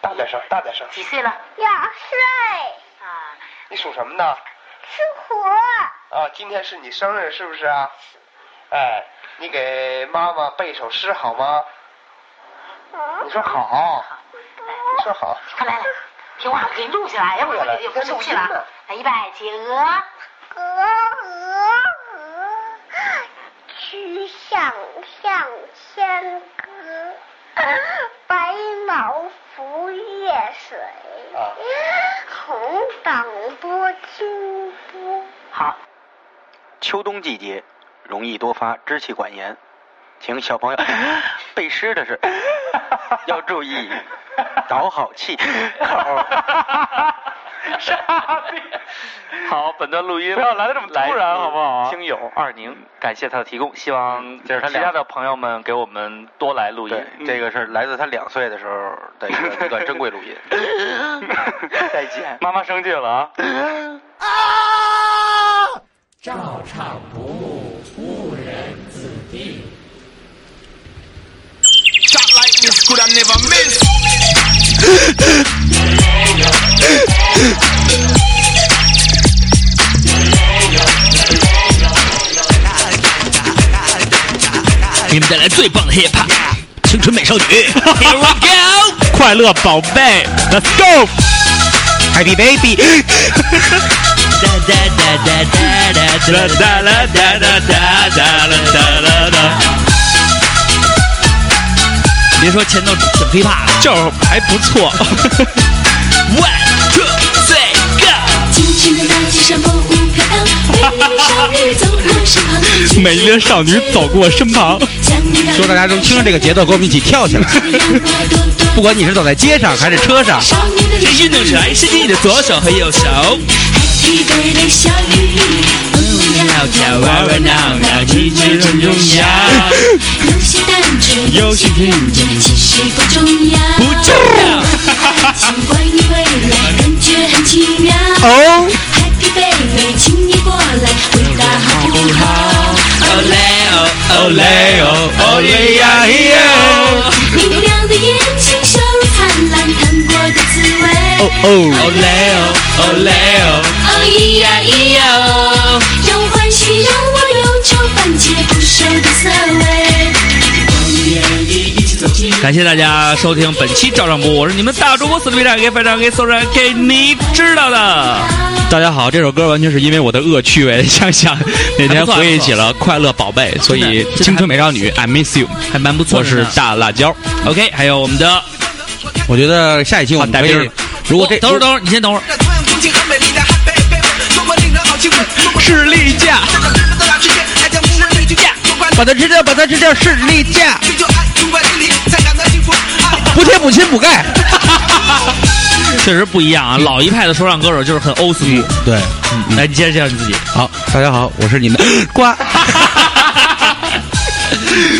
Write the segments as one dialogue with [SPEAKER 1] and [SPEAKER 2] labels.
[SPEAKER 1] 大点声。
[SPEAKER 2] 几岁了？
[SPEAKER 3] 两岁，
[SPEAKER 2] 啊，
[SPEAKER 1] 你属什么呢？
[SPEAKER 3] 吃苦。
[SPEAKER 1] 啊，今天是你生日是不是啊？哎，你给妈妈背一首诗好吗？你说好，你说好。
[SPEAKER 2] 快来来，听话，我给你录下来，要不然我就不出去了。来，预备，企鹅，
[SPEAKER 3] 鹅鹅鹅，曲项向天歌， 白毛浮月水，
[SPEAKER 1] 啊
[SPEAKER 3] 红掌拨清波。
[SPEAKER 2] 好，
[SPEAKER 4] 秋冬季节容易多发支气管炎，请 小朋友背诗的是要注意倒好气口。
[SPEAKER 5] 傻逼！ 好，本段录音
[SPEAKER 4] 不要来得这么突然
[SPEAKER 5] 来自
[SPEAKER 4] 好不好嗯
[SPEAKER 5] 听友二宁，感谢他的提供，希望
[SPEAKER 4] 这是他
[SPEAKER 5] 其
[SPEAKER 4] 俩
[SPEAKER 5] 他的朋友们给我们多来录音
[SPEAKER 4] 对。，这个是来自他两岁的时候的一 个一个珍贵录音。再见。
[SPEAKER 5] 妈妈生气了啊！
[SPEAKER 6] 照唱不误，误人子弟。
[SPEAKER 7] Shot like this could I never miss.
[SPEAKER 6] Here we go，快乐宝贝，Let's go，Happy baby。哒哒啦哒哒哒哒啦哒啦哒。别说前头挺琵琶，就是还不错。One two three go，
[SPEAKER 8] 尽情的大街上跑舞飘荡，美丽的少女走过身旁，
[SPEAKER 6] 美丽的少女走过身旁。
[SPEAKER 8] 说大家都听着这 个节奏，跟我们一起跳起来。不管你是走在街上还是车上，
[SPEAKER 6] 这运动起来，伸起你的左手和右手。
[SPEAKER 8] 嗯要跳
[SPEAKER 6] 玩玩闹闹，气质很重要。
[SPEAKER 8] 有些单纯，有些天真，其实不重要。
[SPEAKER 6] 不重要。
[SPEAKER 8] 爱情关于未来，感觉很奇妙。
[SPEAKER 6] 哦，
[SPEAKER 8] Happy baby，请你过来，回答好不好？
[SPEAKER 6] 哦嘞哦，哦嘞哦，哦耶呀嘿呀哦，
[SPEAKER 8] 明亮的眼睛，笑容灿烂，糖果的滋味。
[SPEAKER 6] 哦哦嘞哦，哦嘞哦，
[SPEAKER 8] 哦咿呀咿呀哦，让我欢喜，让我忧愁，番茄不熟的涩味。
[SPEAKER 6] 感谢大家收听本期照常不误，我是你们大主播死皮长给反长给送上给你知道的。
[SPEAKER 9] 大家好，这首歌完全是因为我的恶趣味， 想想那天回忆起了《快乐宝贝》，所以《青春美少女》I miss you，
[SPEAKER 6] 还蛮不错
[SPEAKER 9] 我
[SPEAKER 6] 的呢
[SPEAKER 9] 是大辣椒。
[SPEAKER 6] OK，还有我们的，
[SPEAKER 9] 我觉得下一期我们可以，如果这
[SPEAKER 6] 等会儿等会儿，你先等会儿，
[SPEAKER 9] 士力架，把它吃掉，把它吃掉，士力架，不贴补亲补钙。
[SPEAKER 6] 确实不一样啊。老一派的说唱歌手就是很 old school。嗯
[SPEAKER 9] 对，
[SPEAKER 6] 来，你接着介绍你自己。
[SPEAKER 9] 好，大家好，我是你们 瓜。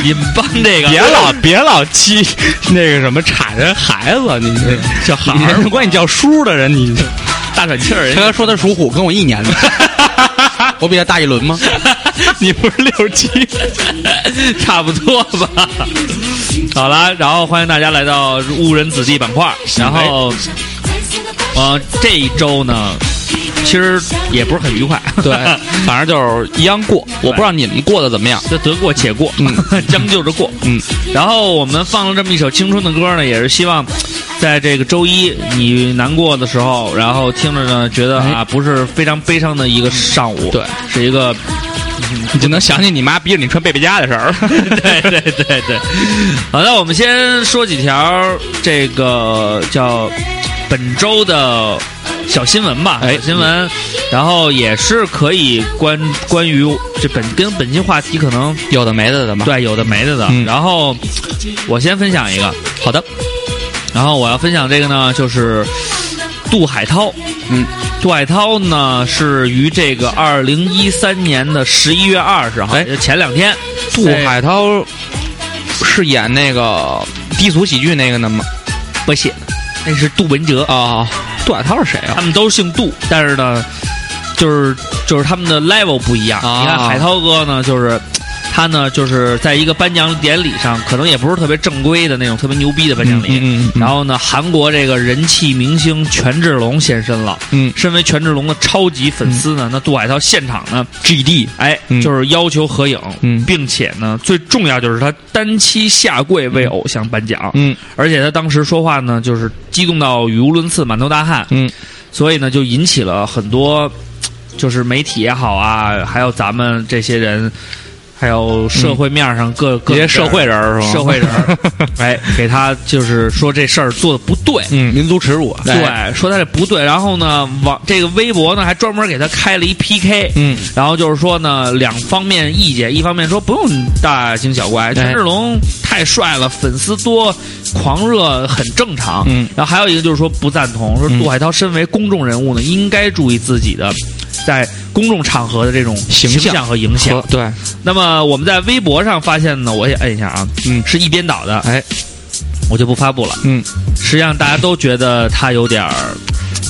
[SPEAKER 6] 你们帮这个
[SPEAKER 9] 别老别老欺那个什么产人孩子，你这
[SPEAKER 6] 小孩
[SPEAKER 9] 你
[SPEAKER 6] 儿
[SPEAKER 9] 这管你叫叔的人，你
[SPEAKER 6] 大喘气儿，人
[SPEAKER 9] 他
[SPEAKER 6] 家
[SPEAKER 9] 刚说他属虎，跟我一年的，我比他大一轮吗？
[SPEAKER 6] 你不是六七， 差不多吧？好啦，然后欢迎大家来到误人子弟板块。然
[SPEAKER 9] 哎
[SPEAKER 6] 后，呃，这一周呢，其实也不是很愉快。
[SPEAKER 9] 对，反正就是一样过。我不知道你们过得怎么样。
[SPEAKER 6] 这得过且过， 嗯，将就着过，
[SPEAKER 9] 嗯。
[SPEAKER 6] 然后我们放了这么一首青春的歌呢，也是希望，在这个周一你难过的时候，然后听着呢，觉得啊，不是非常悲伤的一个上午，
[SPEAKER 9] 哎对，
[SPEAKER 6] 是一个
[SPEAKER 9] 你就能想起你妈逼着你穿贝贝家的事儿。
[SPEAKER 6] 对对对对，好的，我们先说几条这个叫本周的小新闻吧，
[SPEAKER 9] 哎
[SPEAKER 6] 小新闻，然后也是可以关关于这本跟本期话题可能
[SPEAKER 9] 有的没的的嘛。，
[SPEAKER 6] 对有的没的的，
[SPEAKER 9] 嗯
[SPEAKER 6] 然后我先分享一个，好的，然后我要分享这个呢就是杜海涛，
[SPEAKER 9] 嗯，
[SPEAKER 6] 杜海涛呢是于这个二零一三年的十一月二十号，
[SPEAKER 9] 哎
[SPEAKER 6] 就前两天，
[SPEAKER 9] 杜海涛是演那个低俗喜剧那个的吗？
[SPEAKER 6] 不写的，那是杜文哲。
[SPEAKER 9] 啊，杜海涛是谁
[SPEAKER 6] 他
[SPEAKER 9] 啊？
[SPEAKER 6] 们都是姓杜，但是呢，就是就是他们的 level 不一样。
[SPEAKER 9] 啊
[SPEAKER 6] 你看海涛哥呢，就是他呢就是在一个颁奖典礼上，可能也不是特别正规的那种特别牛逼的颁奖礼。
[SPEAKER 9] 嗯嗯嗯
[SPEAKER 6] 然后呢，韩国这个人气明星权志龙现身了。
[SPEAKER 9] 嗯
[SPEAKER 6] 身为权志龙的超级粉丝呢，那杜海涛现场呢，
[SPEAKER 9] ，GD，
[SPEAKER 6] 哎，
[SPEAKER 9] 嗯
[SPEAKER 6] 就是要求合影，
[SPEAKER 9] 嗯
[SPEAKER 6] 并且呢，最重要就是他单膝下跪为偶像颁奖，
[SPEAKER 9] 嗯
[SPEAKER 6] 而且他当时说话呢，就是激动到语无伦次、满头大汗，
[SPEAKER 9] 嗯
[SPEAKER 6] 所以呢，就引起了很多，就是媒体也好啊，还有咱们这些人，还有社会面上各、各
[SPEAKER 9] 这嗯些社会人儿是吗？
[SPEAKER 6] 社会人 儿，哎，给他就是说这事儿做的不对。
[SPEAKER 9] 嗯，民族耻辱啊，
[SPEAKER 6] 对，说他这不对，然后呢，网这个微博呢还专门给他开了一 PK，
[SPEAKER 9] 嗯
[SPEAKER 6] 然后就是说呢，两方面意见，一方面说不用大惊小
[SPEAKER 9] 哎
[SPEAKER 6] 怪，权志龙太帅了，粉丝多，狂热很正常。
[SPEAKER 9] 嗯
[SPEAKER 6] 然后还有一个就是说不赞同，说
[SPEAKER 9] 嗯
[SPEAKER 6] 杜海涛身为公众人物呢，应该注意自己的在公众场合的这种
[SPEAKER 9] 形象
[SPEAKER 6] 象和影响
[SPEAKER 9] 和。对，
[SPEAKER 6] 那么我们在微博上发现呢，我也摁一下啊，
[SPEAKER 9] 嗯
[SPEAKER 6] 是一边倒的，
[SPEAKER 9] 哎，
[SPEAKER 6] 我就不发布了。
[SPEAKER 9] 嗯，
[SPEAKER 6] 实际上大家都觉得他有点儿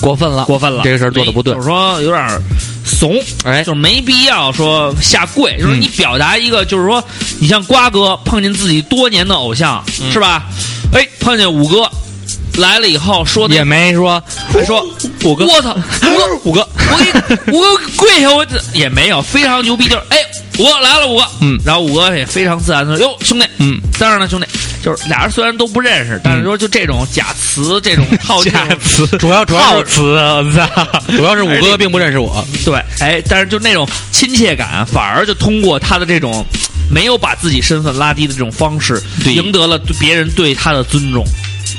[SPEAKER 9] 过分了，
[SPEAKER 6] 过分了，
[SPEAKER 9] 这个事儿做的不对
[SPEAKER 6] 就是说有点儿怂。
[SPEAKER 9] 哎嗯
[SPEAKER 6] 就是没必要说下跪，就是你表达一个，就是说你像瓜哥碰见自己多年的偶像、
[SPEAKER 9] 嗯
[SPEAKER 6] 是吧？哎，碰见五哥来了以后说的
[SPEAKER 9] 也没说
[SPEAKER 6] 还说
[SPEAKER 9] 五哥哎
[SPEAKER 6] 我操，五
[SPEAKER 9] 五哥，
[SPEAKER 6] 我给五哥跪下，我这也没有非常牛逼，就是哎，五哥来了，五哥，
[SPEAKER 9] 嗯
[SPEAKER 6] 然后五哥也非常自然的说，哟，兄弟，
[SPEAKER 9] 嗯，
[SPEAKER 6] 当然了，兄弟，就是俩人虽然都不认识，但是说就这种假词，这种 套
[SPEAKER 9] 假
[SPEAKER 6] 词，
[SPEAKER 9] 主要主要
[SPEAKER 6] 套
[SPEAKER 9] 是
[SPEAKER 6] 词，啊我操，
[SPEAKER 9] 主要是五哥并不认识我，
[SPEAKER 6] 对，哎，但是就那种亲切感，啊反而就通过他的这种没有把自己身份拉低的这种方式，
[SPEAKER 9] 对
[SPEAKER 6] 赢得了对别人对他的尊重。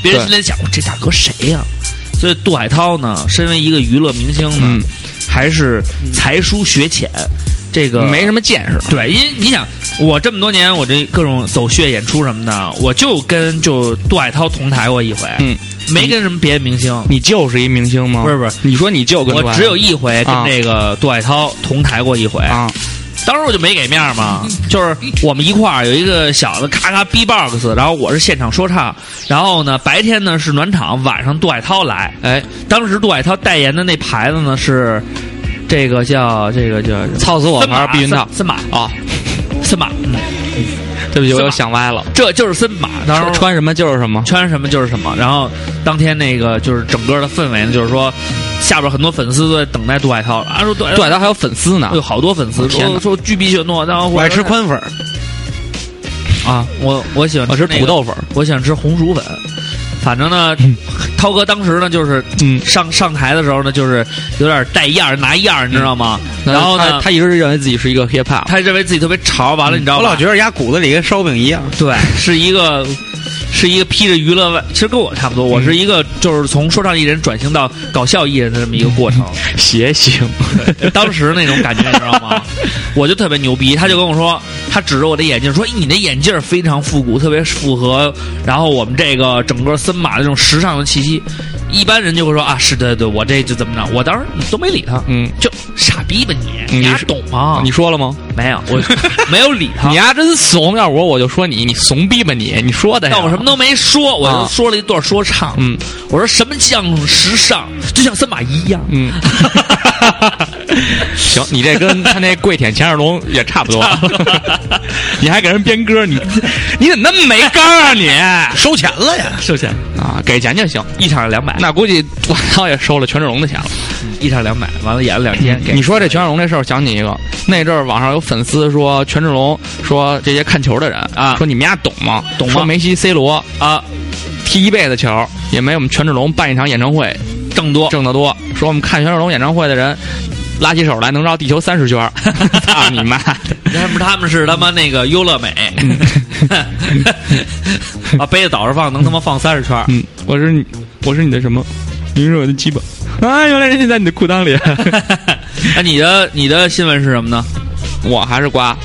[SPEAKER 6] 别人心里想，哇这大哥谁呀、所以杜海涛呢，身为一个娱乐明星呢，
[SPEAKER 9] 嗯
[SPEAKER 6] 还是才疏学浅，这个
[SPEAKER 9] 没什么见识。
[SPEAKER 6] 对，因为你想，我这么多年，我这各种走穴演出什么的，我就跟就杜海涛同台过一回，
[SPEAKER 9] 嗯，
[SPEAKER 6] 没跟什么别的明星。
[SPEAKER 9] 你就是一明星吗？
[SPEAKER 6] 不是不是，
[SPEAKER 9] 啊你说你就跟
[SPEAKER 6] 我
[SPEAKER 9] 杜海
[SPEAKER 6] 只有一回跟
[SPEAKER 9] 啊
[SPEAKER 6] 这个杜海涛同台过一回，
[SPEAKER 9] 啊，
[SPEAKER 6] 当时我就没给面儿 嘛，就是我们一块儿有一个小子咔咔 B box，然后我是现场说唱，然后呢白天呢是暖场，晚上杜海涛来，
[SPEAKER 9] 哎，
[SPEAKER 6] 当时杜海涛代言的那牌子呢是这个叫这个叫
[SPEAKER 9] 操死我
[SPEAKER 6] 森马
[SPEAKER 9] 还是避孕套
[SPEAKER 6] 森马
[SPEAKER 9] 啊，
[SPEAKER 6] 森马，嗯
[SPEAKER 9] 对不起，
[SPEAKER 6] 是
[SPEAKER 9] 我
[SPEAKER 6] 吧
[SPEAKER 9] 又想歪了。
[SPEAKER 6] 这就是森马，当时
[SPEAKER 9] 穿穿什么就是什么，
[SPEAKER 6] 穿什么就是什么。然后当天那个就是整个的氛围呢，就是说下边很多粉丝都在等待杜海涛，啊说杜海
[SPEAKER 9] 杜海涛还有粉丝呢
[SPEAKER 6] 啊有，好多粉丝
[SPEAKER 9] 天
[SPEAKER 6] 说
[SPEAKER 9] 哪
[SPEAKER 6] 说巨逼血诺，然后
[SPEAKER 9] 我爱吃宽粉儿，
[SPEAKER 6] 啊，我我喜欢
[SPEAKER 9] 我吃
[SPEAKER 6] 那
[SPEAKER 9] 土
[SPEAKER 6] 个
[SPEAKER 9] 豆粉儿。
[SPEAKER 6] 我想吃红薯粉。反正呢，涛哥当时呢就是
[SPEAKER 9] 嗯
[SPEAKER 6] 上上台的时候呢，就是有点带样儿拿样儿，你知道吗？然后
[SPEAKER 9] 嗯他
[SPEAKER 6] 呢，
[SPEAKER 9] 他一直认为自己是一个 hip hop，
[SPEAKER 6] 他认为自己特别潮，
[SPEAKER 9] 嗯
[SPEAKER 6] 完了你知道吧？
[SPEAKER 9] 得压骨子里跟烧饼一样。
[SPEAKER 6] 对，是一个是一个披着娱乐外，其实跟我差
[SPEAKER 9] 嗯
[SPEAKER 6] 不多，我是一个就是从说唱艺人转型到搞笑艺人的这么一个过 程。
[SPEAKER 9] 邪行，
[SPEAKER 6] 当时那种感觉，你知道吗？我就特别牛逼，他就跟我说，他指着我的眼镜说：“你的眼镜非常复古，特别符合，然后我们这个整个森马的这种时尚的气息。”一般人就会说啊，是对对，我这就怎么着？我当时都没理他，
[SPEAKER 9] 嗯，
[SPEAKER 6] 就傻逼吧你，
[SPEAKER 9] 嗯
[SPEAKER 6] 你
[SPEAKER 9] 你
[SPEAKER 6] 还
[SPEAKER 9] 是
[SPEAKER 6] 懂吗？
[SPEAKER 9] 你说了吗？
[SPEAKER 6] 没有，我 没有理啊他
[SPEAKER 9] 你。丫真怂！要我我就说你，你怂逼吧你！你说哎的呀，
[SPEAKER 6] 但我什么都没说，我就
[SPEAKER 9] 啊
[SPEAKER 6] 说了一段说唱。
[SPEAKER 9] 嗯，
[SPEAKER 6] 我说什么像时尚，就像森马一样。
[SPEAKER 9] 嗯， 行，你这跟他那跪舔钱二龙也差不 多，你还给人编歌，你你怎么那么没刚啊 你？收钱了呀？收钱啊，给钱就行。
[SPEAKER 6] 一场两百，
[SPEAKER 9] 那估计 我涛也收了权志龙的钱了。
[SPEAKER 6] 一场两百，完了演了两天。给
[SPEAKER 9] 嗯你说这权志龙这事儿，想起一个，那阵儿网上有粉丝说权志龙说这些看球的人
[SPEAKER 6] 啊
[SPEAKER 9] 说你们丫懂吗？
[SPEAKER 6] 懂吗
[SPEAKER 9] 说梅西、C 罗
[SPEAKER 6] 啊，
[SPEAKER 9] 踢一辈子球也没我们权志龙办一场演唱会
[SPEAKER 6] 挣多
[SPEAKER 9] 挣得多。说我们看权志龙演唱会的人，拉起手来能绕地球三十圈儿， 操你妈 的！
[SPEAKER 6] 他们他们是他妈那个优乐美， 啊，杯子倒着放，能他妈放三十圈儿。
[SPEAKER 9] 嗯，我是你，我是你的什么？你是我的鸡巴啊！原来人家在你的裤裆里。 啊
[SPEAKER 6] 那你的你的新闻是什么呢？
[SPEAKER 9] 我还是瓜，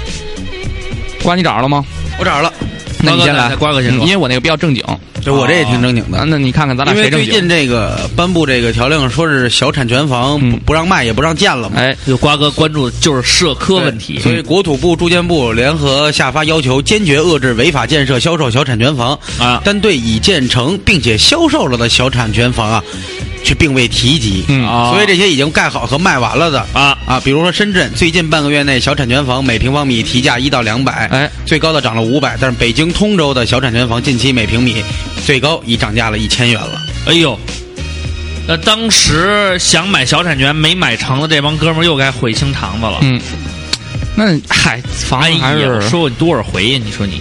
[SPEAKER 9] 瓜你找着了吗？
[SPEAKER 6] 我找着了，
[SPEAKER 9] 那你先来，
[SPEAKER 6] 瓜哥先
[SPEAKER 9] 嗯
[SPEAKER 6] 说
[SPEAKER 9] 因为我那个比较正经。
[SPEAKER 10] 对我这也挺正经的。
[SPEAKER 9] 啊那你看看咱俩
[SPEAKER 10] 因
[SPEAKER 9] 谁
[SPEAKER 10] 为
[SPEAKER 9] 正
[SPEAKER 10] 最
[SPEAKER 9] 经
[SPEAKER 10] 近？这个颁布这个条令，说是小产权房
[SPEAKER 9] 嗯
[SPEAKER 10] 不不让卖，也不让建了嘛。
[SPEAKER 9] 哎，
[SPEAKER 6] 就瓜哥关注的就是社科问题，嗯
[SPEAKER 10] 所以国土部、住建部联合下发要求，坚决遏制违法建设、销售小产权房
[SPEAKER 6] 啊
[SPEAKER 10] 但对已建成并且销售了的小产权房啊，却并未提及。
[SPEAKER 9] 嗯
[SPEAKER 6] 啊
[SPEAKER 10] 所以这些已经盖好和卖完了的
[SPEAKER 6] 啊
[SPEAKER 10] 啊，比如说深圳最近半个月内小产权房每平方米提价一到两百，
[SPEAKER 9] 哎，
[SPEAKER 10] 最高的涨了五百，但是北京通州的小产权房近期每平米最高已涨价了一千元了。
[SPEAKER 6] 哎呦，那当时想买小产权没买成的这帮哥们儿又该回清堂子了。
[SPEAKER 9] 嗯，那嗨，房
[SPEAKER 6] 哎
[SPEAKER 9] 子还
[SPEAKER 6] 呀，我
[SPEAKER 9] 是
[SPEAKER 6] 说过你多少回呀？你说你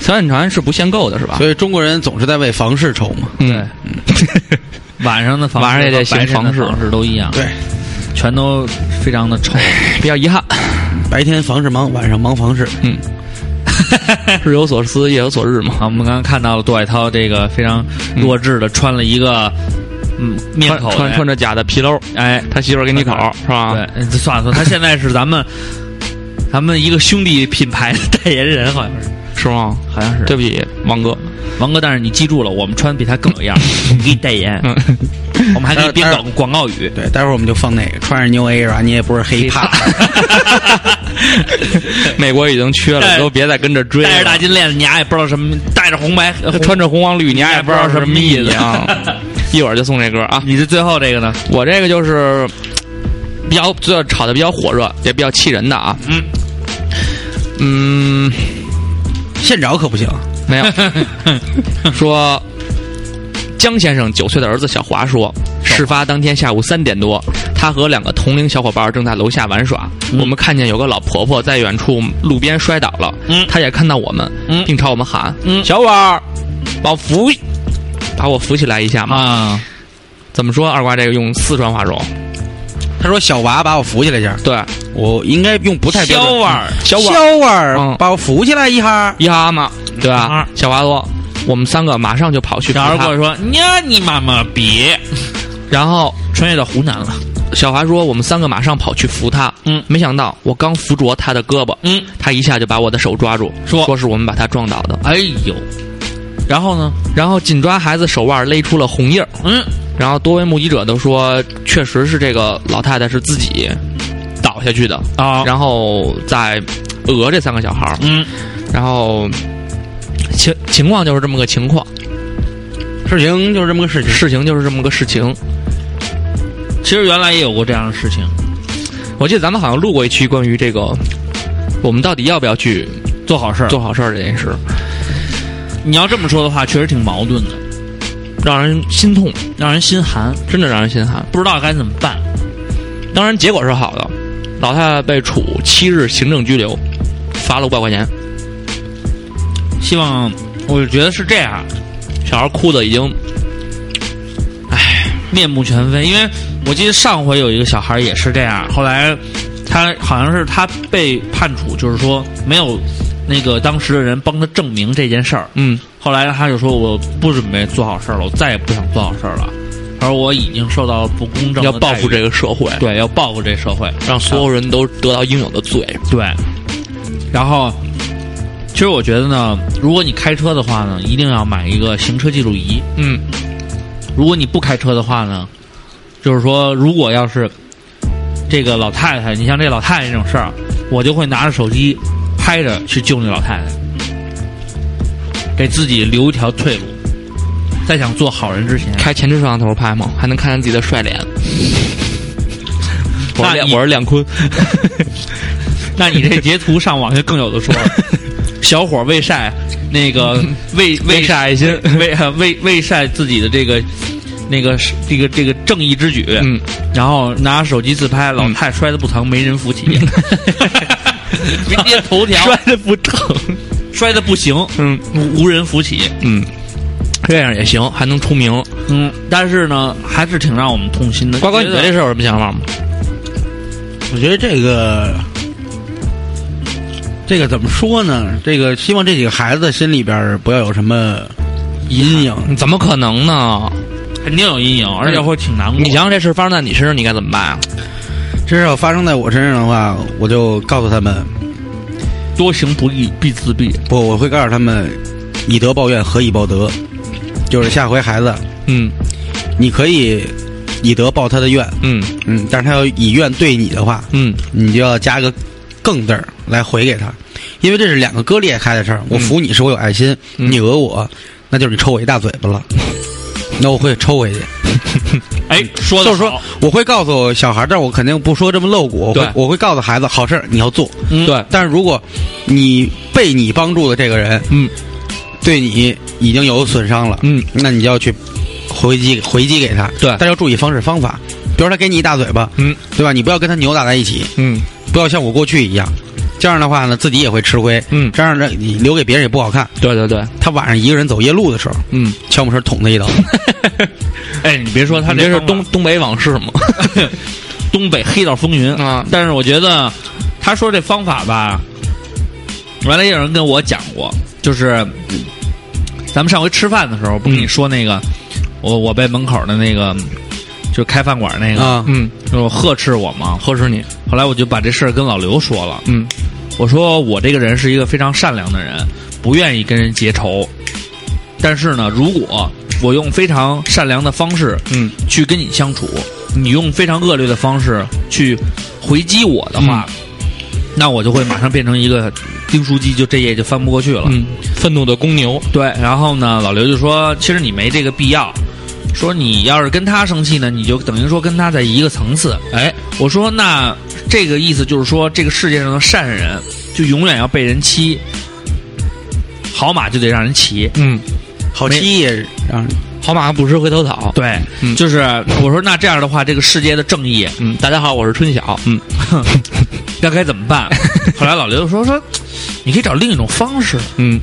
[SPEAKER 9] 小产权是不限购的，是吧？
[SPEAKER 10] 所以中国人总是在为房事愁嘛。
[SPEAKER 9] 嗯，
[SPEAKER 6] 晚上的房
[SPEAKER 9] 晚上也得
[SPEAKER 6] 行
[SPEAKER 9] 行
[SPEAKER 6] 房
[SPEAKER 9] 房事
[SPEAKER 6] 事都一样，，
[SPEAKER 10] 对，
[SPEAKER 6] 全都非常的 臭。
[SPEAKER 9] 比较 遗憾，
[SPEAKER 10] 白天房事忙，晚上忙房事。
[SPEAKER 9] 嗯，日有所思，夜有所日嘛。
[SPEAKER 6] 啊好，我们刚刚看到了杜海涛这个非常弱智的穿了一个嗯面口
[SPEAKER 9] 穿穿穿着啊假的皮褛，
[SPEAKER 6] 哎，
[SPEAKER 9] 他媳妇儿给你口是吧？
[SPEAKER 6] 对，嗯算了算了，他现在是咱 们咱们一个兄弟品牌的代言人，好像是。
[SPEAKER 9] 是吗？
[SPEAKER 6] 好像是
[SPEAKER 9] 对不起，王哥，
[SPEAKER 6] 王哥，但是你记住了，我们穿比他更有样 儿，我们给你代言，
[SPEAKER 9] 嗯，
[SPEAKER 6] 我们还给你编
[SPEAKER 10] 但是
[SPEAKER 6] 广广告语。
[SPEAKER 10] 对，待会儿我们就放那个穿着 New Era，你也不是黑怕。
[SPEAKER 9] 呃美国已经缺
[SPEAKER 6] 但
[SPEAKER 9] 了，
[SPEAKER 6] 是
[SPEAKER 9] 都别再跟着追了。
[SPEAKER 6] 戴着大金链子，你丫也不知道什么；戴着红白，呃
[SPEAKER 9] 他穿着红黄绿，你丫也不知道什么意思啊！ 一会儿就送这歌啊！
[SPEAKER 6] 你这最后这个呢？
[SPEAKER 9] 我这个就是比较这炒的比较火热，也比较气人的啊。
[SPEAKER 6] 嗯
[SPEAKER 9] 嗯，
[SPEAKER 10] 现找可不行，
[SPEAKER 9] 没有说。江先生九岁的儿子小华说，
[SPEAKER 6] 哦
[SPEAKER 9] 事发当天下午三点多，他和两个同龄小伙伴正在楼下玩耍。
[SPEAKER 6] 嗯
[SPEAKER 9] 我们看见有个老婆婆在远处路边摔倒了，
[SPEAKER 6] 嗯
[SPEAKER 9] 她也看到我们，
[SPEAKER 6] 嗯
[SPEAKER 9] 并朝我们喊：“
[SPEAKER 6] 嗯
[SPEAKER 9] 小婉儿，把我扶，把我扶起来一下嘛。
[SPEAKER 6] 啊，
[SPEAKER 9] 怎么说？二瓜这个用四川话说，
[SPEAKER 10] 他说小娃把我扶起来一下，
[SPEAKER 9] 对，
[SPEAKER 10] 我应该用不太标
[SPEAKER 6] 小
[SPEAKER 10] 准。
[SPEAKER 6] 碗儿，
[SPEAKER 9] 小
[SPEAKER 10] 小
[SPEAKER 9] 瓦
[SPEAKER 10] 娃儿、
[SPEAKER 9] 嗯
[SPEAKER 10] 把我扶起来一下，
[SPEAKER 9] 一哈嘛，对吧
[SPEAKER 6] 啊？
[SPEAKER 9] 小娃说，我们三个马上就跑去
[SPEAKER 6] 小孩
[SPEAKER 9] 孩
[SPEAKER 6] 儿跟我说：“呀，你妈妈别
[SPEAKER 9] 然后
[SPEAKER 6] 穿越到湖南了。
[SPEAKER 9] 小华说，我们三个马上跑去扶他。
[SPEAKER 6] 嗯
[SPEAKER 9] 没想到我刚扶着他的胳膊，
[SPEAKER 6] 嗯，
[SPEAKER 9] 他一下就把我的手抓住，
[SPEAKER 6] 说
[SPEAKER 9] 说是我们把他撞倒的。”
[SPEAKER 6] 哎呦，然后呢？
[SPEAKER 9] 然后紧抓孩子手腕勒出了红印儿。
[SPEAKER 6] 嗯，
[SPEAKER 9] 然后多位目击者都说，确实是这个老太太是自己倒下去的。
[SPEAKER 6] 啊，
[SPEAKER 9] 然后在讹这三个小孩儿，
[SPEAKER 6] 嗯，
[SPEAKER 9] 然后情情况就是这么个情况，
[SPEAKER 10] 事情就是这么个事情。
[SPEAKER 9] 事情就是这么个事情。
[SPEAKER 6] 其实原来也有过这样的事情。
[SPEAKER 9] 我记得咱们好像录过一期关于这个，我们到底要不要去
[SPEAKER 6] 做好事儿，
[SPEAKER 9] 做好事儿这件事，
[SPEAKER 6] 你要这么说的话，确实挺矛盾的，
[SPEAKER 9] 让人心痛，
[SPEAKER 6] 让人心寒，
[SPEAKER 9] 真的让人心寒。
[SPEAKER 6] 不知道该怎么办。
[SPEAKER 9] 当然结果是好的，老太太被处七日行政拘留，罚了五百块钱。
[SPEAKER 6] 希望，我觉得是这样，
[SPEAKER 9] 小孩哭的已经
[SPEAKER 6] 面目全非。因为我记得上回有一个小孩也是这样，后来他好像是他被判处，就是说没有那个当时的人帮他证明这件事儿。
[SPEAKER 9] 嗯
[SPEAKER 6] 后来他就说我不准备做好事儿了，我再也不想做好事儿了。他说我已经受到不公正，
[SPEAKER 9] 要报复这，个社会，
[SPEAKER 6] 对，要报复这社会，
[SPEAKER 9] 让所有人都得到应有的罪。
[SPEAKER 6] 对。然后，其实我觉得呢，如果你开车的话呢，一定要买一个行车记录仪。
[SPEAKER 9] 嗯，
[SPEAKER 6] 如果你不开车的话呢，就是说，如果要是这个老太太，你像这老太太这种事儿，我就会拿着手机拍着去救那老太太，给自己留一条退路。在想做好人之前，
[SPEAKER 9] 开前置摄像头拍吗？还能看见自己的 帅脸。我
[SPEAKER 6] 那
[SPEAKER 9] 是亮
[SPEAKER 6] 你
[SPEAKER 9] 我是亮坤，
[SPEAKER 6] 那你这截图上网就更有的说了。 小伙未晒，那个未未晒爱心，未呃未未晒自己的这个那个是这个这个正义之举，
[SPEAKER 9] 嗯，
[SPEAKER 6] 然后拿手机自拍，老太摔得不疼，没人扶 起， 明天头条
[SPEAKER 9] 摔的不疼。
[SPEAKER 6] 摔得不行，
[SPEAKER 9] 嗯
[SPEAKER 6] 无无人扶起，
[SPEAKER 9] 嗯，这样也行，还能出名。
[SPEAKER 6] 嗯，但是呢，还是挺让我们痛心的。
[SPEAKER 9] 瓜哥，你
[SPEAKER 6] 觉
[SPEAKER 9] 对
[SPEAKER 6] 得
[SPEAKER 9] 这事儿有什么想法吗？
[SPEAKER 10] 我觉得这个，这个怎么说呢？这个希望这几个孩子心里边儿不要有什么阴影。
[SPEAKER 9] 怎么可能呢？嗯
[SPEAKER 6] 肯定有阴影，而且会挺难过。
[SPEAKER 9] 你想想，这事发生在你身上，你该怎么办啊？
[SPEAKER 10] 这事要发生在我身上的话，我就告诉他们，
[SPEAKER 6] 多行不义必自毙，
[SPEAKER 10] 不，我会告诉他们，以德报怨，何以报德？就是下回孩子，
[SPEAKER 9] 嗯
[SPEAKER 10] 你可以以德报他的怨，
[SPEAKER 9] 嗯
[SPEAKER 10] 嗯，但是他要以怨对你的话，
[SPEAKER 9] 嗯
[SPEAKER 10] 你就要加个更字儿来回给他，因为这是两个割裂开的事儿。我服你是我有爱心，
[SPEAKER 9] 嗯
[SPEAKER 10] 你讹我，那就是你抽我一大嘴巴 了。那我会抽回去，
[SPEAKER 6] 哎，说
[SPEAKER 10] 就
[SPEAKER 6] 的
[SPEAKER 10] 是说我会告诉小孩儿，但是我肯定不说这么露骨，我
[SPEAKER 9] 对
[SPEAKER 10] 会我会告诉孩子，好事儿你要做。
[SPEAKER 6] 嗯
[SPEAKER 9] 对，
[SPEAKER 10] 但是如果你被你帮助的这个人，
[SPEAKER 9] 嗯，
[SPEAKER 10] 对你已经有损伤了，
[SPEAKER 9] 嗯，
[SPEAKER 10] 那你就要去回击回击给他，
[SPEAKER 9] 对
[SPEAKER 10] 但要注意方式方法，比如他给你一大嘴巴，
[SPEAKER 9] 嗯，
[SPEAKER 10] 对吧？你不要跟他扭打在一起，
[SPEAKER 9] 嗯
[SPEAKER 10] 不要像我过去一样，这样的话呢，自己也会吃亏，
[SPEAKER 9] 嗯，
[SPEAKER 10] 这样让你留给别人也不好看。
[SPEAKER 9] 对对对，
[SPEAKER 10] 他晚上一个人走夜路的时候，
[SPEAKER 9] 嗯，
[SPEAKER 10] 敲门声捅他 一刀，
[SPEAKER 6] 哎，你别说他
[SPEAKER 9] 这
[SPEAKER 6] 这
[SPEAKER 9] 是
[SPEAKER 6] 方法
[SPEAKER 9] 东东北往事嘛？
[SPEAKER 6] 东北黑道风云
[SPEAKER 9] 啊
[SPEAKER 6] 但是我觉得他说这方法吧，原来也有人跟我讲过，就是咱们上回吃饭的时候，不跟
[SPEAKER 9] 嗯
[SPEAKER 6] 你说那个，我我被门口的那个就是开饭馆那个，
[SPEAKER 10] 啊
[SPEAKER 9] 嗯，
[SPEAKER 6] 就是呵斥我嘛。
[SPEAKER 9] 呵斥你，
[SPEAKER 6] 后来我就把这事儿跟老刘说了，
[SPEAKER 9] 嗯
[SPEAKER 6] 我说我这个人是一个非常善良的人，不愿意跟人结仇，但是呢，如果我用非常善良的方式
[SPEAKER 9] 嗯
[SPEAKER 6] 去跟你相处，你用非常恶劣的方式去回击我的话，
[SPEAKER 9] 嗯
[SPEAKER 6] 那我就会马上变成一个订书机，就这页就翻不过去了。
[SPEAKER 9] 嗯，愤怒的公牛，
[SPEAKER 6] 对，然后呢，老刘就说，其实你没这个必要。说你要是跟他生气呢，你就等于说跟他在一个层次。
[SPEAKER 9] 哎，
[SPEAKER 6] 我说那这个意思就是说，这个世界上的善人就永远要被人欺，好马就得让人骑。
[SPEAKER 9] 嗯，
[SPEAKER 10] 好欺也让人
[SPEAKER 9] 好马不吃回头草，
[SPEAKER 6] 对，
[SPEAKER 9] 嗯
[SPEAKER 6] 就是我说那这样的话，这个世界的正义
[SPEAKER 9] 嗯，大家好，我是春晓，嗯
[SPEAKER 6] 那该怎么办？后来老刘就说说，你可以找另一种方式，
[SPEAKER 9] 嗯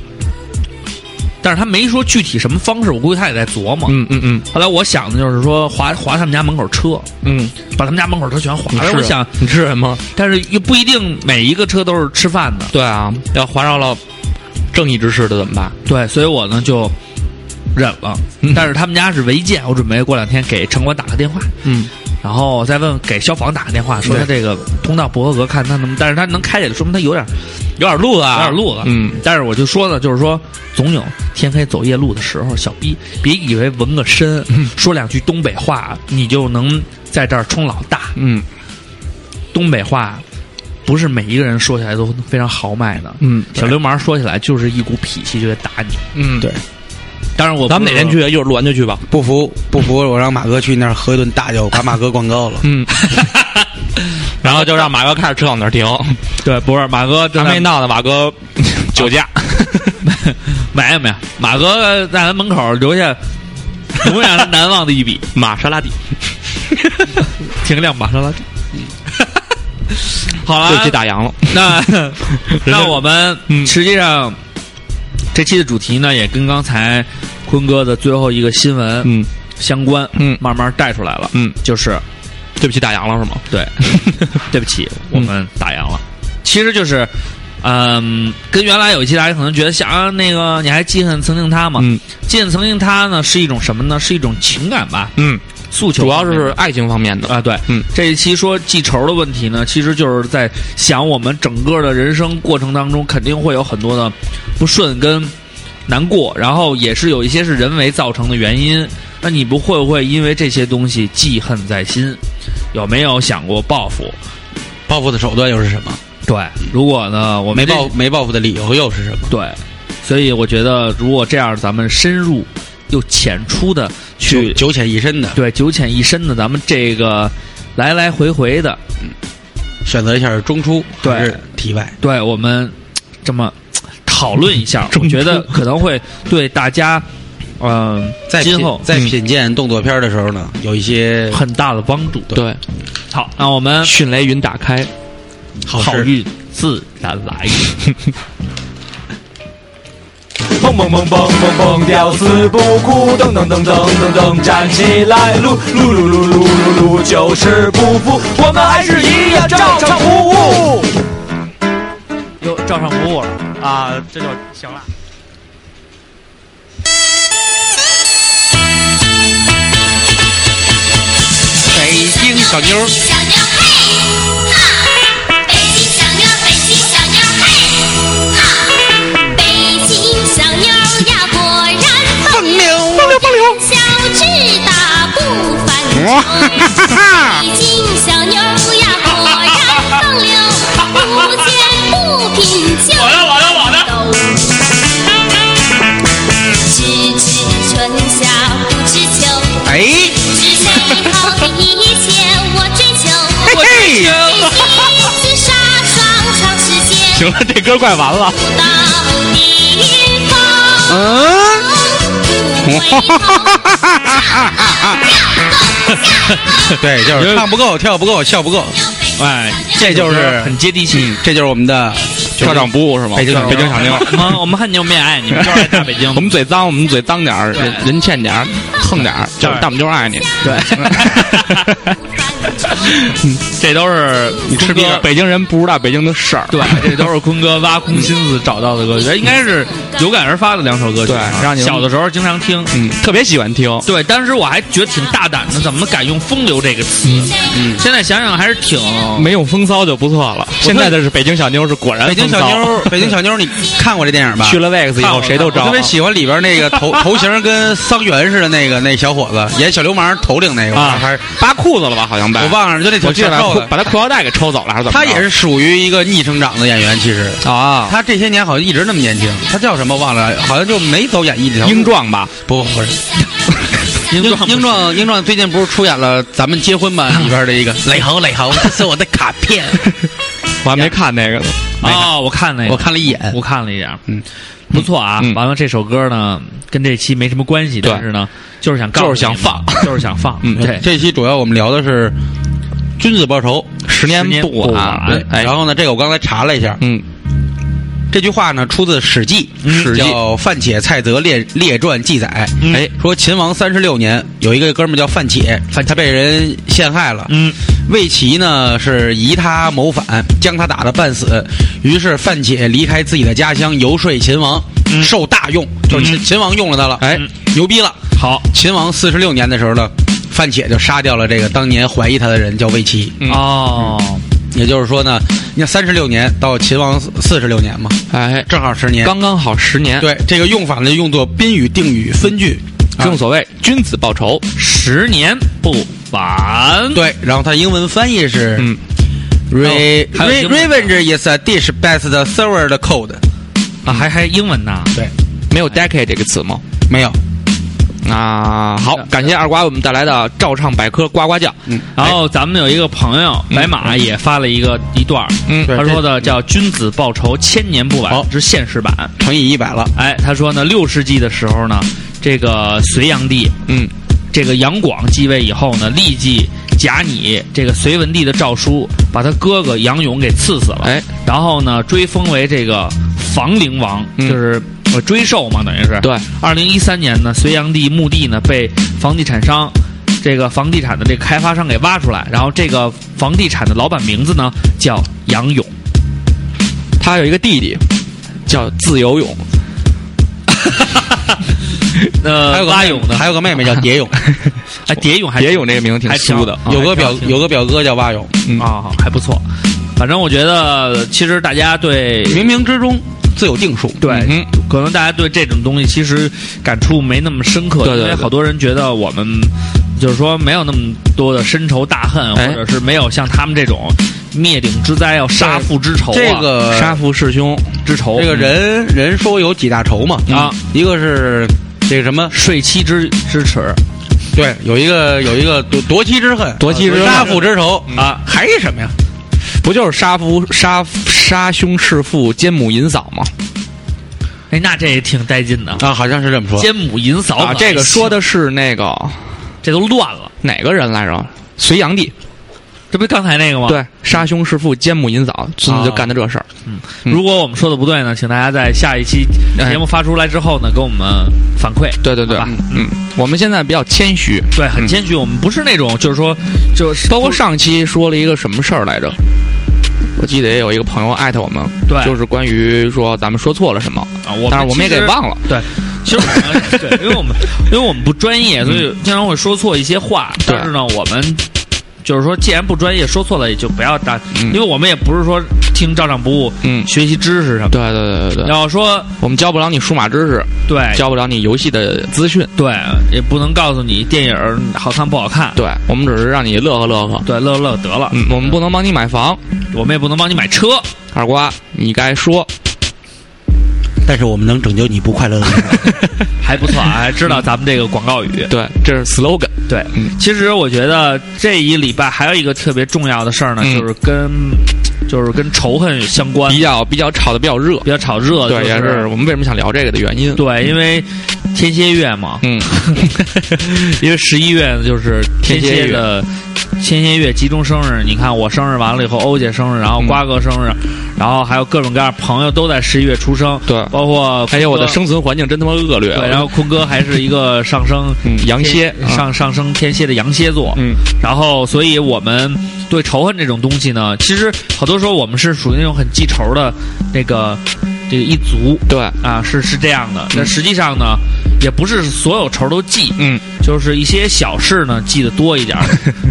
[SPEAKER 6] 但是他没说具体什么方式，我估计他也在琢磨。
[SPEAKER 9] 嗯嗯嗯
[SPEAKER 6] 后来我想的就是说划划他们家门口车，
[SPEAKER 9] 嗯，
[SPEAKER 6] 把他们家门口车全划
[SPEAKER 9] 你
[SPEAKER 6] 了。后来
[SPEAKER 9] 吃
[SPEAKER 6] 我想，
[SPEAKER 9] 你吃什么？
[SPEAKER 6] 但是又不一定每一个车都是吃饭的，
[SPEAKER 9] 对啊，要环绕了正义之士的怎么办？
[SPEAKER 6] 对，所以我呢就忍了。但是他们家是违建，我准备过两天给城管打个电话，
[SPEAKER 9] 嗯
[SPEAKER 6] 然后再问给消防打个电话，说他这个通道不合格，看他能，但是他能开起来，说明他有点有点路子，有点路子。啊
[SPEAKER 9] 嗯，
[SPEAKER 6] 但是我就说呢，就是说，总有天黑走夜路的时候，小逼别以为纹个身，说两句东北话，你就能在这儿冲老大。
[SPEAKER 9] 嗯
[SPEAKER 6] 东北话不是每一个人说起来都非常豪迈的，
[SPEAKER 9] 嗯，
[SPEAKER 6] 小流氓说起来就是一股脾气就得打你。
[SPEAKER 9] 嗯，
[SPEAKER 10] 对
[SPEAKER 6] 当然我不
[SPEAKER 9] 咱们
[SPEAKER 6] 是
[SPEAKER 9] 哪天
[SPEAKER 6] 说
[SPEAKER 9] 去？一会儿录完就去吧。
[SPEAKER 10] 不服不服，我让马哥去那儿喝一顿大酒，把马哥灌高了。
[SPEAKER 9] 嗯，然后就让马哥开着车往那儿 停，
[SPEAKER 6] 对，不是马哥
[SPEAKER 9] 还
[SPEAKER 6] 正
[SPEAKER 9] 没
[SPEAKER 6] 在
[SPEAKER 9] 闹呢，马 哥酒驾。
[SPEAKER 6] 没有没有，马哥在咱门口留下永远难忘的一笔
[SPEAKER 9] 玛莎拉蒂，
[SPEAKER 6] 停辆玛莎拉蒂。 好了，啊
[SPEAKER 9] 对不起打烊了。
[SPEAKER 6] 那那
[SPEAKER 9] 家
[SPEAKER 6] 我们
[SPEAKER 9] 嗯
[SPEAKER 6] 实际上、这期的主题呢，也跟刚才坤哥的最后一个新闻
[SPEAKER 9] 嗯
[SPEAKER 6] 相关，
[SPEAKER 9] 嗯
[SPEAKER 6] 慢慢带出来了。
[SPEAKER 9] 嗯，
[SPEAKER 6] 就是
[SPEAKER 9] 对不起打烊了是吗？
[SPEAKER 6] 对，对不起，我们打烊了。其实就是，嗯，跟原来有一期大家可能觉得像啊，那个你还记恨曾经他吗？
[SPEAKER 9] 嗯
[SPEAKER 6] 记恨曾经他呢是一种什么呢？是一种情感吧，
[SPEAKER 9] 嗯，
[SPEAKER 6] 诉求
[SPEAKER 9] 主要
[SPEAKER 6] 方面
[SPEAKER 9] 是
[SPEAKER 6] 的
[SPEAKER 9] 爱情方面的。
[SPEAKER 6] 啊，对，
[SPEAKER 9] 嗯，
[SPEAKER 6] 这一期说记仇的问题呢，其实就是在想我们整个的人生过程当中，肯定会有很多的不顺跟难过，然后也是有一些是人为造成的原因。那你不会不会因为这些东西记恨在心？有没有想过报复？
[SPEAKER 10] 报复的手段又是什么？
[SPEAKER 6] 对，如果呢，我
[SPEAKER 10] 没
[SPEAKER 6] 们这
[SPEAKER 10] 报没报复的理由又是什么？
[SPEAKER 6] 对，所以我觉得如果这样，咱们深入又浅出的
[SPEAKER 10] 九
[SPEAKER 6] 去
[SPEAKER 10] 九浅一深的
[SPEAKER 6] 对九浅一深的，咱们这个来来回回的，
[SPEAKER 10] 选择一下中出
[SPEAKER 6] 对
[SPEAKER 10] 还是体外？
[SPEAKER 6] 对我们这么讨论一下，我觉得可能会对大家，嗯、
[SPEAKER 10] 在
[SPEAKER 6] 今
[SPEAKER 10] 品
[SPEAKER 6] 后
[SPEAKER 10] 在
[SPEAKER 6] 嗯
[SPEAKER 10] 品鉴动作片的时候呢，有一些
[SPEAKER 6] 很大的帮助。
[SPEAKER 9] 对，
[SPEAKER 6] 好，那我们
[SPEAKER 9] 呃迅雷云打开，
[SPEAKER 10] 好
[SPEAKER 6] 好
[SPEAKER 10] 事
[SPEAKER 6] 运自然来。
[SPEAKER 7] 蹦蹦蹦蹦蹦蹦，吊死不哭，噔噔噔噔噔噔，站起来，撸撸撸撸撸撸撸，就是不服，我们还是一样照常服务。
[SPEAKER 6] 又照上服我了啊，这就行了。
[SPEAKER 10] 北京小妞儿
[SPEAKER 8] 小妞嘿，哈！北京小妞，北京小妞嘿，哈！北京小妞呀，果然风流风流吧
[SPEAKER 6] 行了，这歌快完了。
[SPEAKER 8] 到地方，啊
[SPEAKER 10] 对，就是唱不够，跳不够，笑不够，
[SPEAKER 6] 哎，
[SPEAKER 10] 这就是嗯
[SPEAKER 6] 很接地气。
[SPEAKER 10] 这就是我们的
[SPEAKER 9] 校长不误是吗？
[SPEAKER 10] 北京北京小妞。
[SPEAKER 6] 我们我们很牛面，爱你们就是爱大 北京。
[SPEAKER 9] 我们嘴脏，我们嘴脏点儿，人人欠点儿，横点儿，就是但我们就是爱你。 对，
[SPEAKER 6] 这都是
[SPEAKER 9] 你吃
[SPEAKER 6] 坤
[SPEAKER 9] 逼了
[SPEAKER 6] 哥，
[SPEAKER 9] 北京人不知道北京的事儿。
[SPEAKER 6] 对，这都是坤哥挖空心思找到的歌曲，应该是有感而发的两首歌曲啊。
[SPEAKER 9] 对让你们
[SPEAKER 6] 小的时候经常听。
[SPEAKER 9] 嗯，特别喜欢听。
[SPEAKER 6] 对，当时我还觉得挺大胆的，怎么敢用“风流”这个词？嗯，现在想想还是挺
[SPEAKER 9] 没有风骚就不错了。现在的是北京小妞是果然
[SPEAKER 10] 北京小
[SPEAKER 9] 风骚
[SPEAKER 10] 妞，北京小妞，你看过这电影吧？
[SPEAKER 9] 去了 Vex 以后谁都
[SPEAKER 10] 我特
[SPEAKER 9] 招
[SPEAKER 10] 别喜欢里边那个头头型跟桑园似的那个那小伙子，演小流氓头领那个
[SPEAKER 9] 啊，还是扒裤子了吧？好像把
[SPEAKER 10] 我忘了，就那
[SPEAKER 9] 我
[SPEAKER 10] 挺
[SPEAKER 9] 记得
[SPEAKER 10] 挺
[SPEAKER 9] 把
[SPEAKER 10] 瘦
[SPEAKER 9] 裤
[SPEAKER 10] 的。
[SPEAKER 9] 把他裤腰带给抽走了还是怎么着？
[SPEAKER 10] 他也是属于一个逆生长的演员，其实
[SPEAKER 9] 啊，
[SPEAKER 10] 他这些年好像一直那么年轻。他叫什么忘了，好像就没走演艺这条路。
[SPEAKER 9] 英壮吧？
[SPEAKER 10] 不不 是
[SPEAKER 6] 英
[SPEAKER 10] 英英壮英壮最近不是出演了《咱们结婚吧》里边的 一个磊猴磊猴，这是我的卡 片。
[SPEAKER 9] 我还没看那个呢。
[SPEAKER 6] 哦，我看那
[SPEAKER 10] 哎我
[SPEAKER 6] 个，哎
[SPEAKER 10] 看了一眼，
[SPEAKER 6] 我看了一眼，
[SPEAKER 10] 嗯，
[SPEAKER 6] 不错啊。
[SPEAKER 9] 嗯
[SPEAKER 6] 完了，这首歌呢跟这期没什么关系，
[SPEAKER 9] 对
[SPEAKER 6] 但是呢，就是想告诉
[SPEAKER 9] 就是想
[SPEAKER 6] 你们， 就是想
[SPEAKER 10] 啊
[SPEAKER 6] 放。
[SPEAKER 9] 嗯
[SPEAKER 6] 对，
[SPEAKER 10] 这期主要我们聊的是君子报仇。
[SPEAKER 9] 十
[SPEAKER 6] 十年
[SPEAKER 9] 年
[SPEAKER 6] 不
[SPEAKER 9] 不
[SPEAKER 6] 晚
[SPEAKER 9] 晚，哎，
[SPEAKER 10] 然后呢，这个我刚才查了一下，
[SPEAKER 9] 嗯，
[SPEAKER 10] 这句话呢出自《史记》，
[SPEAKER 9] 嗯史记
[SPEAKER 10] 叫范且蔡泽列列传记载，
[SPEAKER 9] 嗯哎，
[SPEAKER 10] 说秦王三十六年，有一个哥们儿叫范且，他被人陷害了，
[SPEAKER 6] 嗯，
[SPEAKER 10] 魏齐呢是疑他谋反，将他打得半死，于是范且离开自己的家乡游说秦王，受大用，就是秦秦王用了他了，嗯哎，牛逼了。
[SPEAKER 6] 好
[SPEAKER 10] 秦王四十六年的时候呢，范且就杀掉了这个当年怀疑他的人，叫魏齐。
[SPEAKER 9] 嗯
[SPEAKER 6] 哦，
[SPEAKER 10] 也就是说呢，你看三十六年到秦王四十六年嘛，
[SPEAKER 9] 哎，
[SPEAKER 10] 正好十年。
[SPEAKER 9] 刚刚好十年，，
[SPEAKER 10] 对这个用法呢，用作宾语、定语、分句。啊
[SPEAKER 9] 正所谓君子报仇，
[SPEAKER 6] 啊十年不晚。
[SPEAKER 10] 对，然后它英文翻译是，
[SPEAKER 9] 嗯
[SPEAKER 10] re
[SPEAKER 6] 还有英
[SPEAKER 10] re
[SPEAKER 6] 文
[SPEAKER 10] revenge is a dish best served cold。
[SPEAKER 6] 啊，还还英文呢。
[SPEAKER 10] 对，
[SPEAKER 9] 没有 decade 这个词吗？
[SPEAKER 10] 没有，
[SPEAKER 9] 哎啊，好，感谢二瓜为我们带来的照唱百科呱呱叫，
[SPEAKER 10] 嗯，
[SPEAKER 6] 然后咱们有一个朋友白马也发了一个一段儿，
[SPEAKER 9] 嗯
[SPEAKER 6] 他说的叫“君子报仇，千年不晚
[SPEAKER 10] 好”，
[SPEAKER 6] 这是现实版。
[SPEAKER 10] 乘以一百了。
[SPEAKER 6] 哎，他说呢，六世纪的时候呢，这个隋炀帝，
[SPEAKER 9] 嗯，
[SPEAKER 6] 这个杨广继位以后呢，立即假拟这个隋文帝的诏书，把他哥哥杨勇给刺死了。
[SPEAKER 9] 哎，
[SPEAKER 6] 然后呢，追封为这个房陵王，
[SPEAKER 9] 嗯
[SPEAKER 6] 就是呃追授嘛，等于是。
[SPEAKER 9] 对，
[SPEAKER 6] 二零一三年呢，隋炀帝墓地呢被房地产商。这个房地产的这个开发商给挖出来，然后这个房地产的老板名字呢叫杨勇，
[SPEAKER 9] 他有一个弟弟叫自 由勇，
[SPEAKER 10] 还
[SPEAKER 6] 呃，
[SPEAKER 10] 有个
[SPEAKER 6] 蛙
[SPEAKER 10] 妹
[SPEAKER 6] 勇的，
[SPEAKER 10] 还有个妹妹叫蝶泳，
[SPEAKER 6] 哎，蝶泳还
[SPEAKER 9] 别勇这个名字挺
[SPEAKER 6] 哦还挺
[SPEAKER 9] 酥的，
[SPEAKER 6] 好
[SPEAKER 10] 有个表
[SPEAKER 6] 还挺好
[SPEAKER 10] 有个表哥叫蛙泳。
[SPEAKER 9] 嗯
[SPEAKER 6] 啊、还不错。反正我觉得，其实大家对
[SPEAKER 10] 冥冥之中自有定数。
[SPEAKER 6] 对、
[SPEAKER 9] 嗯
[SPEAKER 6] 可能大家对这种东西其实感触没那么深刻，
[SPEAKER 9] 对对
[SPEAKER 6] 因为
[SPEAKER 9] 对
[SPEAKER 6] 好多人觉得我们就是说没有那么多的深仇大恨，
[SPEAKER 9] 哎
[SPEAKER 6] 或者是没有像他们这种灭顶之灾要杀父之仇啊，
[SPEAKER 10] 这个
[SPEAKER 9] 杀父弑兄，
[SPEAKER 6] 之仇，嗯
[SPEAKER 10] 这个人人说有几大仇嘛
[SPEAKER 9] 嗯
[SPEAKER 6] 啊，
[SPEAKER 10] 一个是这个什么？
[SPEAKER 6] 睡妻之之耻
[SPEAKER 10] 对，有一个有一个夺夺妻之恨，啊
[SPEAKER 9] 夺妻之恨嗯
[SPEAKER 10] 杀父之仇，
[SPEAKER 6] 啊，
[SPEAKER 10] 还有什么呀？
[SPEAKER 9] 不就是杀夫杀杀兄弑父奸母淫嫂吗？
[SPEAKER 6] 哎，那这也挺带劲的，
[SPEAKER 10] 啊，好像是这么说。
[SPEAKER 6] 奸母淫嫂
[SPEAKER 9] 啊，
[SPEAKER 6] 可
[SPEAKER 9] 这个
[SPEAKER 6] 还哦哎行
[SPEAKER 9] 说的是那个
[SPEAKER 6] 这都乱了，
[SPEAKER 9] 哪个人来着？隋炀帝，
[SPEAKER 6] 这不是刚才那个吗？
[SPEAKER 9] 对，杀兄弑父奸母淫嫂，孙
[SPEAKER 6] 哦
[SPEAKER 9] 子就干的这事儿。嗯哎
[SPEAKER 6] 如果我们说的不对呢，请大家在下一期节目发出来之后呢，给我们反馈。
[SPEAKER 9] 对对对，
[SPEAKER 6] 好吧
[SPEAKER 9] 嗯嗯，我们现在比较谦虚，
[SPEAKER 6] 对，很谦虚，我们不是那种就是说，就是
[SPEAKER 9] 嗯包括上期说了一个什么事儿来着？我记得也有一个朋友艾特我们，
[SPEAKER 6] 对
[SPEAKER 9] 就是关于说咱们说错了什么，
[SPEAKER 6] 啊，我
[SPEAKER 9] 但是我们也
[SPEAKER 6] 其实
[SPEAKER 9] 给忘了。
[SPEAKER 6] 对，其实 我们对，因为我们因为我们不专业，所以经常会说错一些话。
[SPEAKER 9] 嗯对
[SPEAKER 6] 但是呢，我们就是说，既然不专业，说错了也就不要打，
[SPEAKER 9] 嗯
[SPEAKER 6] 因为我们也不是说听照唱不误，
[SPEAKER 9] 嗯
[SPEAKER 6] 学习知识什么的。
[SPEAKER 9] 对对对对对，
[SPEAKER 6] 要说
[SPEAKER 9] 我们教不了你数码知识，
[SPEAKER 6] 对
[SPEAKER 9] 教不了你游戏的资讯，
[SPEAKER 6] 对，也不能告诉你电影儿好看不好看，
[SPEAKER 9] 对我们只是让你乐呵乐呵。
[SPEAKER 6] 对，乐乐得了。
[SPEAKER 9] 嗯，我们不能帮你买房，
[SPEAKER 6] 我们也不能帮你买车。
[SPEAKER 9] 二瓜，你该说
[SPEAKER 10] 但是我们能拯救你不快乐的人。
[SPEAKER 6] 还不错啊，知道咱们这个广告语。
[SPEAKER 9] 对，这是 slogan。
[SPEAKER 6] 对
[SPEAKER 9] 嗯，
[SPEAKER 6] 其实我觉得这一礼拜还有一个特别重要的事儿呢，
[SPEAKER 9] 嗯
[SPEAKER 6] 就是跟就是跟仇恨相关，
[SPEAKER 9] 比较比较炒的比较热，
[SPEAKER 6] 比较炒热的，
[SPEAKER 9] 对，
[SPEAKER 6] 就
[SPEAKER 9] 也是我们为什么想聊这个的原因。，
[SPEAKER 6] 对，因为天蝎月嘛，
[SPEAKER 9] 嗯，
[SPEAKER 6] 因为十一月就是天蝎的天蝎月集中生日，你看我生日完了以后，欧姐生日，然后
[SPEAKER 9] 嗯
[SPEAKER 6] 瓜哥生日，然后还有各种各样朋友都在十一月出生，
[SPEAKER 9] 对
[SPEAKER 6] 包括
[SPEAKER 9] 哎呦，我的
[SPEAKER 6] 生。
[SPEAKER 9] 生存环境真他妈恶劣。
[SPEAKER 6] 对，然后坤哥还是一个上升
[SPEAKER 9] 嗯羊蝎
[SPEAKER 6] 天上上升天蝎的羊蝎座，
[SPEAKER 9] 嗯，
[SPEAKER 6] 然后所以我们对仇恨这种东西呢，其实好多时候我们是属于那种很记仇的那个这个一族
[SPEAKER 9] 对，
[SPEAKER 6] 啊，是是这样的。但实际上呢，也不是所有仇都记，
[SPEAKER 9] 嗯，
[SPEAKER 6] 就是一些小事呢记得多一 点儿，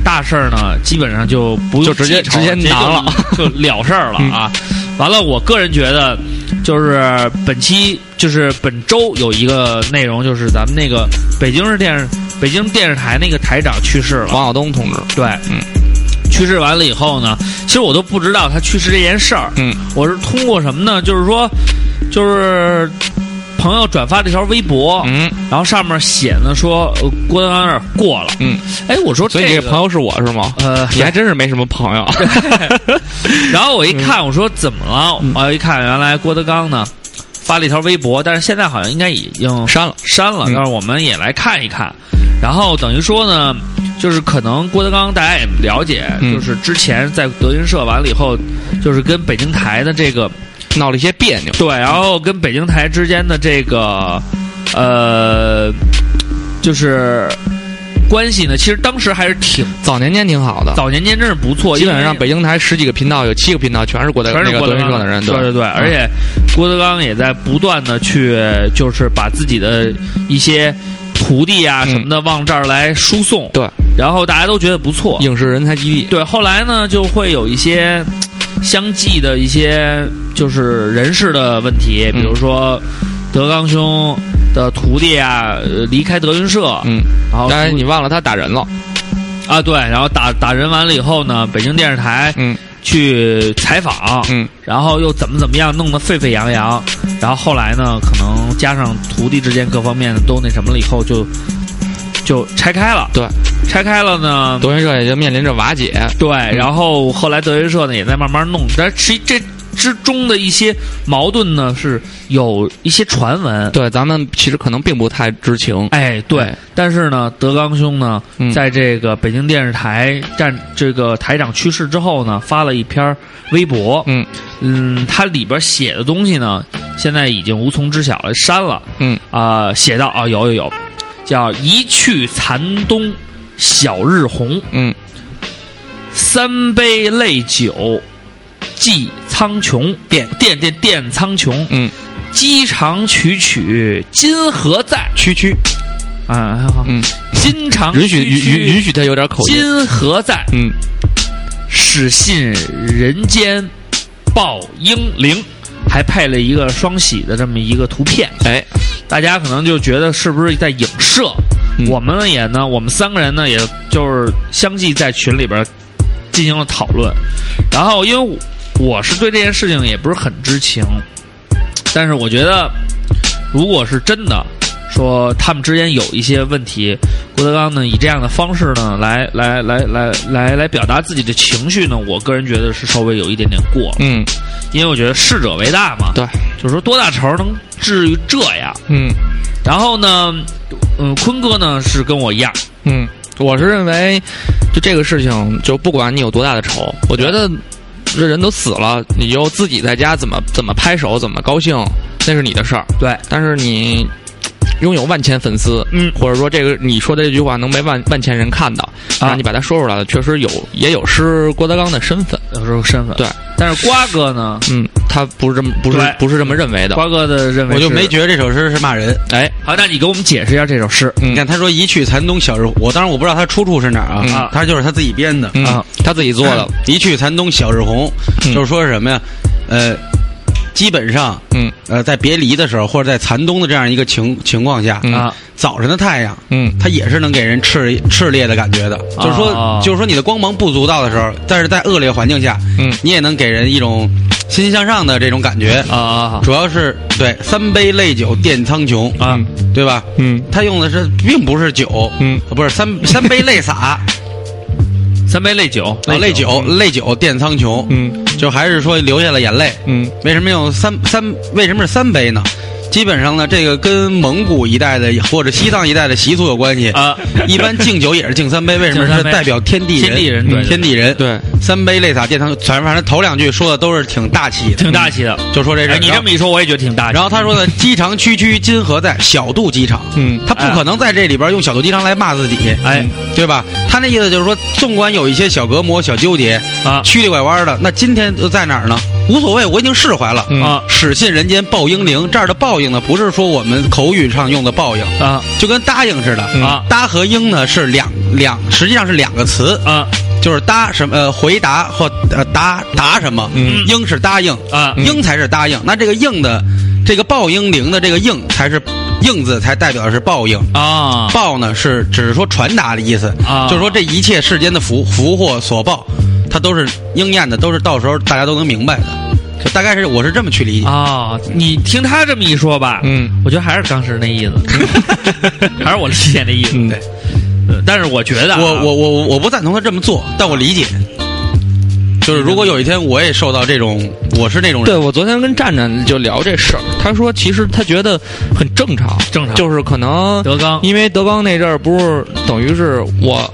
[SPEAKER 6] 大事儿呢基本上就不用
[SPEAKER 9] 就直接
[SPEAKER 6] 记仇
[SPEAKER 9] 直接拿了 嗯
[SPEAKER 6] 就，就了事儿了啊。完了，我个人觉得就是本期就是本周有一个内容，就是咱们那个北京市电视北京电视台那个台长去世了，
[SPEAKER 9] 王晓东同志，
[SPEAKER 6] 对，
[SPEAKER 9] 嗯。
[SPEAKER 6] 去世完了以后呢，其实我都不知道他去世这件事儿，
[SPEAKER 9] 嗯，
[SPEAKER 6] 我是通过什么呢？就是说，就是朋友转发这条微博，
[SPEAKER 9] 嗯
[SPEAKER 6] 然后上面写呢说呃郭德纲有点过了，
[SPEAKER 9] 嗯，
[SPEAKER 6] 哎，我说
[SPEAKER 9] 所以你
[SPEAKER 6] 这
[SPEAKER 9] 这
[SPEAKER 6] 个
[SPEAKER 9] 朋友是我是吗？
[SPEAKER 6] 呃，
[SPEAKER 9] 你还真是没什么朋 友。
[SPEAKER 6] 然后我一看，
[SPEAKER 9] 嗯
[SPEAKER 6] 我说怎么了？我一看，原来郭德纲呢发了一条微博，但是现在好像应该已经
[SPEAKER 9] 删了
[SPEAKER 6] 删了。
[SPEAKER 9] 嗯
[SPEAKER 6] 但是我们也来看一看。然后等于说呢，就是可能郭德纲大家也了解，
[SPEAKER 9] 嗯
[SPEAKER 6] 就是之前在德云社完了以后，就是跟北京台的这个
[SPEAKER 9] 闹了一些别扭。
[SPEAKER 6] 对，然后跟北京台之间的这个呃，就是关系呢，其实当时还是挺
[SPEAKER 9] 早年间挺好的，
[SPEAKER 6] 早年间真是不错，
[SPEAKER 9] 基
[SPEAKER 6] 因
[SPEAKER 9] 本
[SPEAKER 6] 为
[SPEAKER 9] 上北京台十几个频道有七个频道全是郭德
[SPEAKER 6] 全
[SPEAKER 9] 那
[SPEAKER 6] 是
[SPEAKER 9] 个
[SPEAKER 6] 郭
[SPEAKER 9] 德
[SPEAKER 6] 德
[SPEAKER 9] 云
[SPEAKER 6] 纲
[SPEAKER 9] 社的人，
[SPEAKER 6] 对对对，
[SPEAKER 9] 嗯
[SPEAKER 6] 而且郭德纲也在不断的去，就是把自己的一些徒弟啊
[SPEAKER 9] 嗯
[SPEAKER 6] 什么的往这儿来输送，
[SPEAKER 9] 对
[SPEAKER 6] 然后大家都觉得不错，
[SPEAKER 9] 影视人才基地，
[SPEAKER 6] 对，后来呢就会有一些嘖相继的一些就是人事的问题，比如说
[SPEAKER 9] 嗯
[SPEAKER 6] 德纲兄的徒弟啊呃离开德云社，
[SPEAKER 9] 嗯，
[SPEAKER 6] 然后
[SPEAKER 9] 当然你忘了他打人了，
[SPEAKER 6] 啊对，然后打打人完了以后呢，北京电视台
[SPEAKER 9] 嗯
[SPEAKER 6] 去采访，
[SPEAKER 9] 嗯，
[SPEAKER 6] 然后又怎么怎么样，弄得沸沸扬扬。然后后来呢，可能加上徒弟之间各方面都那什么了以后就，就拆开了。
[SPEAKER 9] 对，
[SPEAKER 6] 拆开了呢，
[SPEAKER 9] 德云社也就面临着瓦解，
[SPEAKER 6] 对。然后后来德云社呢也在慢慢弄，但是其这之中的一些矛盾呢是有一些传闻。
[SPEAKER 9] 对，咱们其实可能并不太知情，
[SPEAKER 6] 哎，对，
[SPEAKER 9] 哎
[SPEAKER 6] 但是呢，德纲兄呢，
[SPEAKER 9] 嗯
[SPEAKER 6] 在这个北京电视台站这个台长去世之后呢，发了一篇微博，
[SPEAKER 9] 嗯
[SPEAKER 6] 嗯，它里边写的东西呢，现在已经无从知晓了，删了。
[SPEAKER 9] 嗯
[SPEAKER 6] 啊、写到啊，有有有，叫“一去残冬晓日红，
[SPEAKER 9] 嗯，
[SPEAKER 6] 三杯泪酒寄苍穹，点点点点苍穹，
[SPEAKER 9] 嗯，
[SPEAKER 6] 饥肠曲曲今何在？
[SPEAKER 9] 区区，
[SPEAKER 6] 啊，还好，
[SPEAKER 9] 嗯，
[SPEAKER 6] 今肠
[SPEAKER 9] 允许允 允允
[SPEAKER 6] 许
[SPEAKER 9] 许他有点口音，
[SPEAKER 6] 今何在？
[SPEAKER 9] 嗯，
[SPEAKER 6] 始信人间报英灵，还配了一个双喜的这么一个图片。
[SPEAKER 9] 哎，
[SPEAKER 6] 大家可能就觉得是不是在影射？
[SPEAKER 9] 嗯
[SPEAKER 6] 我们也呢，我们三个人呢，也就是相继在群里边进行了讨论。然后，因为我我是对这件事情也不是很知情，但是我觉得，如果是真的说他们之间有一些问题，郭德纲呢以这样的方式呢来来来来来来表达自己的情绪呢，我个人觉得是稍微有一点点过了，
[SPEAKER 9] 嗯
[SPEAKER 6] 因为我觉得逝者为大嘛，
[SPEAKER 9] 对，
[SPEAKER 6] 就是说多大仇能至于这样？
[SPEAKER 9] 嗯
[SPEAKER 6] 然后呢，嗯，坤哥呢是跟我一样，
[SPEAKER 9] 嗯，我是认为，就这个事情，就不管你有多大的仇，我觉得这人都死了，你就自己在家怎么怎么拍手，怎么高兴，那是你的事儿，
[SPEAKER 6] 对，
[SPEAKER 9] 但是你拥有万千粉丝，
[SPEAKER 6] 嗯
[SPEAKER 9] 或者说这个你说的这句话能被万万千人看到，
[SPEAKER 6] 啊
[SPEAKER 9] 然后你把它说出来了，确实有也有失郭德纲的身份，
[SPEAKER 6] 有时候身份
[SPEAKER 9] 对，
[SPEAKER 6] 但是瓜哥呢，
[SPEAKER 9] 嗯，他不是这么不是
[SPEAKER 6] 对
[SPEAKER 9] 不是这么认为的，
[SPEAKER 6] 瓜哥的
[SPEAKER 9] 嗯
[SPEAKER 6] 认为
[SPEAKER 10] 我就是没。觉得这首诗是骂人。
[SPEAKER 9] 哎，
[SPEAKER 6] 好，那你给我们解释一下这首诗
[SPEAKER 9] 嗯
[SPEAKER 10] 你看他说“一去残冬晓日”，我当然我不知道他出处是哪儿啊，
[SPEAKER 9] 嗯
[SPEAKER 10] 他就是他自己编的。
[SPEAKER 9] 嗯
[SPEAKER 6] 啊，
[SPEAKER 9] 他自己做的，
[SPEAKER 10] 一去残冬晓日红，
[SPEAKER 9] 嗯
[SPEAKER 10] 就是说是什么呀？呃，基本上，
[SPEAKER 9] 嗯
[SPEAKER 10] 呃，在别离的时候，或者在残冬的这样一个情情况下，
[SPEAKER 9] 嗯
[SPEAKER 6] 啊？
[SPEAKER 10] 早晨的太阳，
[SPEAKER 9] 嗯
[SPEAKER 10] 它也是能给人炽炽烈的感觉的。就是说，
[SPEAKER 6] 啊
[SPEAKER 10] 就是说你的光芒不足道的时候，但是在恶劣环境下，
[SPEAKER 9] 嗯
[SPEAKER 10] 你也能给人一种欣欣向上的这种感觉
[SPEAKER 6] 啊啊
[SPEAKER 10] 主要是对三杯泪酒垫苍穹，
[SPEAKER 6] 啊
[SPEAKER 10] 对吧？
[SPEAKER 6] 嗯
[SPEAKER 10] 他用的是并不是酒，
[SPEAKER 6] 嗯
[SPEAKER 10] 不是三三杯泪洒，
[SPEAKER 6] 三杯泪酒，
[SPEAKER 10] 啊泪酒泪酒垫苍穹，
[SPEAKER 6] 嗯
[SPEAKER 10] 就还是说流下了眼泪。
[SPEAKER 6] 嗯
[SPEAKER 10] 为什么用三三？为什么是三杯呢？基本上呢，这个跟蒙古一带的或者西藏一带的习俗有关系
[SPEAKER 6] 啊
[SPEAKER 10] 一般敬酒也是敬三杯，为什
[SPEAKER 6] 敬
[SPEAKER 10] 么是
[SPEAKER 6] 三杯
[SPEAKER 10] 代表天地人？
[SPEAKER 6] 天地人对
[SPEAKER 10] 天地人。
[SPEAKER 6] 对，
[SPEAKER 10] 三杯泪洒殿堂，反正反正头两句说的都是挺大气的，嗯
[SPEAKER 6] 挺大气的。
[SPEAKER 10] 就说这事
[SPEAKER 6] 哎，
[SPEAKER 10] 儿。
[SPEAKER 6] 你
[SPEAKER 10] 然
[SPEAKER 6] 这
[SPEAKER 10] 后
[SPEAKER 6] 么一说，我也觉得挺大气。
[SPEAKER 10] 然后他说呢，机场区区今何在？小肚鸡肠。
[SPEAKER 6] 嗯
[SPEAKER 10] 他不可能在这里边用小肚鸡肠来骂自己，
[SPEAKER 6] 哎
[SPEAKER 10] 对吧？他那意思就是说，纵观有一些小隔膜、小纠结，
[SPEAKER 6] 啊
[SPEAKER 10] 曲里拐弯的，那今天又在哪儿呢？无所谓，我已经释怀了。
[SPEAKER 6] 嗯啊
[SPEAKER 10] 使信人间报英灵，这儿的报应呢，不是说我们口语上用的报应，
[SPEAKER 6] 啊
[SPEAKER 10] 就跟答应似的
[SPEAKER 6] 嗯啊
[SPEAKER 10] 答和应呢是两两，实际上是两个词，
[SPEAKER 6] 啊
[SPEAKER 10] 就是答什么呃回答或呃答答什么，
[SPEAKER 6] 嗯
[SPEAKER 10] 应是答应
[SPEAKER 6] 啊
[SPEAKER 10] 应才是答应。那这个应的这个报应灵的这个应才是应字才代表的是报应。
[SPEAKER 6] 啊
[SPEAKER 10] 报呢是只是说传达的意思，
[SPEAKER 6] 啊
[SPEAKER 10] 就是说这一切世间的福福祸所报，它都是应验的，都是到时候大家都能明白的。就大概是我是这么去理解。
[SPEAKER 6] 啊！你听他这么一说吧，
[SPEAKER 10] 嗯，
[SPEAKER 6] 我觉得还是刚师那 意思，还是我理解那意思。
[SPEAKER 9] 嗯
[SPEAKER 10] 对，
[SPEAKER 6] 呃但是我觉得啊，
[SPEAKER 10] 我我我我不赞同他这么做，但我理解。就是如果有一天我也受到这种，我是那种人，
[SPEAKER 9] 对我昨天跟战战就聊这事儿，他说其实他觉得很正常，
[SPEAKER 6] 正常
[SPEAKER 9] 就是可能
[SPEAKER 6] 德
[SPEAKER 10] 啊
[SPEAKER 6] 纲
[SPEAKER 9] 因为德邦那阵儿不是等于是我，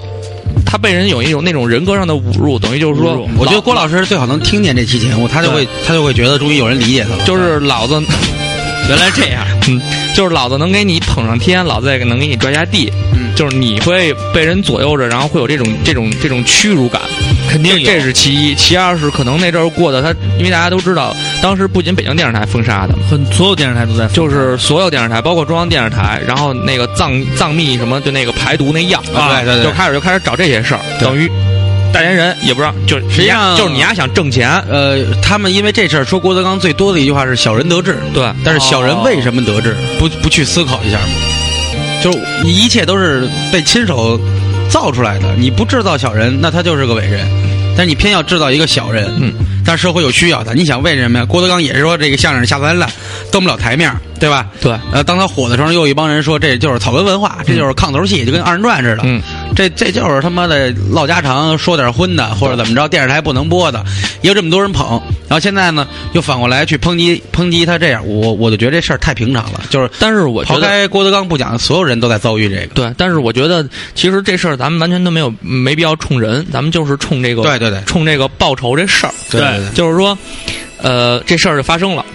[SPEAKER 9] 他被人有一种那种人格上的侮辱，等于就是
[SPEAKER 6] 侮
[SPEAKER 9] 说
[SPEAKER 6] 辱，
[SPEAKER 10] 我觉得郭老师最好能听见这期节目，他就会他就会觉得终于有人理解他了。
[SPEAKER 9] 就是老子 原来这样，嗯，就是老子能给你捧上天，老子也能给你拽下地，
[SPEAKER 10] 嗯
[SPEAKER 9] 就是你会被人左右着，然后会有这种这种这种屈辱感，
[SPEAKER 6] 肯定有
[SPEAKER 9] 这是其一，其二是可能那阵儿过的他，因为大家都知道，当时不仅北京电视台封杀的。
[SPEAKER 6] 很所有电视台都在放
[SPEAKER 9] 就是所有电视台，包括中央电视台，然后那个藏藏密什么，就那个排毒那药
[SPEAKER 10] 啊对对对
[SPEAKER 9] 就开始就开始找这些事儿，等于代言人也不知道，就是
[SPEAKER 10] 实际上
[SPEAKER 9] 就是你丫想挣钱，
[SPEAKER 10] 呃，他们因为这事儿说郭德纲最多的一句话是“小人得志”，
[SPEAKER 9] 对
[SPEAKER 10] 但是小人为什么得志？不不去思考一下吗？就是一切都是被亲手造出来的，你不制造小人，那他就是个伟人。但是你偏要制造一个小人，
[SPEAKER 9] 嗯，
[SPEAKER 10] 但社会有需要的。你想为什么呀？郭德纲也是说这个相声下三滥，登不了台面儿，对吧？
[SPEAKER 9] 对，
[SPEAKER 10] 呃，当他火的时候，又有一帮人说这就是草根文化，这就是炕头戏，就跟二人转似的。
[SPEAKER 9] 嗯，
[SPEAKER 10] 这这就是他妈的唠家常，说点荤的，或者怎么着，电视台不能播的，也有这么多人捧。然后现在呢，又反过来去抨击抨击他这样，我我就觉得这事儿太平常了。就是
[SPEAKER 9] 但是我觉
[SPEAKER 10] 抛
[SPEAKER 9] 得
[SPEAKER 10] 开郭德纲不讲，所有人都在遭遇这个。
[SPEAKER 9] 对，但是我觉得其实这事儿咱们完全都没有没必要冲人，咱们就是冲这个
[SPEAKER 10] 对对对
[SPEAKER 9] 冲这个报仇这事儿，
[SPEAKER 10] 对对对
[SPEAKER 9] 就是说，呃，这事儿就发生了，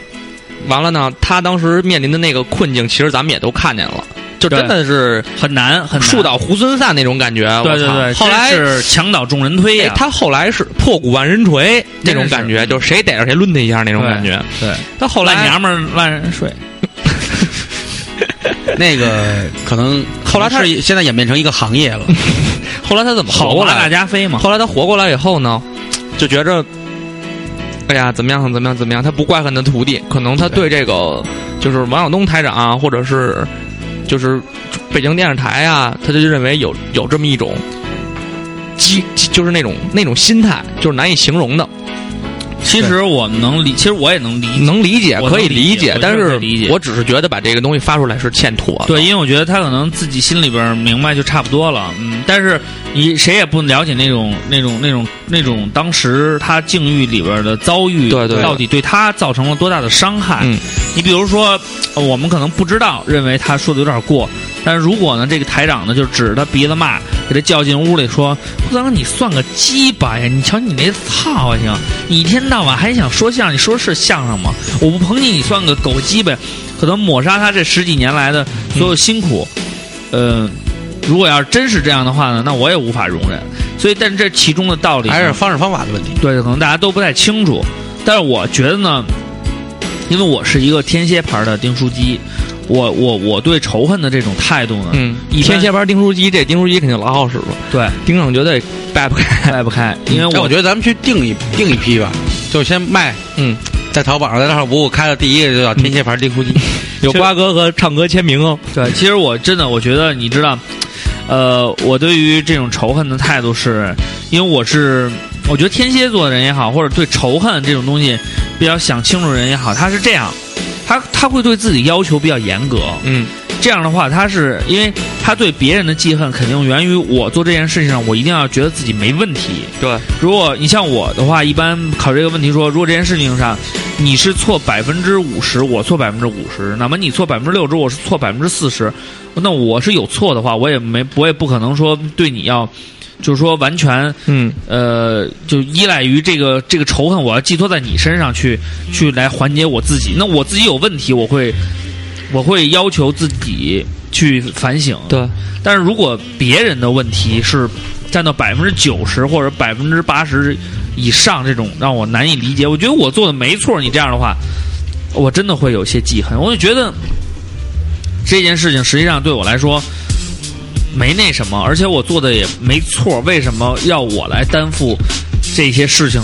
[SPEAKER 9] 完了呢，他当时面临的那个困境，其实咱们也都看见了，就真的是
[SPEAKER 6] 很难很难
[SPEAKER 9] 树倒猢狲散那种感觉，
[SPEAKER 6] 对
[SPEAKER 9] 我
[SPEAKER 6] 对
[SPEAKER 9] 操
[SPEAKER 6] 对，
[SPEAKER 9] 后来
[SPEAKER 6] 真是墙倒众人推
[SPEAKER 9] 哎
[SPEAKER 6] 呀，
[SPEAKER 9] 他后来是破鼓万人锤那种感
[SPEAKER 6] 真
[SPEAKER 9] 觉，
[SPEAKER 6] 是
[SPEAKER 9] 就是谁逮着谁抡他一下那种
[SPEAKER 6] 对
[SPEAKER 9] 感觉。
[SPEAKER 6] 对，
[SPEAKER 9] 他后来
[SPEAKER 6] 烂娘们儿烂人睡，
[SPEAKER 10] 那个可能
[SPEAKER 9] 后来他
[SPEAKER 10] 是现在演变成一个行 业了。
[SPEAKER 9] 后来他怎么活
[SPEAKER 6] 好
[SPEAKER 9] 过
[SPEAKER 6] 马
[SPEAKER 9] 来的
[SPEAKER 6] 大？家飞嘛，
[SPEAKER 9] 后来他活过来以后呢，就觉着，哎呀，怎么样，怎么样，怎么样？他不怪恨他徒弟，可能他对这个就是王晓东台长啊，或者是就是北京电视台啊，他就认为有有这么一种激，就是那种那种心态，就是难以形容的，
[SPEAKER 6] 其实我能理，其实我也能理解，
[SPEAKER 9] 能理解，
[SPEAKER 6] 我
[SPEAKER 9] 可以
[SPEAKER 6] 能理解
[SPEAKER 9] 解
[SPEAKER 6] 我，
[SPEAKER 9] 但
[SPEAKER 6] 真的
[SPEAKER 9] 是
[SPEAKER 6] 理解
[SPEAKER 9] 我只是觉得把这个东西发出来是欠妥的。
[SPEAKER 6] 对，因为我觉得他可能自己心里边儿明白就差不多了，嗯，但是你谁也不了解那种那种那种那种当时他境遇里边儿的遭遇，
[SPEAKER 9] 对对
[SPEAKER 6] 到底对他造成了多大的伤害？
[SPEAKER 9] 嗯
[SPEAKER 6] 你比如说，呃我们可能不知道，认为他说的有点过，但是如果呢，这个台长呢就指着他鼻子骂，给他叫进屋里说：“不刚你算个鸡巴呀！你瞧你那操性，你一天到晚还想说相声，你说是相声吗？我不捧你，你算个狗鸡巴！”可能抹杀他这十几年来的所有辛苦。呃，如果要是真是这样的话呢，那我也无法容忍。所以，但是这其中的道理呢
[SPEAKER 10] 还是方式方法的问题。
[SPEAKER 6] 对，可能大家都不太清楚。但是我觉得呢，因为我是一个天蝎牌的丁书机，我我我对仇恨的这种态度呢，
[SPEAKER 9] 嗯，
[SPEAKER 6] 一般
[SPEAKER 9] 天蝎牌钉书机，这钉书机肯定老好使了，
[SPEAKER 6] 对，
[SPEAKER 9] 钉上绝对掰不开。
[SPEAKER 6] 掰不开，因为
[SPEAKER 10] 哎，我觉得咱们去定一定一批吧，就先卖
[SPEAKER 9] 嗯，
[SPEAKER 10] 在淘宝上，在大不误开的第一个就叫天蝎牌订书机。
[SPEAKER 9] 有瓜哥和唱歌签名哦。
[SPEAKER 6] 对，其实我真的我觉得，你知道，呃，我对于这种仇恨的态度是，因为我是，我觉得天蝎座的人也好，或者对仇恨这种东西，比较想清楚人也好，他是这样，他他会对自己要求比较严格。
[SPEAKER 9] 嗯，
[SPEAKER 6] 这样的话，他是因为他对别人的记恨肯定源于我做这件事情上，我一定要觉得自己没问题。
[SPEAKER 9] 对，
[SPEAKER 6] 如果你像我的话，一般考虑这个问题说，如果这件事情上你是错百分之五十，我错百分之五十，哪怕你错百分之六十，我是错百分之四十，那我是有错的话，我也没我也不可能说对你要，就是说完全
[SPEAKER 9] 嗯
[SPEAKER 6] 呃，就依赖于这个这个仇恨，我要寄托在你身上去去来缓解我自己。那我自己有问题，我会我会要求自己去反省。
[SPEAKER 9] 对，
[SPEAKER 6] 但是如果别人的问题是占到百分之九十或者百分之八十以上，这种让我难以理解。我觉得我做的没错，你这样的话，我真的会有些记恨。我就觉得这件事情实际上对我来说没那什么，而且我做的也没错，为什么要我来担负这些事情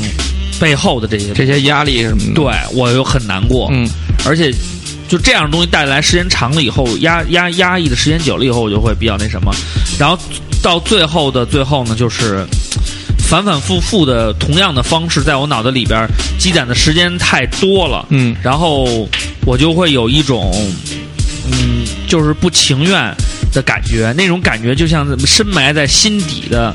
[SPEAKER 6] 背后的这些？
[SPEAKER 9] 这些压力什么的，
[SPEAKER 6] 对我又很难过。
[SPEAKER 9] 嗯，
[SPEAKER 6] 而且就这样的东西带来时间长了以后，压压压抑的时间久了以后，我就会比较那什么，然后到最后的最后呢，就是反反复复的同样的方式，在我脑子里边积攒的时间太多了，
[SPEAKER 9] 嗯
[SPEAKER 6] 然后我就会有一种嗯，就是不情愿的感觉，那种感觉就像深埋在心底的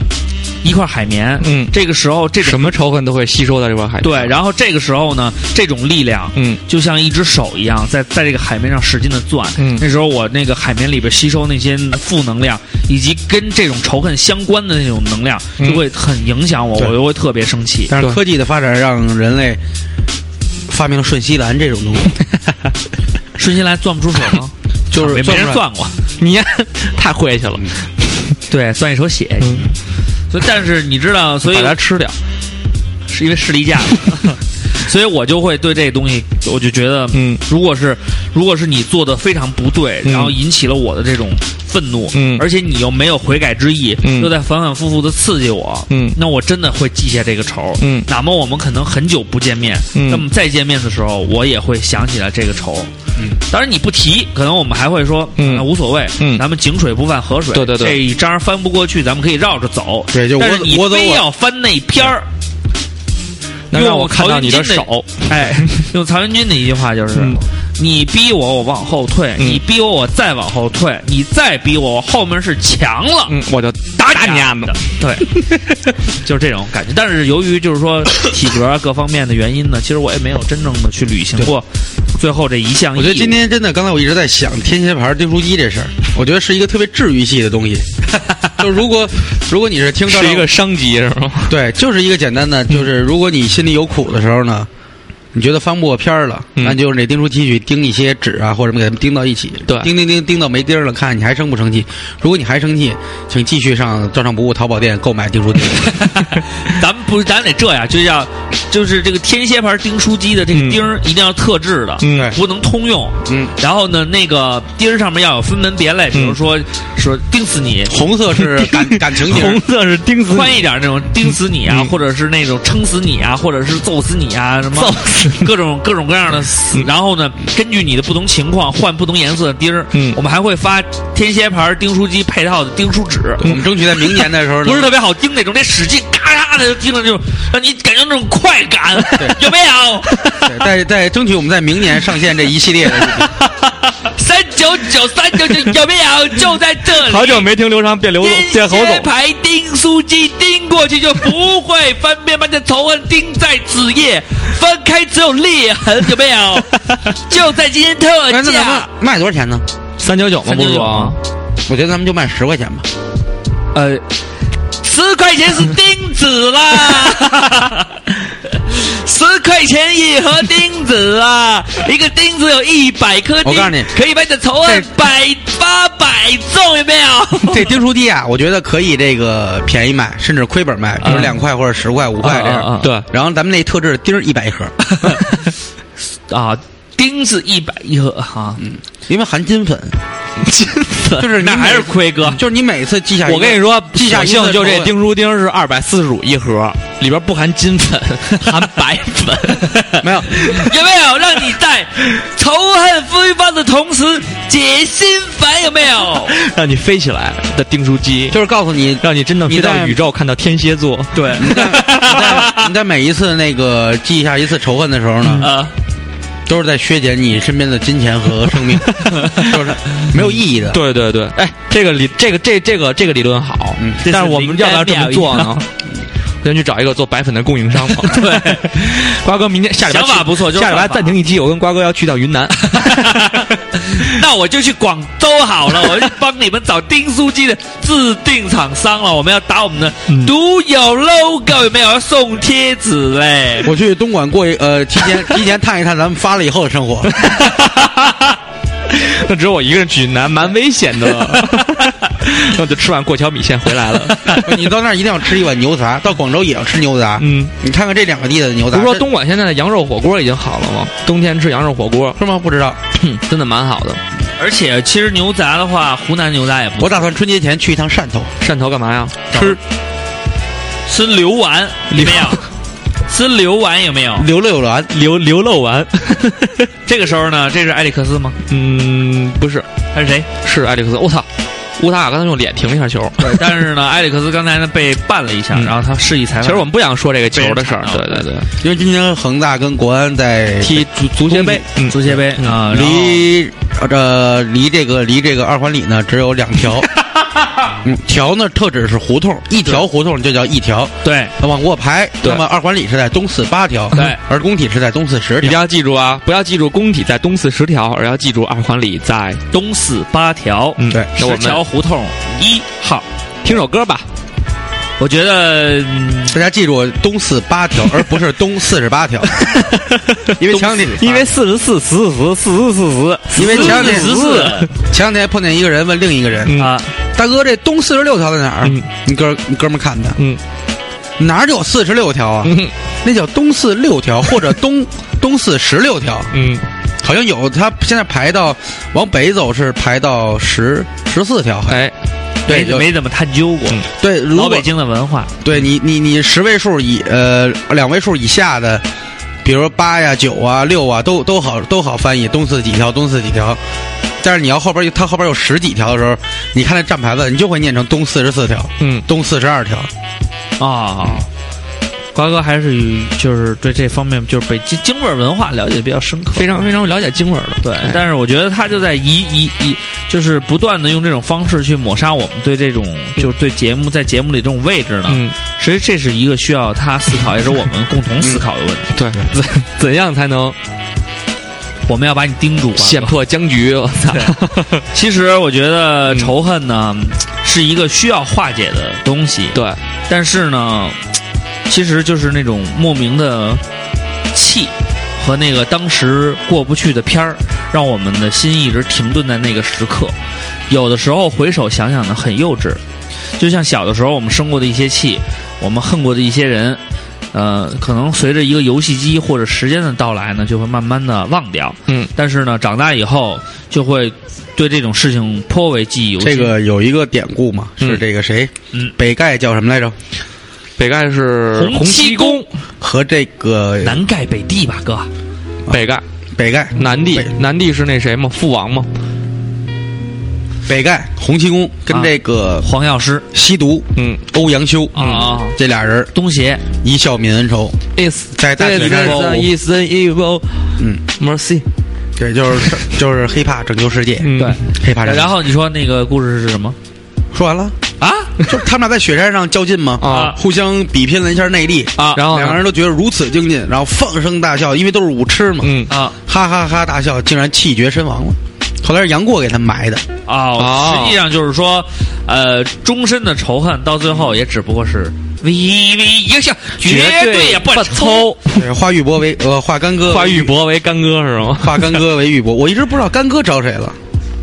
[SPEAKER 6] 一块海绵，
[SPEAKER 9] 嗯
[SPEAKER 6] 这个时候这种
[SPEAKER 9] 什么仇恨都会吸收到这块海。
[SPEAKER 6] 对，，然后这个时候呢，这种力量，
[SPEAKER 9] 嗯，
[SPEAKER 6] 就像一只手一样，在在这个海绵上使劲的攥。
[SPEAKER 9] 嗯
[SPEAKER 6] 那时候我那个海绵里边吸收那些负能量，以及跟这种仇恨相关的那种能量，
[SPEAKER 9] 嗯
[SPEAKER 6] 就会很影响我，
[SPEAKER 10] 对
[SPEAKER 6] 我就会特别生气。
[SPEAKER 10] 但是
[SPEAKER 9] 对
[SPEAKER 10] 科技的发展让人类发明了瞬息兰这种 东西，
[SPEAKER 6] 顺心来攥不出手吗？
[SPEAKER 9] 就是
[SPEAKER 6] 没没人
[SPEAKER 9] 攥不出
[SPEAKER 6] 攥过，
[SPEAKER 9] 来你太晦气了，
[SPEAKER 6] 对，攥一手血。所以，但是你知道，所以
[SPEAKER 9] 嗯把它吃掉。
[SPEAKER 6] 是因为视力架， 所以我就会对这个东西，我就觉得，
[SPEAKER 9] 嗯，
[SPEAKER 6] 如果是如果是你做的非常不对，
[SPEAKER 9] 嗯
[SPEAKER 6] 然后引起了我的这种愤怒，
[SPEAKER 9] 嗯
[SPEAKER 6] 而且你又没有悔改之意，
[SPEAKER 9] 嗯
[SPEAKER 6] 又在反反复复的刺激我，
[SPEAKER 9] 嗯
[SPEAKER 6] 那我真的会记下这个仇，
[SPEAKER 9] 嗯
[SPEAKER 6] 哪怕我们可能很久不见面，
[SPEAKER 9] 嗯
[SPEAKER 6] 那么再见面的时候，我也会想起来这个仇，嗯，当然你不提，可能我们还会说，
[SPEAKER 9] 嗯
[SPEAKER 6] 啊无所谓，
[SPEAKER 9] 嗯
[SPEAKER 6] 咱们井水不犯河水，
[SPEAKER 9] 对对对
[SPEAKER 6] 这一章翻不过去，咱们可以绕着走，
[SPEAKER 10] 对就我
[SPEAKER 6] 但是你
[SPEAKER 10] 我走
[SPEAKER 6] 非
[SPEAKER 10] 我
[SPEAKER 6] 要翻那篇儿。
[SPEAKER 9] 能让我看到你的
[SPEAKER 6] 用曹
[SPEAKER 9] 手
[SPEAKER 6] 云，金的。 哎，用曹云金的一句话就是：
[SPEAKER 9] 嗯
[SPEAKER 6] 你逼我，我往后退；
[SPEAKER 9] 嗯
[SPEAKER 6] 你逼我，我再往后退；你再逼我，我后面是墙了。
[SPEAKER 9] 嗯，我就
[SPEAKER 6] 打
[SPEAKER 9] 打你
[SPEAKER 6] 丫
[SPEAKER 9] 丫
[SPEAKER 6] 的
[SPEAKER 9] 的！
[SPEAKER 6] 对， 就是这种感觉。但是由于就是说体格啊各方面的原因呢，其实我也没有真正的去履行过最后这一项义务。
[SPEAKER 10] 我觉得今天真的，刚才我一直在想天蝎牌订书机这事儿，我觉得是一个特别治愈系的 东西。就如果如果你是听到
[SPEAKER 9] 是一个商机是吗？
[SPEAKER 10] 对，就是一个
[SPEAKER 6] 嗯
[SPEAKER 10] 简单的，就是如果你心里有苦的时候呢，你觉得翻不过篇儿了，
[SPEAKER 9] 嗯
[SPEAKER 10] 那就是那钉书机去钉一些纸啊，或者什么给它们钉到一起，
[SPEAKER 9] 对
[SPEAKER 10] 钉钉钉钉到没钉儿了，看你还生不生气？如果你还生气，请继续上照常不误淘宝店购买钉 书机。
[SPEAKER 6] 咱们不是，咱得这样，就要就是这个天蝎牌钉书机的这
[SPEAKER 9] 嗯
[SPEAKER 6] 个钉儿一定要特制的，
[SPEAKER 10] 嗯对
[SPEAKER 6] 不能通用。
[SPEAKER 10] 嗯，
[SPEAKER 6] 然后呢，那个钉儿上面要有分门别类，
[SPEAKER 9] 嗯
[SPEAKER 6] 比如说、说钉死你，
[SPEAKER 10] 红色是 感感情钉，
[SPEAKER 9] 红色是钉子，
[SPEAKER 6] 宽一点那种钉死你啊，
[SPEAKER 9] 嗯
[SPEAKER 6] 或者是那种撑死你啊，或者是揍死你啊，什么
[SPEAKER 9] 揍死嗯
[SPEAKER 6] 各种各种各样的死。然后呢，根据你的不同情况换不同颜色的钉儿。
[SPEAKER 9] 嗯
[SPEAKER 6] 我们还会发天蝎牌钉书机配套的钉书
[SPEAKER 9] 嗯
[SPEAKER 6] 纸。
[SPEAKER 10] 我们争取在明年的时候呢
[SPEAKER 6] 不是特别好盯那种，得使劲嘎嘎的盯着，就让你感觉那种快感， 有没有？
[SPEAKER 10] 对 在在争取我们在明年上线这一系列 的，哎
[SPEAKER 6] 三九九三九九有没有？就在这里。
[SPEAKER 9] 好久没听刘畅变刘总
[SPEAKER 6] 天
[SPEAKER 9] 变侯
[SPEAKER 6] 蝎
[SPEAKER 9] 总，
[SPEAKER 6] 牌钉书机钉过去就不会分辨，把你的仇恨钉在纸页，分开只有裂痕，有没有？就在今天特
[SPEAKER 10] 那咱们
[SPEAKER 6] 价，
[SPEAKER 10] 卖多少钱呢？
[SPEAKER 9] 三九九吗？不是说啊
[SPEAKER 10] 我觉得咱们就卖十块钱吧。
[SPEAKER 6] 呃，十块钱是钉子啦， 十块钱一盒钉子啊，一个钉子有一百颗钉，
[SPEAKER 10] 我告诉你
[SPEAKER 6] 可以把你的仇恨
[SPEAKER 10] 这
[SPEAKER 6] 百八百中，有没有？
[SPEAKER 10] 这钉书机啊，我觉得可以这个便宜卖，甚至亏本卖，
[SPEAKER 9] 嗯
[SPEAKER 10] 比如两块或者十块、五块这
[SPEAKER 6] 啊啊啊
[SPEAKER 10] 样。
[SPEAKER 9] 对
[SPEAKER 10] 然后咱们那特制钉一百 一盒，
[SPEAKER 6] 啊，钉子一百一盒哈。
[SPEAKER 10] 因为含金粉。
[SPEAKER 6] 次，
[SPEAKER 10] 嗯就是你
[SPEAKER 6] 那还是亏哥。
[SPEAKER 10] 就是你每次记下一个，
[SPEAKER 9] 我跟你说，
[SPEAKER 10] 记下
[SPEAKER 9] 索
[SPEAKER 10] 一个
[SPEAKER 9] 性就这
[SPEAKER 10] 口味
[SPEAKER 9] 丁珠丁 是二百四十五一盒，里边不含金粉， 含白粉，
[SPEAKER 10] 没有
[SPEAKER 9] 有没有让你在仇恨挥发的同时解心烦？有没 有让你飞起来的丁书机？
[SPEAKER 10] 就是告诉你，
[SPEAKER 9] 让你真正飞到
[SPEAKER 10] 你在
[SPEAKER 9] 宇宙，看到天蝎座。 对，
[SPEAKER 10] 你 在你在你在每一次那个记下一次仇恨的时候呢，
[SPEAKER 9] 啊，
[SPEAKER 10] 都是在削减你身边的金钱和生 命，就是没有意义的。
[SPEAKER 9] 对对对，哎，这个理，这个这这个这个理论好，
[SPEAKER 10] 嗯
[SPEAKER 9] 但是我们要不要这么做 呢？先去找一个做白粉的供应商吧。对，瓜哥明天下礼拜
[SPEAKER 6] 想法
[SPEAKER 9] 去
[SPEAKER 6] 不错就是
[SPEAKER 9] 下礼拜
[SPEAKER 6] 想法
[SPEAKER 9] 暂停一期，我跟瓜哥要去到云南。
[SPEAKER 6] 那我就去广州好了，我就帮你们找丁书机的制定厂商了。我们要打我们的
[SPEAKER 9] 嗯
[SPEAKER 6] 独有 logo，有没有要送贴纸嘞？
[SPEAKER 10] 我去东莞过一呃，提前提前探一探咱们发了以后的生活。
[SPEAKER 9] 那只有我一个人去云南，蛮危险的了。那我就吃碗过桥米线回来了。
[SPEAKER 10] 你到那儿一定要吃一碗牛杂，到广州也要吃牛杂。
[SPEAKER 9] 嗯，
[SPEAKER 10] 你看看这两个地的牛
[SPEAKER 9] 不
[SPEAKER 10] 杂，
[SPEAKER 9] 是说
[SPEAKER 10] 这
[SPEAKER 9] 东莞现在的羊肉火锅已经好了吗？冬天吃羊肉火锅，
[SPEAKER 10] 是吗？不知道，
[SPEAKER 9] 哼真的蛮好的。
[SPEAKER 6] 而且其实牛杂的话，湖南牛杂也不
[SPEAKER 10] 我打算春节前去一趟汕头。
[SPEAKER 9] 汕头干嘛呀？
[SPEAKER 6] 吃，吃榴丸有没有？吃榴丸有没有？
[SPEAKER 10] 刘六兰，
[SPEAKER 9] 流流漏丸。
[SPEAKER 6] 这个时候呢，这是埃里克斯吗？
[SPEAKER 9] 嗯，不是，
[SPEAKER 6] 还是 谁？
[SPEAKER 9] 是埃里克斯。我操，乌塔尔刚才用脸停了一下球。
[SPEAKER 6] 对，但是呢，埃里克斯刚才呢被绊了一下，
[SPEAKER 9] 嗯
[SPEAKER 6] 然后他示意裁判。
[SPEAKER 9] 其实我们不想说这个球的事儿。
[SPEAKER 6] 被
[SPEAKER 9] 对
[SPEAKER 6] 人
[SPEAKER 9] 对对，
[SPEAKER 10] 因为今天恒大跟国安在
[SPEAKER 9] 踢足足协杯，嗯，
[SPEAKER 6] 足协杯
[SPEAKER 9] 嗯
[SPEAKER 6] 啊，然后
[SPEAKER 10] 离呃离这个离这个二环里呢只有两 条，嗯，条呢特指是胡同，一条胡同就叫一条。
[SPEAKER 6] 对
[SPEAKER 10] 那往过排，
[SPEAKER 9] 对
[SPEAKER 10] 那么二环里是在东四八条，
[SPEAKER 6] 对，
[SPEAKER 10] 而工体是在东四十
[SPEAKER 9] 一定
[SPEAKER 10] 条。
[SPEAKER 9] 要记住啊，不要记住工体在东四十条，而要记住二环里在。
[SPEAKER 6] 东四八条，
[SPEAKER 9] 嗯，
[SPEAKER 10] 对
[SPEAKER 9] 那我
[SPEAKER 6] 石桥
[SPEAKER 9] 们
[SPEAKER 6] 胡同一号。
[SPEAKER 9] 听首歌吧。
[SPEAKER 6] 我觉得，嗯
[SPEAKER 10] 大家记住东四八条，而不是东四十八 条，因为前两天
[SPEAKER 9] 因为四十四、四十四、四十四、四十四，
[SPEAKER 10] 因为前两天
[SPEAKER 6] 十 四
[SPEAKER 10] 前两天碰见一个人问另一个人，
[SPEAKER 9] 嗯
[SPEAKER 6] 啊，
[SPEAKER 10] 大哥这东四十六条在哪儿？
[SPEAKER 9] 嗯
[SPEAKER 10] 你哥你哥们儿看的，
[SPEAKER 9] 嗯
[SPEAKER 10] 哪儿有四十六条啊？
[SPEAKER 9] 嗯
[SPEAKER 10] 那叫东四六条或者东东四十六条。
[SPEAKER 9] 嗯，
[SPEAKER 10] 好像有，他现在排到往北走是排到十十四条，还
[SPEAKER 9] 哎，
[SPEAKER 10] 对
[SPEAKER 6] 没
[SPEAKER 10] 有
[SPEAKER 6] 没怎么探究过
[SPEAKER 9] 嗯
[SPEAKER 10] 对，如
[SPEAKER 6] 老
[SPEAKER 10] 果
[SPEAKER 6] 北京的文化。
[SPEAKER 10] 对你你你十位数以呃两位数以下的，比如说八呀、九啊、六啊，都都好都好翻译，东四几条，东四几条。但是你要后边它后边有十几条的时候，你看那站牌子，你就会念成东四十四条，
[SPEAKER 9] 嗯
[SPEAKER 10] 东四十二条。
[SPEAKER 6] 啊、瓜哥还是与就是对这方面就是北京京味儿文化了解比较深刻，
[SPEAKER 9] 非常非常了解京味儿了。
[SPEAKER 6] 对。但是我觉得他就在以以以，就是不断的用这种方式去抹杀我们对这种就是对节目在节目里这种位置呢，
[SPEAKER 9] 嗯，
[SPEAKER 6] 其实这是一个需要他思考，也是我们共同思考的问题。
[SPEAKER 9] 对，怎怎样才能
[SPEAKER 6] 我们要把你盯住，瓜
[SPEAKER 9] 险
[SPEAKER 6] 哥。
[SPEAKER 9] 破僵局？我操！
[SPEAKER 6] 其实我觉得仇恨呢、是一个需要化解的东西，
[SPEAKER 9] 对，
[SPEAKER 6] 但是呢，其实就是那种莫名的气和那个当时过不去的片儿，让我们的心一直停顿在那个时刻。有的时候回首想想呢，很幼稚，就像小的时候我们生过的一些气，我们恨过的一些人。呃，可能随着一个游戏机或者时间的到来呢，就会慢慢的忘掉。
[SPEAKER 9] 嗯，
[SPEAKER 6] 但是呢，长大以后就会对这种事情颇为记忆犹新。
[SPEAKER 10] 这个有一个典故嘛，是
[SPEAKER 9] 嗯
[SPEAKER 10] 这个谁，
[SPEAKER 6] 嗯
[SPEAKER 10] 北丐叫什么来着？
[SPEAKER 9] 北丐是
[SPEAKER 6] 洪七公
[SPEAKER 10] 和这个
[SPEAKER 6] 南盖北帝吧，哥，
[SPEAKER 9] 北丐，
[SPEAKER 10] 北丐
[SPEAKER 9] 南帝
[SPEAKER 10] 北，
[SPEAKER 9] 南帝是那谁吗？父王吗？
[SPEAKER 10] 北丐洪七公跟
[SPEAKER 6] 啊
[SPEAKER 10] 这个
[SPEAKER 6] 黄药师
[SPEAKER 10] 西毒
[SPEAKER 9] 嗯
[SPEAKER 10] 欧阳修
[SPEAKER 6] 啊
[SPEAKER 10] 这俩人
[SPEAKER 6] 东邪
[SPEAKER 10] 一笑泯恩仇，
[SPEAKER 9] ，is
[SPEAKER 10] 在大雪山
[SPEAKER 9] is an evil
[SPEAKER 10] 嗯
[SPEAKER 9] mercy，
[SPEAKER 10] 对，就是 就是黑怕拯救世界，
[SPEAKER 9] 嗯
[SPEAKER 6] 对，
[SPEAKER 10] 黑怕拯救
[SPEAKER 6] 然。后你说那个故事是什么
[SPEAKER 10] 说完了，
[SPEAKER 6] 啊？
[SPEAKER 10] 就是他们俩在雪山上较劲嘛，
[SPEAKER 9] 啊
[SPEAKER 10] 互相比拼了一下内力，
[SPEAKER 6] 啊
[SPEAKER 9] 然后呢
[SPEAKER 10] 两个人都觉得如此精进，然后放声大笑，因为都是舞痴嘛，
[SPEAKER 9] 嗯
[SPEAKER 6] 啊
[SPEAKER 10] 哈哈哈大笑，竟然气绝身亡了。后来是杨过给他们埋的，
[SPEAKER 6] 啊！
[SPEAKER 9] 哦
[SPEAKER 6] 实际上就是说，呃，终身的仇恨到最后也只不过是微微一笑，绝对也不
[SPEAKER 9] 偷，
[SPEAKER 10] 对化玉帛为呃化干戈，
[SPEAKER 9] 化玉帛为干戈是吗？
[SPEAKER 10] 化干戈为玉帛。我一直不知道干戈找谁了，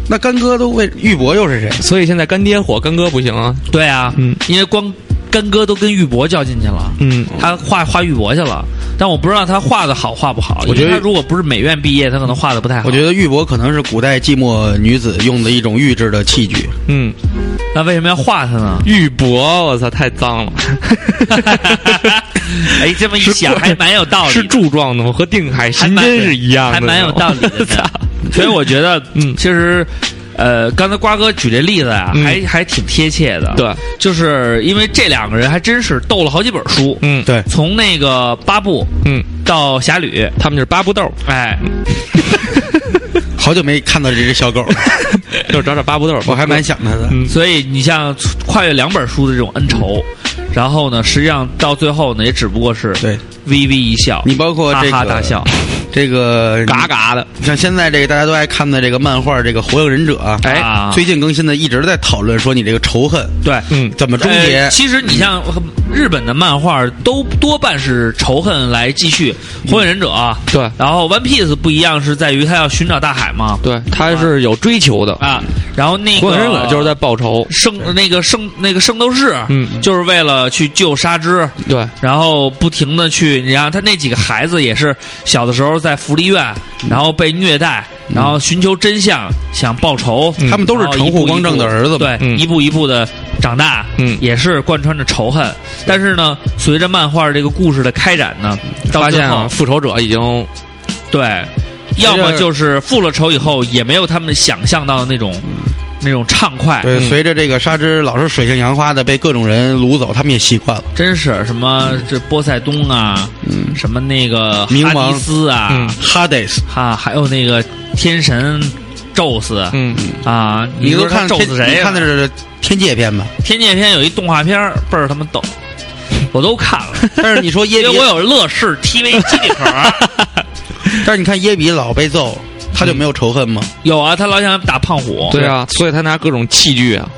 [SPEAKER 10] 那干戈都为玉帛又是谁？
[SPEAKER 9] 所以现在干爹火，干戈不行啊。
[SPEAKER 6] 对啊，
[SPEAKER 9] 嗯
[SPEAKER 6] 因为光干哥都跟玉帛较劲去了，
[SPEAKER 9] 嗯
[SPEAKER 6] 他画画玉帛去了，但我不知道他画的好画不好。
[SPEAKER 10] 我觉得
[SPEAKER 6] 因为他如果不是美院毕业，他可能画的不太好。
[SPEAKER 10] 我觉得玉帛可能是古代寂寞女子用的一种玉制的器具，
[SPEAKER 6] 嗯，那为什么要画他呢？
[SPEAKER 9] 玉帛，我操，太脏 了。
[SPEAKER 6] 哎，这么一想还蛮有道理的
[SPEAKER 9] 是柱状的吗？和定海
[SPEAKER 6] 还
[SPEAKER 9] 神
[SPEAKER 6] 蛮
[SPEAKER 9] 针是一样的，
[SPEAKER 6] 还蛮有道理的呢。所以我觉 得，嗯，其实，呃，刚才瓜哥举这例子啊，
[SPEAKER 9] 嗯
[SPEAKER 6] 还还挺贴切的。
[SPEAKER 9] 对，
[SPEAKER 6] 就是因为这两个人还真是斗了好几本书，
[SPEAKER 9] 嗯，
[SPEAKER 10] 对，
[SPEAKER 6] 从那个八部
[SPEAKER 9] 嗯，
[SPEAKER 6] 到侠侣，
[SPEAKER 9] 他们就是巴布豆，
[SPEAKER 6] 哎，
[SPEAKER 10] 好久没看到这只小狗了，
[SPEAKER 9] 就是找找巴布豆。
[SPEAKER 10] 我还蛮想它的。
[SPEAKER 9] 嗯，
[SPEAKER 6] 所以你像跨越两本书的这种恩仇，然后呢，实际上到最后呢，也只不过是
[SPEAKER 10] 对
[SPEAKER 6] 微微一笑，
[SPEAKER 10] 你包括这
[SPEAKER 6] 哈哈
[SPEAKER 10] 个
[SPEAKER 6] 大笑，
[SPEAKER 9] 嗯
[SPEAKER 10] 这个
[SPEAKER 6] 嘎嘎的，
[SPEAKER 10] 像现在这个大家都爱看的这个漫画，这个《火影忍者》啊，
[SPEAKER 6] 哎
[SPEAKER 10] 啊最近更新的一直在讨论说你这个仇恨
[SPEAKER 6] 对，
[SPEAKER 9] 嗯
[SPEAKER 10] 怎么终结
[SPEAKER 6] 呃。其实你像呃日本的漫画都多半是仇恨来继续，《火影忍者》
[SPEAKER 9] 嗯
[SPEAKER 6] 啊
[SPEAKER 9] 对
[SPEAKER 6] 然后《One Piece》不一样，是在于他要寻找大海嘛，
[SPEAKER 9] 对，他是有追求的。
[SPEAKER 6] 啊，然后那个
[SPEAKER 9] 火影忍者就是在报仇。
[SPEAKER 6] 圣那个圣那个圣斗士，
[SPEAKER 9] 嗯
[SPEAKER 6] 就是为了去救纱织，
[SPEAKER 9] 对，
[SPEAKER 6] 然后不停的去，你看他那几个孩子也是小的时候在福利院，然后被虐待，然后寻求真相，想报仇，
[SPEAKER 9] 嗯
[SPEAKER 10] 他们都是
[SPEAKER 6] 然后
[SPEAKER 10] 城
[SPEAKER 6] 一步
[SPEAKER 10] 户光正的儿子
[SPEAKER 6] 一
[SPEAKER 10] 嘛，
[SPEAKER 6] 步对，
[SPEAKER 9] 嗯
[SPEAKER 6] 一步一步的长大，
[SPEAKER 9] 嗯
[SPEAKER 6] 也是贯穿着仇恨。但是呢，随着漫画这个故事的开展呢，到
[SPEAKER 9] 发
[SPEAKER 6] 最
[SPEAKER 9] 现啊
[SPEAKER 6] 后，
[SPEAKER 9] 复仇者已经
[SPEAKER 6] 对，
[SPEAKER 10] 着
[SPEAKER 6] 要么就是复了仇以后，也没有他们想象到的那种那种畅快，
[SPEAKER 10] 对，
[SPEAKER 9] 嗯
[SPEAKER 10] 随着这个沙织老是水性杨花的被各种人掳走，他们也习惯了。
[SPEAKER 6] 真是什么这波塞冬啊，什么那个
[SPEAKER 10] 冥
[SPEAKER 6] 哈
[SPEAKER 10] 王
[SPEAKER 6] 迪斯啊，
[SPEAKER 9] 嗯
[SPEAKER 10] Hades，
[SPEAKER 6] 哈，还有那个天神宙斯，
[SPEAKER 9] 嗯，
[SPEAKER 6] 啊，
[SPEAKER 10] 你
[SPEAKER 6] 说
[SPEAKER 10] 都
[SPEAKER 6] 他
[SPEAKER 10] 看
[SPEAKER 6] 宙
[SPEAKER 10] 天
[SPEAKER 6] 死谁
[SPEAKER 10] 你
[SPEAKER 6] 呀？
[SPEAKER 10] 看的是天界篇吧？
[SPEAKER 6] 天界篇有一动画片儿倍儿他妈逗，我都看了，
[SPEAKER 10] 但是你说
[SPEAKER 6] 因
[SPEAKER 10] 耶
[SPEAKER 6] 为
[SPEAKER 10] 比
[SPEAKER 6] 我，有乐视 TV 机顶盒儿。
[SPEAKER 10] 但是你看耶比老被揍，他
[SPEAKER 6] 嗯
[SPEAKER 10] 就没有仇恨吗？
[SPEAKER 6] 有啊，他老想打胖虎，
[SPEAKER 9] 对啊，所以他拿各种器具啊，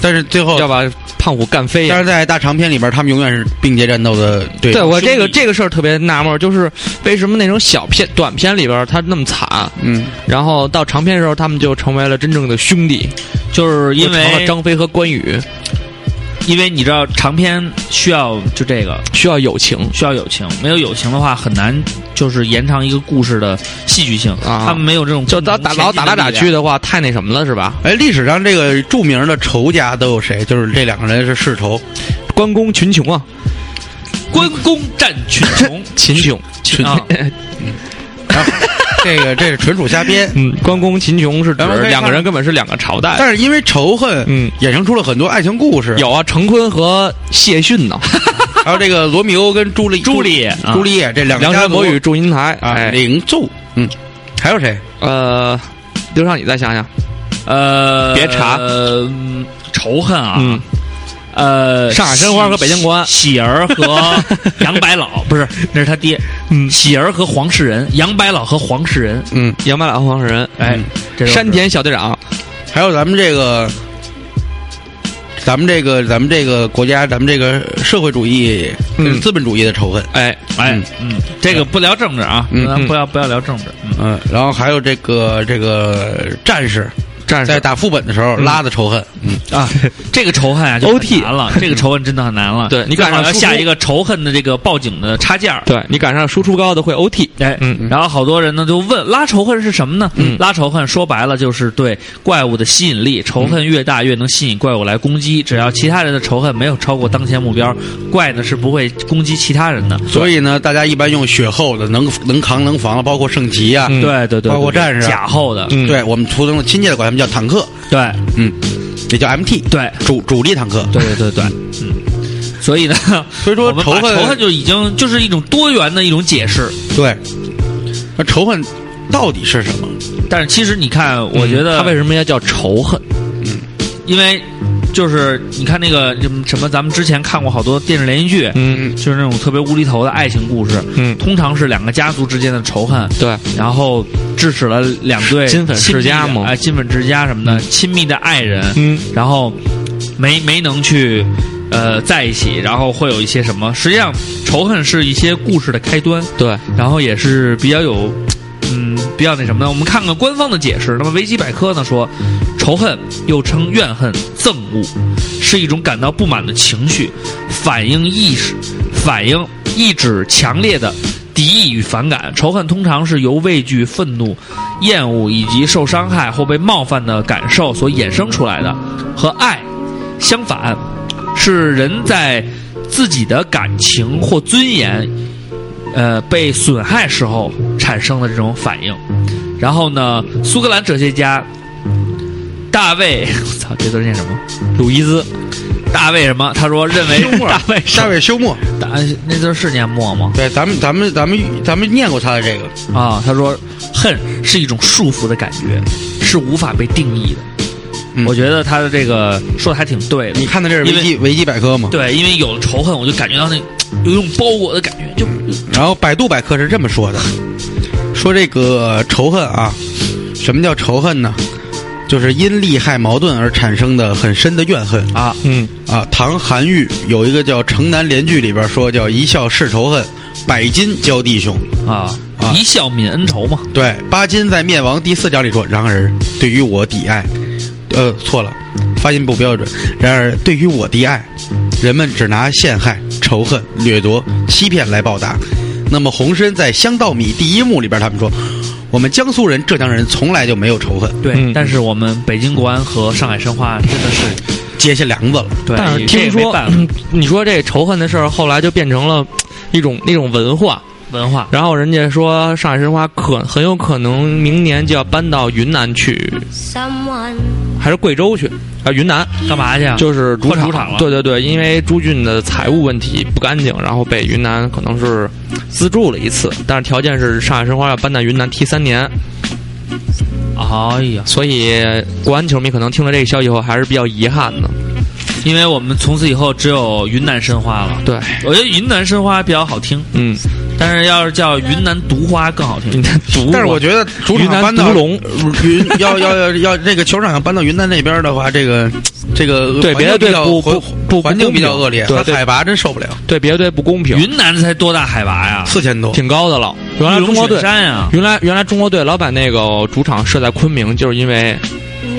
[SPEAKER 10] 但是最后，
[SPEAKER 9] 要把胖虎干飞
[SPEAKER 10] 哦但
[SPEAKER 9] 啊。
[SPEAKER 10] 是在大长篇里边，他们永远是并肩战斗的对
[SPEAKER 9] 对
[SPEAKER 10] 手。
[SPEAKER 6] 兄
[SPEAKER 9] 我
[SPEAKER 6] 弟
[SPEAKER 9] 这个这个事儿特别纳闷儿，就是为什么那种小片短片里边儿他那么惨，
[SPEAKER 10] 嗯，
[SPEAKER 9] 然后到长篇的时候他们就成为了真正的兄弟，
[SPEAKER 6] 就是因
[SPEAKER 9] 就成了
[SPEAKER 6] 为
[SPEAKER 9] 张飞和关羽
[SPEAKER 6] 因为你知道长篇需要就这个
[SPEAKER 9] 需要友情。
[SPEAKER 6] 需要友情，没有友情的话很难就是延长一个故事的戏剧性，
[SPEAKER 9] 啊
[SPEAKER 6] 他们没有这种
[SPEAKER 9] 就打打老打来打去
[SPEAKER 6] 的，
[SPEAKER 9] 的话，太那什么了，是吧？
[SPEAKER 10] 哎，历史上这个著名的仇家都有谁？就是这两个人是世仇，
[SPEAKER 9] 关公群雄啊，
[SPEAKER 6] 关公战群雄，
[SPEAKER 9] 秦琼，秦
[SPEAKER 6] 啊
[SPEAKER 10] 然后这个这是纯属瞎编。
[SPEAKER 9] 嗯，关公秦琼是指
[SPEAKER 10] 然后可以看
[SPEAKER 9] 两个人根本是两个朝代。
[SPEAKER 10] 但是因为仇恨，
[SPEAKER 9] 嗯，
[SPEAKER 10] 衍生出了很多爱情故事。，
[SPEAKER 9] 有啊，成昆和谢逊呢，
[SPEAKER 10] 还有这个罗密欧跟朱丽
[SPEAKER 6] 朱丽叶啊
[SPEAKER 10] 朱丽叶这两个
[SPEAKER 9] 梁
[SPEAKER 10] 家
[SPEAKER 9] 山
[SPEAKER 10] 族
[SPEAKER 9] 伯与祝英台。
[SPEAKER 10] 啊，
[SPEAKER 9] 哎，
[SPEAKER 10] 灵柱，嗯，还有谁？
[SPEAKER 9] 呃，刘畅，你再想想，
[SPEAKER 6] 呃，
[SPEAKER 9] 别查
[SPEAKER 6] 呃嗯仇恨啊，
[SPEAKER 9] 嗯，
[SPEAKER 6] 呃，
[SPEAKER 9] 上海申花和北京国安
[SPEAKER 6] 喜喜儿和杨白 老不是，那是他爹，
[SPEAKER 9] 嗯
[SPEAKER 6] 喜儿和黄世仁，杨白老和黄世仁，
[SPEAKER 10] 嗯，
[SPEAKER 9] 杨白劳和黄世仁，
[SPEAKER 6] 哎，这都是
[SPEAKER 9] 山田小队长，
[SPEAKER 10] 还有咱们这个，咱们这个，咱们这个国家，咱们这个社会主义、
[SPEAKER 9] 嗯
[SPEAKER 10] 资本主义的仇恨，
[SPEAKER 9] 哎，
[SPEAKER 6] 哎，嗯，这个不聊政治啊，
[SPEAKER 10] 嗯
[SPEAKER 6] 咱不要不要聊政治，嗯
[SPEAKER 10] 嗯，然后还有这个这个战士
[SPEAKER 9] 战
[SPEAKER 10] 在
[SPEAKER 9] 士
[SPEAKER 10] 打副本的时候拉的仇恨，嗯，
[SPEAKER 6] 啊，这个仇恨啊就
[SPEAKER 9] OT
[SPEAKER 6] 很难了，这个仇恨真的很难了，
[SPEAKER 9] 对你赶上
[SPEAKER 6] 正好要
[SPEAKER 9] 输出
[SPEAKER 6] 下一个仇恨的这个报警的插件儿
[SPEAKER 9] 对你赶上输出高的会 OT，
[SPEAKER 6] 哎，
[SPEAKER 9] 嗯
[SPEAKER 6] 然后好多人呢就问拉仇恨是什么呢？
[SPEAKER 9] 嗯
[SPEAKER 6] 拉仇恨说白了就是对怪物的吸引力，仇恨越大越能吸引怪物来攻击。只要其他人的仇恨没有超过当前目标，怪呢是不会攻击其他人的。
[SPEAKER 10] 所以呢，大家一般用血厚的，能能扛能防的，包括圣骑啊，
[SPEAKER 9] 嗯
[SPEAKER 6] 对对对，
[SPEAKER 10] 包括
[SPEAKER 6] 对对
[SPEAKER 10] 战士啊
[SPEAKER 6] 假后的，
[SPEAKER 9] 嗯
[SPEAKER 10] 对我们途中的亲切的管他们叫坦克，
[SPEAKER 6] 对
[SPEAKER 10] 嗯，也叫 MT，
[SPEAKER 6] 对
[SPEAKER 10] 主主力坦克，
[SPEAKER 6] 对对对对，嗯。所以呢，
[SPEAKER 10] 所以说
[SPEAKER 6] 我们
[SPEAKER 10] 仇
[SPEAKER 6] 把
[SPEAKER 10] 恨
[SPEAKER 6] 仇恨就已经就是一种多元的一种解释。
[SPEAKER 10] 对，那仇恨到底是什么？
[SPEAKER 6] 但是其实你看，我觉得
[SPEAKER 9] 嗯
[SPEAKER 6] 嗯
[SPEAKER 9] 他为什么要叫仇恨？
[SPEAKER 6] 因为就是你看那个什么，咱们之前看过好多电视连续剧，
[SPEAKER 9] 嗯
[SPEAKER 6] 就是那种特别无厘头的爱情故事，
[SPEAKER 9] 嗯，
[SPEAKER 6] 通常是两个家族之间的仇恨，
[SPEAKER 9] 对，
[SPEAKER 6] 然后致使了两对
[SPEAKER 9] 金粉世家
[SPEAKER 6] 亲密的
[SPEAKER 9] 嘛
[SPEAKER 6] 哎，金粉世家什么的，亲密的爱人，
[SPEAKER 9] 嗯，
[SPEAKER 6] 然后没没能去呃在一起，然后会有一些什么？实际上，仇恨是一些故事的开端，
[SPEAKER 9] 对，
[SPEAKER 6] 然后也是比较有，嗯，比较那什么呢？我们看看官方的解释。那么维基百科呢说，仇恨又称怨恨、憎恶，是一种感到不满的情绪，反映意识，反映意指强烈的敌意与反感。仇恨通常是由畏惧、愤怒、厌恶以及受伤害或被冒犯的感受所衍生出来的，和爱相反，是人在自己的感情或尊严，呃，被损害时候产生的这种反应。然后呢，苏格兰哲学家大卫， 我操，这都念什么？鲁伊兹，大卫什么？他说认为 大卫
[SPEAKER 10] 大卫休谟，
[SPEAKER 6] 大那字是念默吗？
[SPEAKER 10] 对，咱们咱们咱们咱们念过他的这个，
[SPEAKER 6] 啊，他说恨是一种束缚的感觉，是无法被定义的。
[SPEAKER 10] 嗯
[SPEAKER 6] 我觉得他的这个说的还挺对的
[SPEAKER 10] 你。看的这是维基维基百科吗？
[SPEAKER 6] 对，因为有了仇恨，我就感觉到那有一种包裹的感觉，就
[SPEAKER 10] 然后百度百科是这么说的，说这个仇恨啊，什么叫仇恨呢？就是因利害矛盾而产生的很深的怨恨
[SPEAKER 6] 啊，
[SPEAKER 9] 嗯，
[SPEAKER 10] 啊。唐韩愈有一个叫《城南联句》里边说叫“一笑释仇恨，百金交弟兄”。
[SPEAKER 6] 啊
[SPEAKER 10] 啊
[SPEAKER 6] 一笑泯恩仇嘛。
[SPEAKER 10] 对，巴金在《灭亡》第四讲里说：“然而，对于我的爱，呃，错了，发音不标准。然而，对于我的爱，人们只拿陷害、仇恨、掠夺、欺骗来报答。”那么，洪深在《香稻米》第一幕里边，他们说：“我们江苏人、浙江人从来就没有仇恨，
[SPEAKER 6] 对，
[SPEAKER 9] 嗯
[SPEAKER 6] 但是我们北京国安和上海申花真的是
[SPEAKER 10] 结下梁子了。
[SPEAKER 6] 对，
[SPEAKER 9] 但是
[SPEAKER 6] 这也
[SPEAKER 9] 听
[SPEAKER 6] 没
[SPEAKER 9] 说嗯
[SPEAKER 6] 办法
[SPEAKER 9] 你说这仇恨的事儿，后来就变成了一种那种文化。
[SPEAKER 6] 文化
[SPEAKER 9] 然后人家说上海申花可很有可能明年就要搬到云南去，还是贵州去啊？云南
[SPEAKER 6] 干嘛去啊？
[SPEAKER 9] 就是主
[SPEAKER 6] 换
[SPEAKER 9] 场
[SPEAKER 6] 主场了
[SPEAKER 9] 对对对，因为朱俊的财务问题不干净，然后被云南可能是资助了一次，但是条件是上海申花要搬到云南踢三年，
[SPEAKER 6] 哎呀，
[SPEAKER 9] 所以国安球迷可能听了这个消息后还是比较遗憾的。
[SPEAKER 6] 因为我们从此以后只有云南申花了。
[SPEAKER 9] 对，
[SPEAKER 6] 我觉得云南申花比较好听，
[SPEAKER 9] 嗯，
[SPEAKER 6] 但是要是叫云南毒花更好听
[SPEAKER 9] 云。南毒，
[SPEAKER 10] 但是我觉得主
[SPEAKER 9] 云
[SPEAKER 10] 场
[SPEAKER 9] 南
[SPEAKER 10] 搬到
[SPEAKER 9] 独龙
[SPEAKER 10] 云要要要要这个球场要搬到云南那边的话，这个这个
[SPEAKER 9] 对别
[SPEAKER 10] 环
[SPEAKER 9] 的
[SPEAKER 10] 境比
[SPEAKER 9] 队
[SPEAKER 10] 较
[SPEAKER 9] 不
[SPEAKER 10] 环
[SPEAKER 9] 不不
[SPEAKER 10] 环境比较
[SPEAKER 9] 不公平
[SPEAKER 10] 恶劣，
[SPEAKER 9] 对
[SPEAKER 10] 它
[SPEAKER 9] 对
[SPEAKER 10] 海拔真受不了，
[SPEAKER 9] 对别的队不公平，
[SPEAKER 6] 云南才多大海拔呀？
[SPEAKER 10] 四千多。
[SPEAKER 9] 挺高的了。原来
[SPEAKER 6] 玉龙
[SPEAKER 9] 中国队
[SPEAKER 6] 雪山呀，
[SPEAKER 9] 原来原来中国队老把那个主场设在昆明，就是因为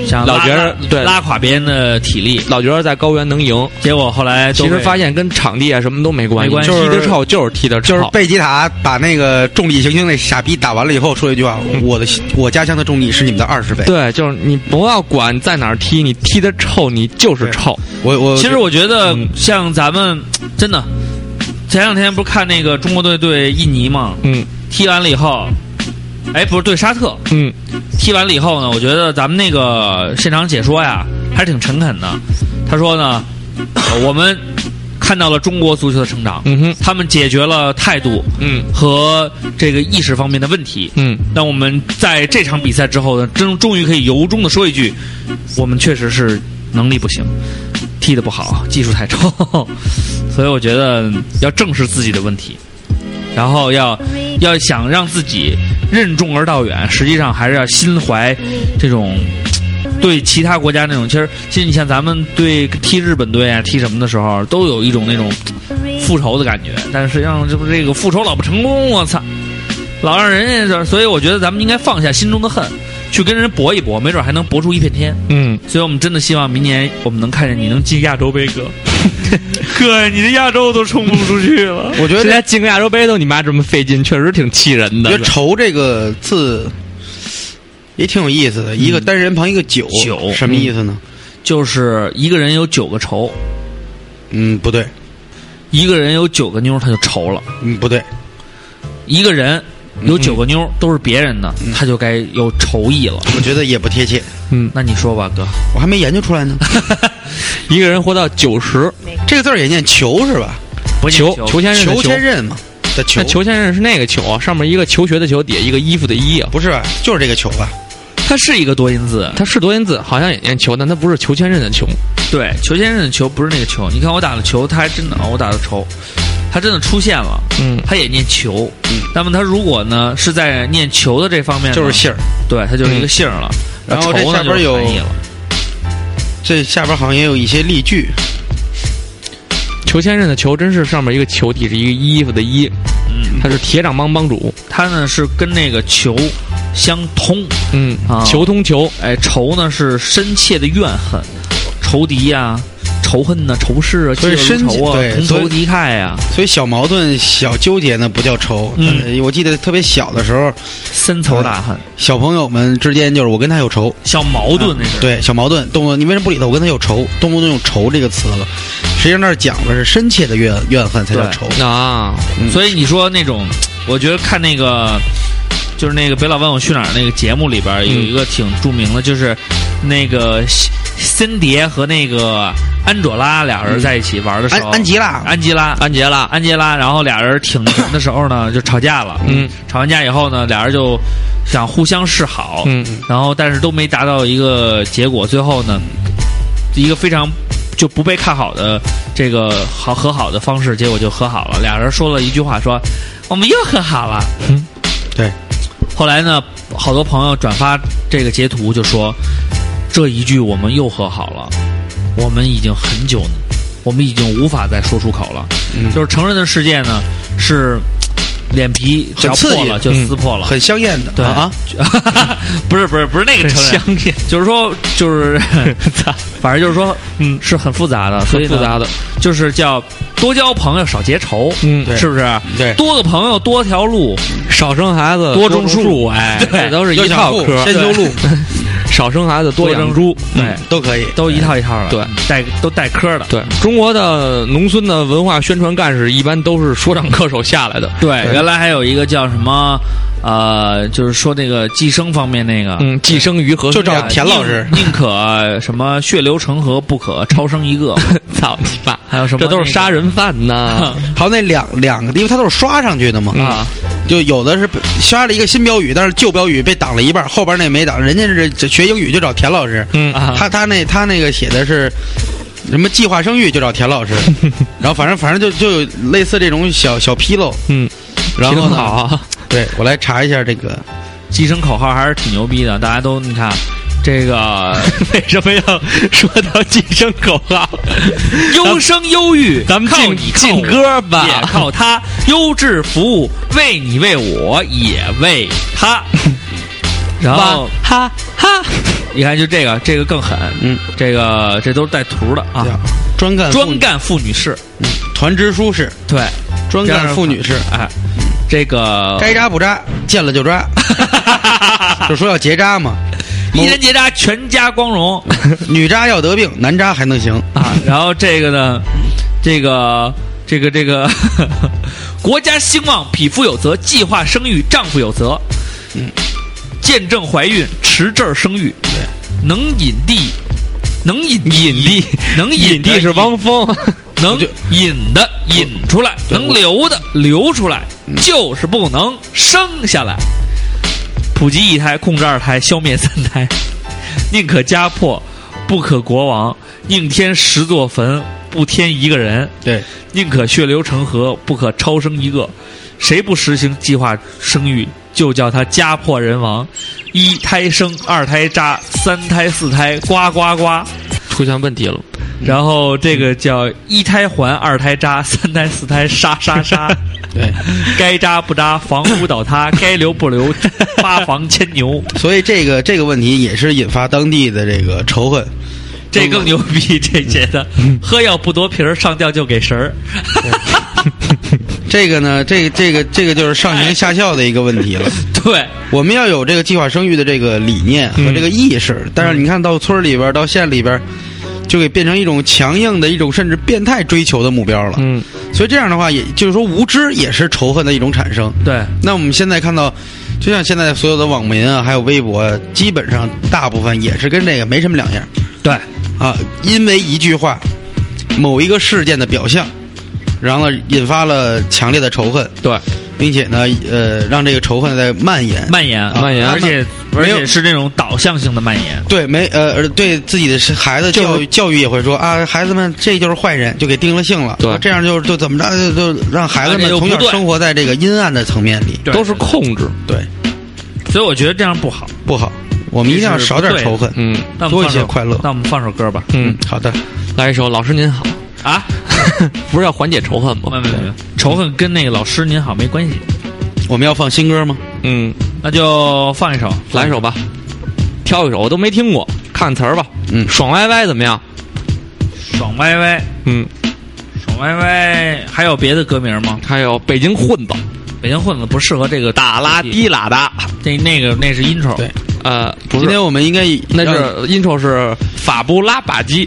[SPEAKER 6] 想
[SPEAKER 9] 老
[SPEAKER 6] 拉
[SPEAKER 9] 觉着
[SPEAKER 6] 拉
[SPEAKER 9] 对
[SPEAKER 6] 拉垮别人的体力，
[SPEAKER 9] 老觉得在高原能赢，
[SPEAKER 6] 结果后来都
[SPEAKER 9] 其实
[SPEAKER 6] 被
[SPEAKER 9] 发现跟场地啊什么都没关
[SPEAKER 6] 没关系
[SPEAKER 9] 踢得臭就是踢得臭，
[SPEAKER 10] 就是贝吉塔把那个重力行星那傻逼打完了以后，说一句话：“我的我家乡的重力是你们的二十倍。
[SPEAKER 9] 嗯对，就是你不要管在哪儿踢，你踢得臭，你就是臭。”
[SPEAKER 10] 我我
[SPEAKER 6] 其实我觉得
[SPEAKER 9] 嗯
[SPEAKER 6] 像咱们真的，前两天不是看那个中国队对印尼嘛，
[SPEAKER 9] 嗯
[SPEAKER 6] 踢完了以后，哎，不是对沙特，
[SPEAKER 9] 嗯，
[SPEAKER 6] 踢完了以后呢，我觉得咱们那个现场解说呀，还是挺诚恳的。他说 呢，呃我们看到了中国足球的成长，
[SPEAKER 9] 嗯哼，
[SPEAKER 6] 他们解决了态度
[SPEAKER 9] 嗯
[SPEAKER 6] 和这个意识方面的问题。
[SPEAKER 9] 嗯，
[SPEAKER 6] 那我们在这场比赛之后呢，真终于可以由衷的说一句，我们确实是能力不行，踢得不好，技术太 差，所以我觉得要正视自己的问题，然后要要想让自己任重而道远，实际上还是要心怀这种。对其他国家那种，其实其实你像咱们对踢日本队啊、踢什么的时候，都有一种那种复仇的感觉，但是实际上这不这个复仇老不成功，我操！老让人家这，所以我觉得咱们应该放下心中的恨，去跟人搏一搏，没准还能搏出一片天。
[SPEAKER 9] 嗯，
[SPEAKER 6] 所以我们真的希望明年我们能看见你能进亚洲杯，哥， 哥，你这亚洲都冲不出去了。
[SPEAKER 10] 我觉
[SPEAKER 9] 现
[SPEAKER 10] 得
[SPEAKER 9] 在进个亚洲杯都你妈这么费劲，确实挺气人
[SPEAKER 10] 我
[SPEAKER 9] 的
[SPEAKER 10] 觉得。“仇”这个字也挺有意思的，一
[SPEAKER 9] 嗯
[SPEAKER 10] 个单人旁一个九，
[SPEAKER 6] 九
[SPEAKER 10] 什么意思呢？
[SPEAKER 6] 就是一个人有九个仇，
[SPEAKER 10] 嗯，不对，
[SPEAKER 6] 一个人有九个妞儿他就愁了，
[SPEAKER 10] 嗯，不对，
[SPEAKER 6] 一个人有九个妞儿都是别人的，他就该有仇意了。
[SPEAKER 10] 我觉得也不贴切，
[SPEAKER 6] 那你说吧，哥，
[SPEAKER 10] 我还没研究出来呢。
[SPEAKER 9] 一个人活到九十，
[SPEAKER 10] 这个字儿也念“球”是吧？
[SPEAKER 6] 不念
[SPEAKER 9] 球
[SPEAKER 6] 球
[SPEAKER 9] 裘先生的
[SPEAKER 10] 裘
[SPEAKER 9] 裘
[SPEAKER 10] 千仞嘛，的球
[SPEAKER 9] 那裘先生是那个球啊，上面一个求学的求，底下一个衣服的衣啊。
[SPEAKER 10] 不是吧？就是这个球吧？
[SPEAKER 6] 他是一个多音字，
[SPEAKER 9] 他是多音字，好像也念球，但他不是裘千仞的球。
[SPEAKER 6] 对，裘先生的球不是那个球，你看我打的球，他还真的，哦我打的球，他真的出现了，
[SPEAKER 9] 嗯
[SPEAKER 6] 他也念球，那么他如果呢是在念球的这方面呢，
[SPEAKER 10] 嗯就是信儿。
[SPEAKER 6] 对，他就是一个姓儿了。
[SPEAKER 10] 然后这
[SPEAKER 6] 球呢
[SPEAKER 10] 下边
[SPEAKER 6] 就是
[SPEAKER 10] 有
[SPEAKER 6] 含义了
[SPEAKER 10] 这下边好像也有一些例句，
[SPEAKER 9] 裘千仞的裘真是上面一个球，底是一个衣服的衣。
[SPEAKER 6] 嗯，
[SPEAKER 9] 他是铁掌帮帮主，
[SPEAKER 6] 它呢是跟那个球相通，
[SPEAKER 9] 嗯
[SPEAKER 6] 啊，
[SPEAKER 9] 球通球，
[SPEAKER 6] 哎，仇呢是深切的怨恨，仇敌呀、仇恨呐、仇视啊、
[SPEAKER 10] 所以
[SPEAKER 6] 嫉恶如
[SPEAKER 10] 身
[SPEAKER 6] 仇啊、
[SPEAKER 10] 对
[SPEAKER 6] 同
[SPEAKER 10] 所以
[SPEAKER 6] 仇敌忾呀、
[SPEAKER 10] 所以小矛盾、小纠结呢，不叫仇。呃
[SPEAKER 6] 嗯
[SPEAKER 10] 但是我记得特别小的时候，
[SPEAKER 6] 深仇大恨、
[SPEAKER 10] 小朋友们之间就是我跟他有仇，
[SPEAKER 6] 小矛盾那是。
[SPEAKER 10] 嗯对小矛盾，动不动你为什么不理他？我跟他有仇，动不动用仇这个词了。实际上那儿讲的是深切的怨怨恨才叫仇。
[SPEAKER 6] 啊，
[SPEAKER 10] 嗯
[SPEAKER 6] 所以你说那种，我觉得看那个，就是那个别老问我去哪儿那个节目里边儿有一个挺著名的，就是那个辛辛迪和那个安卓拉俩人在一起玩的时
[SPEAKER 10] 安
[SPEAKER 6] 候，
[SPEAKER 10] 安吉拉，
[SPEAKER 6] 安吉拉，
[SPEAKER 9] 安杰拉，
[SPEAKER 6] 安吉拉，然后俩人挺什么的时候呢， 就吵架了。
[SPEAKER 9] 嗯，
[SPEAKER 6] 吵完架以后呢，俩人就想互相示好，
[SPEAKER 9] 嗯，
[SPEAKER 6] 然后但是都没达到一个结果，最后呢，一个非常就不被看好的这个好和好的方式，结果就和好了。俩人说了一句话说，我们又和好了。
[SPEAKER 9] 嗯，
[SPEAKER 10] 对。
[SPEAKER 6] 后来呢，好多朋友转发这个截图，就说这一句我们又和好了，我们已经很久，我们已经无法再说出口了。
[SPEAKER 10] 嗯
[SPEAKER 6] 就是成人的世界呢，是脸皮只要
[SPEAKER 10] 很刺
[SPEAKER 6] 破
[SPEAKER 10] 激
[SPEAKER 6] 了
[SPEAKER 9] 嗯
[SPEAKER 6] 就撕破了，
[SPEAKER 10] 很香艳的
[SPEAKER 6] 对
[SPEAKER 10] 啊，
[SPEAKER 6] 不是不是不是那个成人，
[SPEAKER 9] 相见
[SPEAKER 6] 就是说就是， 反正就是说，嗯，是很复杂的，所以
[SPEAKER 9] 很
[SPEAKER 6] 呢
[SPEAKER 9] 复杂的，
[SPEAKER 6] 就是叫多交朋友少结仇，
[SPEAKER 9] 嗯
[SPEAKER 10] 对
[SPEAKER 6] 是不是？
[SPEAKER 10] 对
[SPEAKER 6] 多个朋友多条路，
[SPEAKER 9] 少生孩子
[SPEAKER 6] 多种
[SPEAKER 9] 种
[SPEAKER 6] 树
[SPEAKER 9] 哎，
[SPEAKER 6] 对
[SPEAKER 10] 啊
[SPEAKER 9] 这都是一
[SPEAKER 10] 又想
[SPEAKER 9] 套
[SPEAKER 10] 富
[SPEAKER 9] 嗑儿。
[SPEAKER 10] 先修路
[SPEAKER 9] 少生孩子多养猪，
[SPEAKER 6] 对
[SPEAKER 9] 嗯，
[SPEAKER 10] 都可以。
[SPEAKER 6] 都一套一套的，
[SPEAKER 9] 对，
[SPEAKER 6] 带都带科的，
[SPEAKER 9] 对，中国的农村的文化宣传干事一般都是说唱歌手下来的，
[SPEAKER 6] 对。原来还有一个叫什么，呃，就是说那个计生方面那个，
[SPEAKER 9] 嗯，寄生于和
[SPEAKER 10] 就找田老师，
[SPEAKER 6] 宁可呃什么血流成河，不可超生一个。
[SPEAKER 9] 操你妈！
[SPEAKER 6] 还有什么
[SPEAKER 9] 这都是杀人犯呐！
[SPEAKER 10] 还有那两两个，因为它都是刷上去的嘛，
[SPEAKER 9] 啊，
[SPEAKER 10] 就有的是被刷了一个新标语，但是旧标语被挡了一半，后边那没挡。人家是这学英语就找田老师，
[SPEAKER 9] 嗯啊
[SPEAKER 10] 他他那他那个写的是什么计划生育就找田老师，然后反正反正就就有类似这种小小纰漏，
[SPEAKER 9] 嗯，
[SPEAKER 10] 然后
[SPEAKER 9] 挺
[SPEAKER 10] 呢
[SPEAKER 9] 好啊，
[SPEAKER 10] 对我来查一下这个，
[SPEAKER 6] 寄生口号还是挺牛逼的，大家都你看这个
[SPEAKER 9] 为什么要说到寄生口号？
[SPEAKER 6] 优生优育，
[SPEAKER 9] 咱们
[SPEAKER 6] 靠
[SPEAKER 9] 进
[SPEAKER 6] 你靠
[SPEAKER 9] 进
[SPEAKER 6] 我
[SPEAKER 9] 歌
[SPEAKER 6] 也
[SPEAKER 9] 吧，
[SPEAKER 6] 靠他，优质服务为你为我也为 他。然后
[SPEAKER 9] 哈哈，
[SPEAKER 6] 你看，就这个这个更狠，
[SPEAKER 10] 嗯，
[SPEAKER 6] 这个这都是带图的啊
[SPEAKER 10] 叫，专干妇
[SPEAKER 6] 专干妇女士，
[SPEAKER 10] 团支书是
[SPEAKER 6] 对，
[SPEAKER 10] 专
[SPEAKER 6] 这
[SPEAKER 10] 干
[SPEAKER 6] 样
[SPEAKER 10] 妇女是，
[SPEAKER 9] 嗯
[SPEAKER 6] 哎，这个
[SPEAKER 10] 该扎不扎，见了就扎，就说要结扎嘛，
[SPEAKER 6] 一人结扎，全家光 荣。
[SPEAKER 10] 女扎要得病，男扎还能行。
[SPEAKER 6] 啊，然后这个呢，这个这个这个，国家兴旺，匹夫有责；计划生育，丈夫有责。
[SPEAKER 9] 嗯
[SPEAKER 6] 见证怀孕，持证生育，能引地，能引 引地，能
[SPEAKER 9] 引
[SPEAKER 6] 的
[SPEAKER 9] 地是汪峰，
[SPEAKER 6] 能引的引出来，能留的留出来，就是不能生下来。普及一胎，控制二胎，消灭三胎，宁可家破，不可国亡；宁添十座坟，不添一个人；
[SPEAKER 10] 对，
[SPEAKER 6] 宁可血流成河，不可超生一个。谁不实行计划生育，就叫他家破人亡。一胎生，二胎扎，三胎四胎呱呱呱。
[SPEAKER 9] 出现问题了，
[SPEAKER 6] 然后这个叫一胎还，二胎扎，三胎四胎杀杀 杀。
[SPEAKER 10] 对，
[SPEAKER 6] 该扎不扎，房屋倒塌，该留不留，八房牵牛。
[SPEAKER 10] 所以这个这个问题也是引发当地的这个仇恨。
[SPEAKER 6] 这更牛逼，这写的，
[SPEAKER 10] 嗯
[SPEAKER 6] 喝药不夺皮儿，上吊就给食儿。
[SPEAKER 10] 这个呢，这个、这个这个就是上行下效的一个问题了。
[SPEAKER 6] 对，
[SPEAKER 10] 我们要有这个计划生育的这个理念和这个意识，但是你看到村里边儿到县里边儿，就给变成一种强硬的一种甚至变态追求的目标了。
[SPEAKER 9] 嗯，
[SPEAKER 10] 所以这样的话，也就是说无知也是仇恨的一种产生。
[SPEAKER 6] 对，
[SPEAKER 10] 那我们现在看到，就像现在所有的网民啊，还有微博啊，基本上大部分也是跟这个没什么两样。
[SPEAKER 6] 对，
[SPEAKER 10] 啊，因为一句话，某一个事件的表象，然后呢引发了强烈的仇恨，
[SPEAKER 9] 对，
[SPEAKER 10] 并且呢，呃，让这个仇恨在蔓延。
[SPEAKER 6] 蔓延，
[SPEAKER 10] 啊
[SPEAKER 9] 蔓延
[SPEAKER 6] 而且而
[SPEAKER 10] 没有
[SPEAKER 6] 且是那种导向性的蔓延。
[SPEAKER 10] 对，没呃，而对自己的是孩子
[SPEAKER 9] 就是
[SPEAKER 10] 教育教育也会说啊，孩子们这就是坏人，就给定了性了。
[SPEAKER 9] 对
[SPEAKER 10] 这样就就怎么着，就就让孩子
[SPEAKER 6] 啊这
[SPEAKER 10] 们
[SPEAKER 6] 就
[SPEAKER 10] 从小
[SPEAKER 6] 不对
[SPEAKER 10] 生活在这个阴暗的层面里。
[SPEAKER 6] 对
[SPEAKER 9] 都是控制，
[SPEAKER 10] 对，
[SPEAKER 6] 所以我觉得这样不好。
[SPEAKER 10] 不好，我们一定要少点
[SPEAKER 6] 这是
[SPEAKER 10] 仇
[SPEAKER 6] 不对
[SPEAKER 10] 恨，
[SPEAKER 9] 嗯
[SPEAKER 6] 那我们
[SPEAKER 10] 多一
[SPEAKER 6] 放首
[SPEAKER 10] 些快乐
[SPEAKER 6] 那我们放首歌吧。
[SPEAKER 9] 嗯，
[SPEAKER 10] 好的，
[SPEAKER 9] 来一首《老师您好》，
[SPEAKER 6] 啊，
[SPEAKER 9] 不是要缓解仇恨
[SPEAKER 6] 没有
[SPEAKER 9] 吗
[SPEAKER 6] 没？有没有，仇恨跟那个老师您好没关系，
[SPEAKER 10] 我们要放新歌吗？
[SPEAKER 9] 嗯，
[SPEAKER 6] 那就放一首。
[SPEAKER 9] 来一首吧，挑一首，我都没听过，看词儿吧。
[SPEAKER 10] 嗯
[SPEAKER 9] 爽歪歪怎么样？
[SPEAKER 6] 爽歪歪，
[SPEAKER 11] 嗯，
[SPEAKER 6] 爽歪歪，哎还有别的歌名吗？
[SPEAKER 11] 还有北京混子，
[SPEAKER 6] 北京混子不适合这个
[SPEAKER 11] 打拉滴拉达，
[SPEAKER 6] 那那个那是啊 intro，
[SPEAKER 10] 对
[SPEAKER 11] 呃，不
[SPEAKER 10] 今
[SPEAKER 11] 是，
[SPEAKER 10] 天我们应该
[SPEAKER 11] 那
[SPEAKER 10] 让
[SPEAKER 11] 是 intro 是法布拉巴基，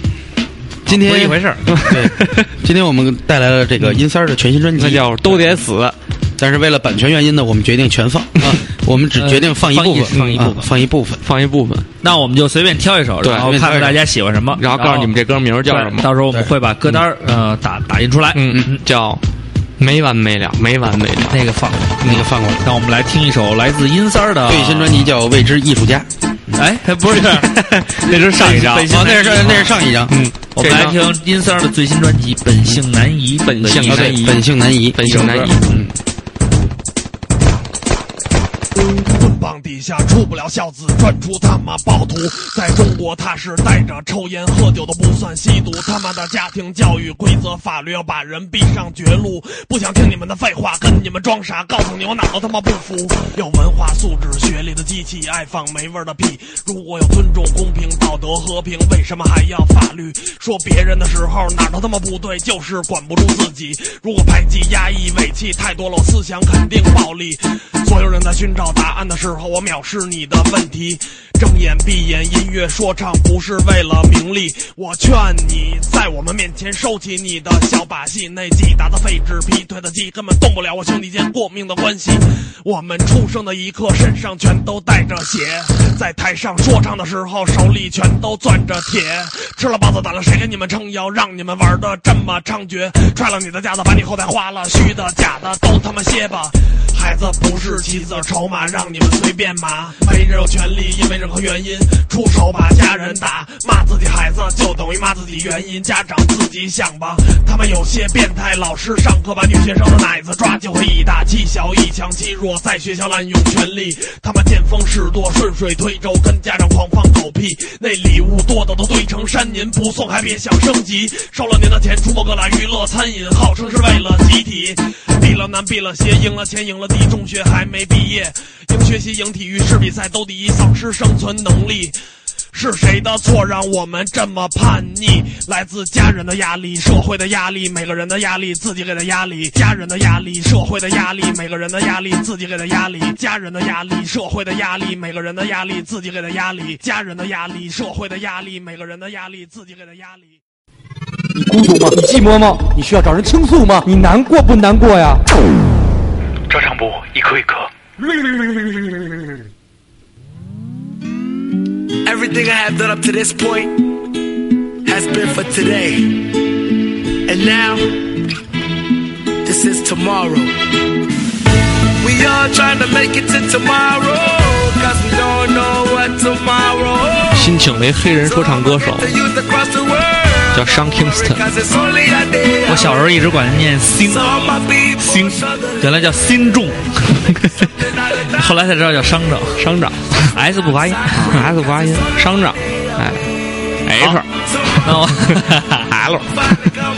[SPEAKER 10] 今
[SPEAKER 6] 不是一
[SPEAKER 10] 天
[SPEAKER 6] 回 事儿。
[SPEAKER 10] 对，今天我们带来了这个阴三儿的全新专辑，
[SPEAKER 11] 那叫都得死，
[SPEAKER 10] 但是为了版权原因呢，我们决定全 放，啊、我们只决定放一部分，
[SPEAKER 6] 放一放一部分
[SPEAKER 10] 啊放一部分。
[SPEAKER 11] 放一部分，
[SPEAKER 6] 那我们就随便挑一首，
[SPEAKER 11] 对
[SPEAKER 6] 然后
[SPEAKER 10] 随便
[SPEAKER 6] 看
[SPEAKER 10] 挑一
[SPEAKER 6] 看大家喜欢什么，
[SPEAKER 11] 然后告诉你们这歌名叫什
[SPEAKER 6] 对
[SPEAKER 11] 么，
[SPEAKER 6] 到时候我们会把歌单儿呃打打印出来。
[SPEAKER 11] 嗯嗯，叫没完没了，没完没了，
[SPEAKER 6] 那个放，
[SPEAKER 10] 嗯那个放过，
[SPEAKER 6] 那我们来听一首来自阴三儿的
[SPEAKER 10] 最新专辑叫《未知艺术家》，
[SPEAKER 6] 哎，不 是，
[SPEAKER 11] 那是上一张
[SPEAKER 6] 本性
[SPEAKER 10] 哦，
[SPEAKER 6] 难
[SPEAKER 10] 那是
[SPEAKER 6] 移
[SPEAKER 10] 那是上一张，嗯，
[SPEAKER 6] 我们来听阴三儿的最新专辑《本性难移》。
[SPEAKER 11] 本性
[SPEAKER 10] 哦
[SPEAKER 11] 难
[SPEAKER 10] 对，
[SPEAKER 11] 移，
[SPEAKER 10] 本性难移，
[SPEAKER 11] 本性难移。
[SPEAKER 10] 嗯，
[SPEAKER 9] 棍棒底下出不了孝子，转出他妈暴徒。在中国，他是带着抽烟喝酒都不算吸毒。他妈的家庭教育规则法律要把人逼上绝路。不想听你们的废话，跟你们装傻，告诉你我哪都他妈不服。有文化素质、学历的机器，爱放没味儿的屁。如果有尊重、公平、道德、和平，为什么还要法律？说别人的时候哪儿都他妈不对，就是管不住自己。如果排挤、压抑、委屈太多了，我思想肯定暴力。所有人在寻找答案的时候，我藐视你的问题。睁眼闭眼，音乐说唱不是为了名利。我劝你在我们面前收起你的小把戏，那几打的废纸皮，腿的鸡根本动不了我兄弟间过命的关系。我们出生的一刻，身上全都带着血，在台上说唱的时候，手里全都攥着铁。吃了包子，打了谁给你们撑腰，让你们玩的这么猖獗？踹了你的架子，把你后台花了，虚的假的都他妈歇吧。孩子不是棋子筹码，让你们随便码。没人有权利因为任何原因出手把家人打，骂自己孩子就等于骂自己原因，家长自己想吧。他们有些变态，老师上课把女学生的奶子抓，就会以大欺小，以强欺弱，在学校滥用权力。他们见风使舵，顺水推舟，跟家长狂放狗屁。那礼物多的都堆成山，您不送还别想升级。收了您的钱，出没各大娱乐餐饮，号称是为了集体。毕了难，毕了鞋，赢了钱，赢了地，中学还没毕业，赢学习，赢体育，市比赛都第一，丧失生存能力。是谁的错让我们这么叛逆？来自家人的压力、社会的压力、每个人的压力、自己给的压力、家人的压力、社会的压力、每个人的压力、自己给的压力、家人的压力、社会的压力、每个人的压力、自己给的压力、家人的压力、社会的压力、每个人的压力、自己给的压力。
[SPEAKER 12] 你孤独吗？你寂寞吗？你需要找人倾诉吗？你难过不难过呀？
[SPEAKER 13] 照常不误，一颗一颗。
[SPEAKER 9] Everything I have done up to this point has been for today. And now, this is tomorrow. We all trying to make it to tomorrow, cause we don't know what tomorrow.
[SPEAKER 11] 新请了一黑人说唱歌手，叫 Sean Kingston，
[SPEAKER 6] 我小时候一直管他念新新，原来叫新仲，后来才知道叫商长
[SPEAKER 11] 商长 啊
[SPEAKER 6] S 不发音。
[SPEAKER 11] ，S 发 音，商长，哎，H
[SPEAKER 6] 那我 L，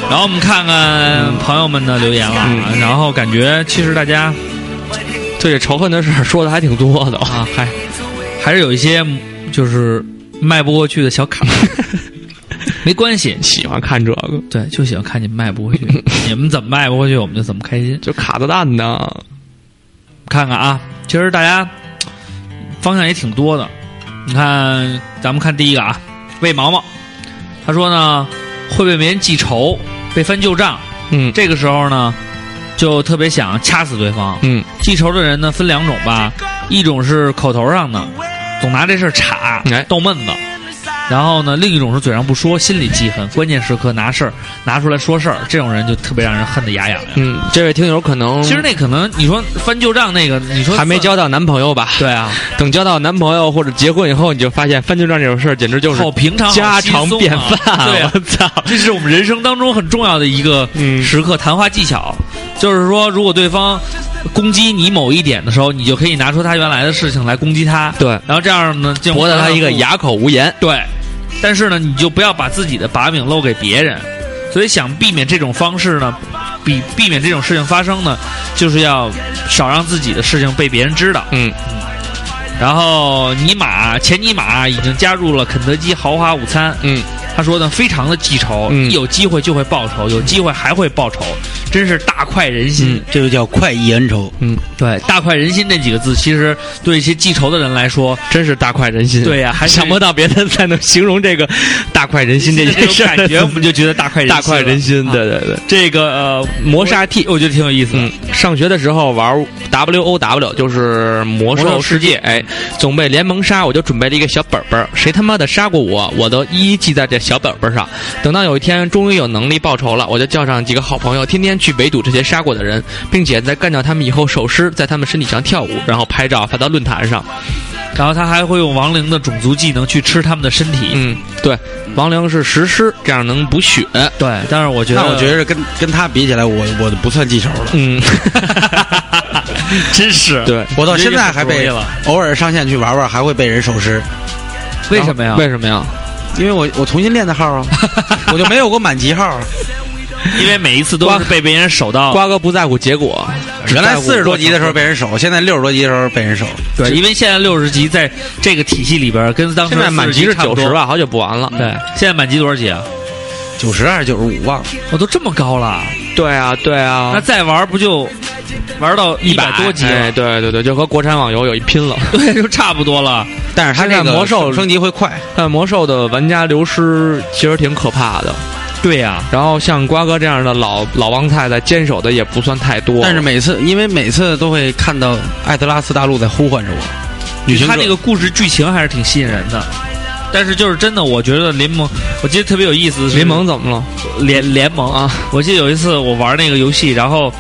[SPEAKER 6] 然后我们看看朋友们的留言了，啊然后感觉其实大家
[SPEAKER 11] 对嗯这仇恨的事儿说的还挺多的啊，还
[SPEAKER 6] 还是有一些就是迈不过去的小 坎儿，没关系，
[SPEAKER 11] 喜欢看这个，
[SPEAKER 6] 对，就喜欢看你们迈不过去，你们怎么迈不过去，我们就怎么开心。
[SPEAKER 11] 就卡子蛋呢，
[SPEAKER 6] 看看啊，其实大家方向也挺多的。你看，咱们看第一个啊，魏毛毛，他说呢会被别人记仇，被翻旧账，
[SPEAKER 11] 嗯
[SPEAKER 6] 这个时候呢就特别想掐死对方。
[SPEAKER 11] 嗯，
[SPEAKER 6] 记仇的人呢分两种吧，一种是口头上的，总拿这事儿插
[SPEAKER 11] 哎
[SPEAKER 6] 逗闷子。然后呢，另一种是嘴上不说，心里记恨，关键时刻拿事儿拿出来说事儿，这种人就特别让人恨得牙痒痒。
[SPEAKER 11] 嗯，这位听友可能
[SPEAKER 6] 其实那可能你说翻旧账那个，你说
[SPEAKER 11] 还没
[SPEAKER 6] 算
[SPEAKER 11] 交到男朋友吧？
[SPEAKER 6] 对啊，
[SPEAKER 11] 等交到男朋友或者结婚以后，你就发现翻旧账这种事儿简直就是
[SPEAKER 6] 好平常，好
[SPEAKER 11] 家
[SPEAKER 6] 稀
[SPEAKER 11] 常
[SPEAKER 6] 松啊
[SPEAKER 11] 便饭。
[SPEAKER 6] 对啊
[SPEAKER 11] 我，操！
[SPEAKER 6] 这是我们人生当中很重要的一个
[SPEAKER 11] 嗯
[SPEAKER 6] 时刻，谈话技巧，就是说，如果对方攻击你某一点的时候，你就可以拿出他原来的事情来攻击他，
[SPEAKER 11] 对，
[SPEAKER 6] 然后这样呢，就
[SPEAKER 11] 博得他一个哑口无言。
[SPEAKER 6] 对，但是呢，你就不要把自己的把柄露给别人，所以想避免这种方式呢，避避免这种事情发生呢，就是要少让自己的事情被别人知道。
[SPEAKER 11] 嗯，
[SPEAKER 6] 然后尼玛前尼玛已经加入了肯德基豪华午餐，
[SPEAKER 11] 嗯，
[SPEAKER 6] 他说呢，非常的记仇，一有机会就会报仇，有机会还会报仇，真是大快人心。
[SPEAKER 10] 这就叫快意恩仇。
[SPEAKER 9] 嗯，
[SPEAKER 6] 对，大快人心这几个字，其实对一些记仇的人来说，
[SPEAKER 9] 真是大快人心。
[SPEAKER 6] 对呀、还是
[SPEAKER 9] 想不到别的才能形容这个大快人心这件事
[SPEAKER 6] 这
[SPEAKER 9] 儿
[SPEAKER 6] 种感觉我们就觉得大快人心
[SPEAKER 9] 大快人心。
[SPEAKER 6] 了啊
[SPEAKER 9] 对对对。
[SPEAKER 6] 这个呃磨砂 T，我觉得挺有意思的。
[SPEAKER 9] 嗯，上学的时候玩 W O W，就是魔兽世界，哎，总被联盟杀，我就准备了一个小本本儿，谁他妈的杀过我，我都一一记在这小本本上。等到有一天终于有能力报仇了，我就叫上几个好朋友，天天去围堵这些杀过的人，并且在干掉他们以后，手诗在他们身体上跳舞，然后拍照发到论坛上。
[SPEAKER 6] 然后他还会用亡灵的种族技能去吃他们的身体。
[SPEAKER 9] 嗯，对，亡灵是实施，这样能补血。
[SPEAKER 6] 对，但是我觉得，
[SPEAKER 10] 那我 觉得跟跟他比起来，我我不算记仇了。
[SPEAKER 9] 嗯，
[SPEAKER 6] 真是
[SPEAKER 9] 对，
[SPEAKER 10] 我到现在还
[SPEAKER 6] 这
[SPEAKER 10] 被
[SPEAKER 6] 就不容易了
[SPEAKER 10] 偶尔上线去玩玩，还会被人手尸，
[SPEAKER 6] 为什么呀？
[SPEAKER 9] 为什么呀？
[SPEAKER 10] 因为我我重新练的号啊，我就没有过满级号。
[SPEAKER 6] 因为每一次都是被别人守到。
[SPEAKER 9] 瓜哥不在乎结果，只
[SPEAKER 10] 原来
[SPEAKER 9] 在乎
[SPEAKER 10] 四十多级的时候被人守，现在六十多级的时候被人守。
[SPEAKER 6] 对，因为现在六十级在这个体系里边，跟当时
[SPEAKER 9] 现在满级是
[SPEAKER 6] 40差不
[SPEAKER 9] 九
[SPEAKER 6] 多
[SPEAKER 9] 十吧，。好久不玩了。
[SPEAKER 6] 对，现在满级多少级啊？
[SPEAKER 10] 九十还是九十五忘了，
[SPEAKER 6] 我哦都这么高了，
[SPEAKER 9] 对啊，对啊，
[SPEAKER 6] 那再玩不就玩到一百多级
[SPEAKER 9] 哎
[SPEAKER 6] 了？
[SPEAKER 9] 对对对，就和国产网游有一拼了。
[SPEAKER 6] 对，就差不多了。
[SPEAKER 10] 但是他这
[SPEAKER 9] 现在
[SPEAKER 10] 个
[SPEAKER 9] 魔兽
[SPEAKER 10] 升级会快，
[SPEAKER 9] 但魔兽的玩家流失其实挺可怕的。
[SPEAKER 6] 对呀、
[SPEAKER 9] 然后像瓜哥这样的老老王菜的坚守的也不算太多。
[SPEAKER 10] 但是每次因为每次都会看到艾特拉斯大陆在呼唤着我，旅行
[SPEAKER 6] 他
[SPEAKER 10] 者
[SPEAKER 6] 这个故事剧情还是挺吸引人的。但是就是真的，我觉得联盟，我记得特别有意思。
[SPEAKER 9] 联盟怎么了？
[SPEAKER 6] 联联盟
[SPEAKER 9] 啊，
[SPEAKER 6] 我记得有一次我玩那个游戏，然后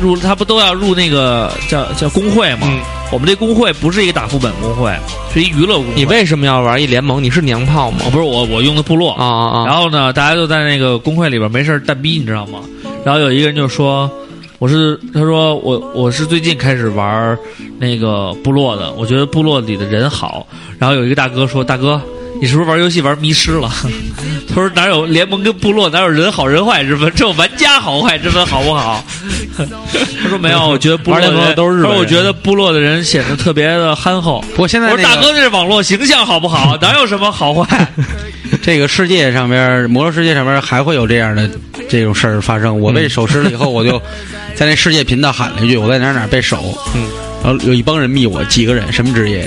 [SPEAKER 6] 入他不都要入那个叫叫工会吗？
[SPEAKER 9] 嗯
[SPEAKER 6] 我们这工会不是一个打副本工会，是一娱乐工会。
[SPEAKER 9] 你为什么要玩一联盟？你是娘炮吗
[SPEAKER 6] 哦？不是我我用的部落
[SPEAKER 9] 啊啊啊！
[SPEAKER 6] 然后呢，大家就在那个工会里边没事儿蛋逼，你知道吗？然后有一个人就说：“我是他说我我是最近开始玩那个部落的，我觉得部落里的人好。”然后有一个大哥说：“大哥，你是不是玩游戏玩迷失了？” 他说：“哪有联盟跟部落哪有人好人坏之分？只有玩家好坏之分，好不好？” 他说：“没有，我觉得部落的
[SPEAKER 9] 玩联盟
[SPEAKER 6] 人
[SPEAKER 9] 的都是日
[SPEAKER 6] 他
[SPEAKER 9] 本
[SPEAKER 6] 说
[SPEAKER 9] 人
[SPEAKER 6] 我觉得部落的人显得特别的憨厚。”
[SPEAKER 10] 不过现
[SPEAKER 6] 我说
[SPEAKER 10] 在那：“个
[SPEAKER 6] 大哥，这是网络形象好不 好？哪有什么好坏？”
[SPEAKER 10] 这个世界上边，魔兽世界上边还会有这样的这种事儿发生。
[SPEAKER 9] 嗯
[SPEAKER 10] 我被手尸了以后，我 就在那世界频道喊了一句：“我在哪儿哪儿被手。”
[SPEAKER 9] 嗯，
[SPEAKER 10] 然后有一帮人密我，几个人什么职业，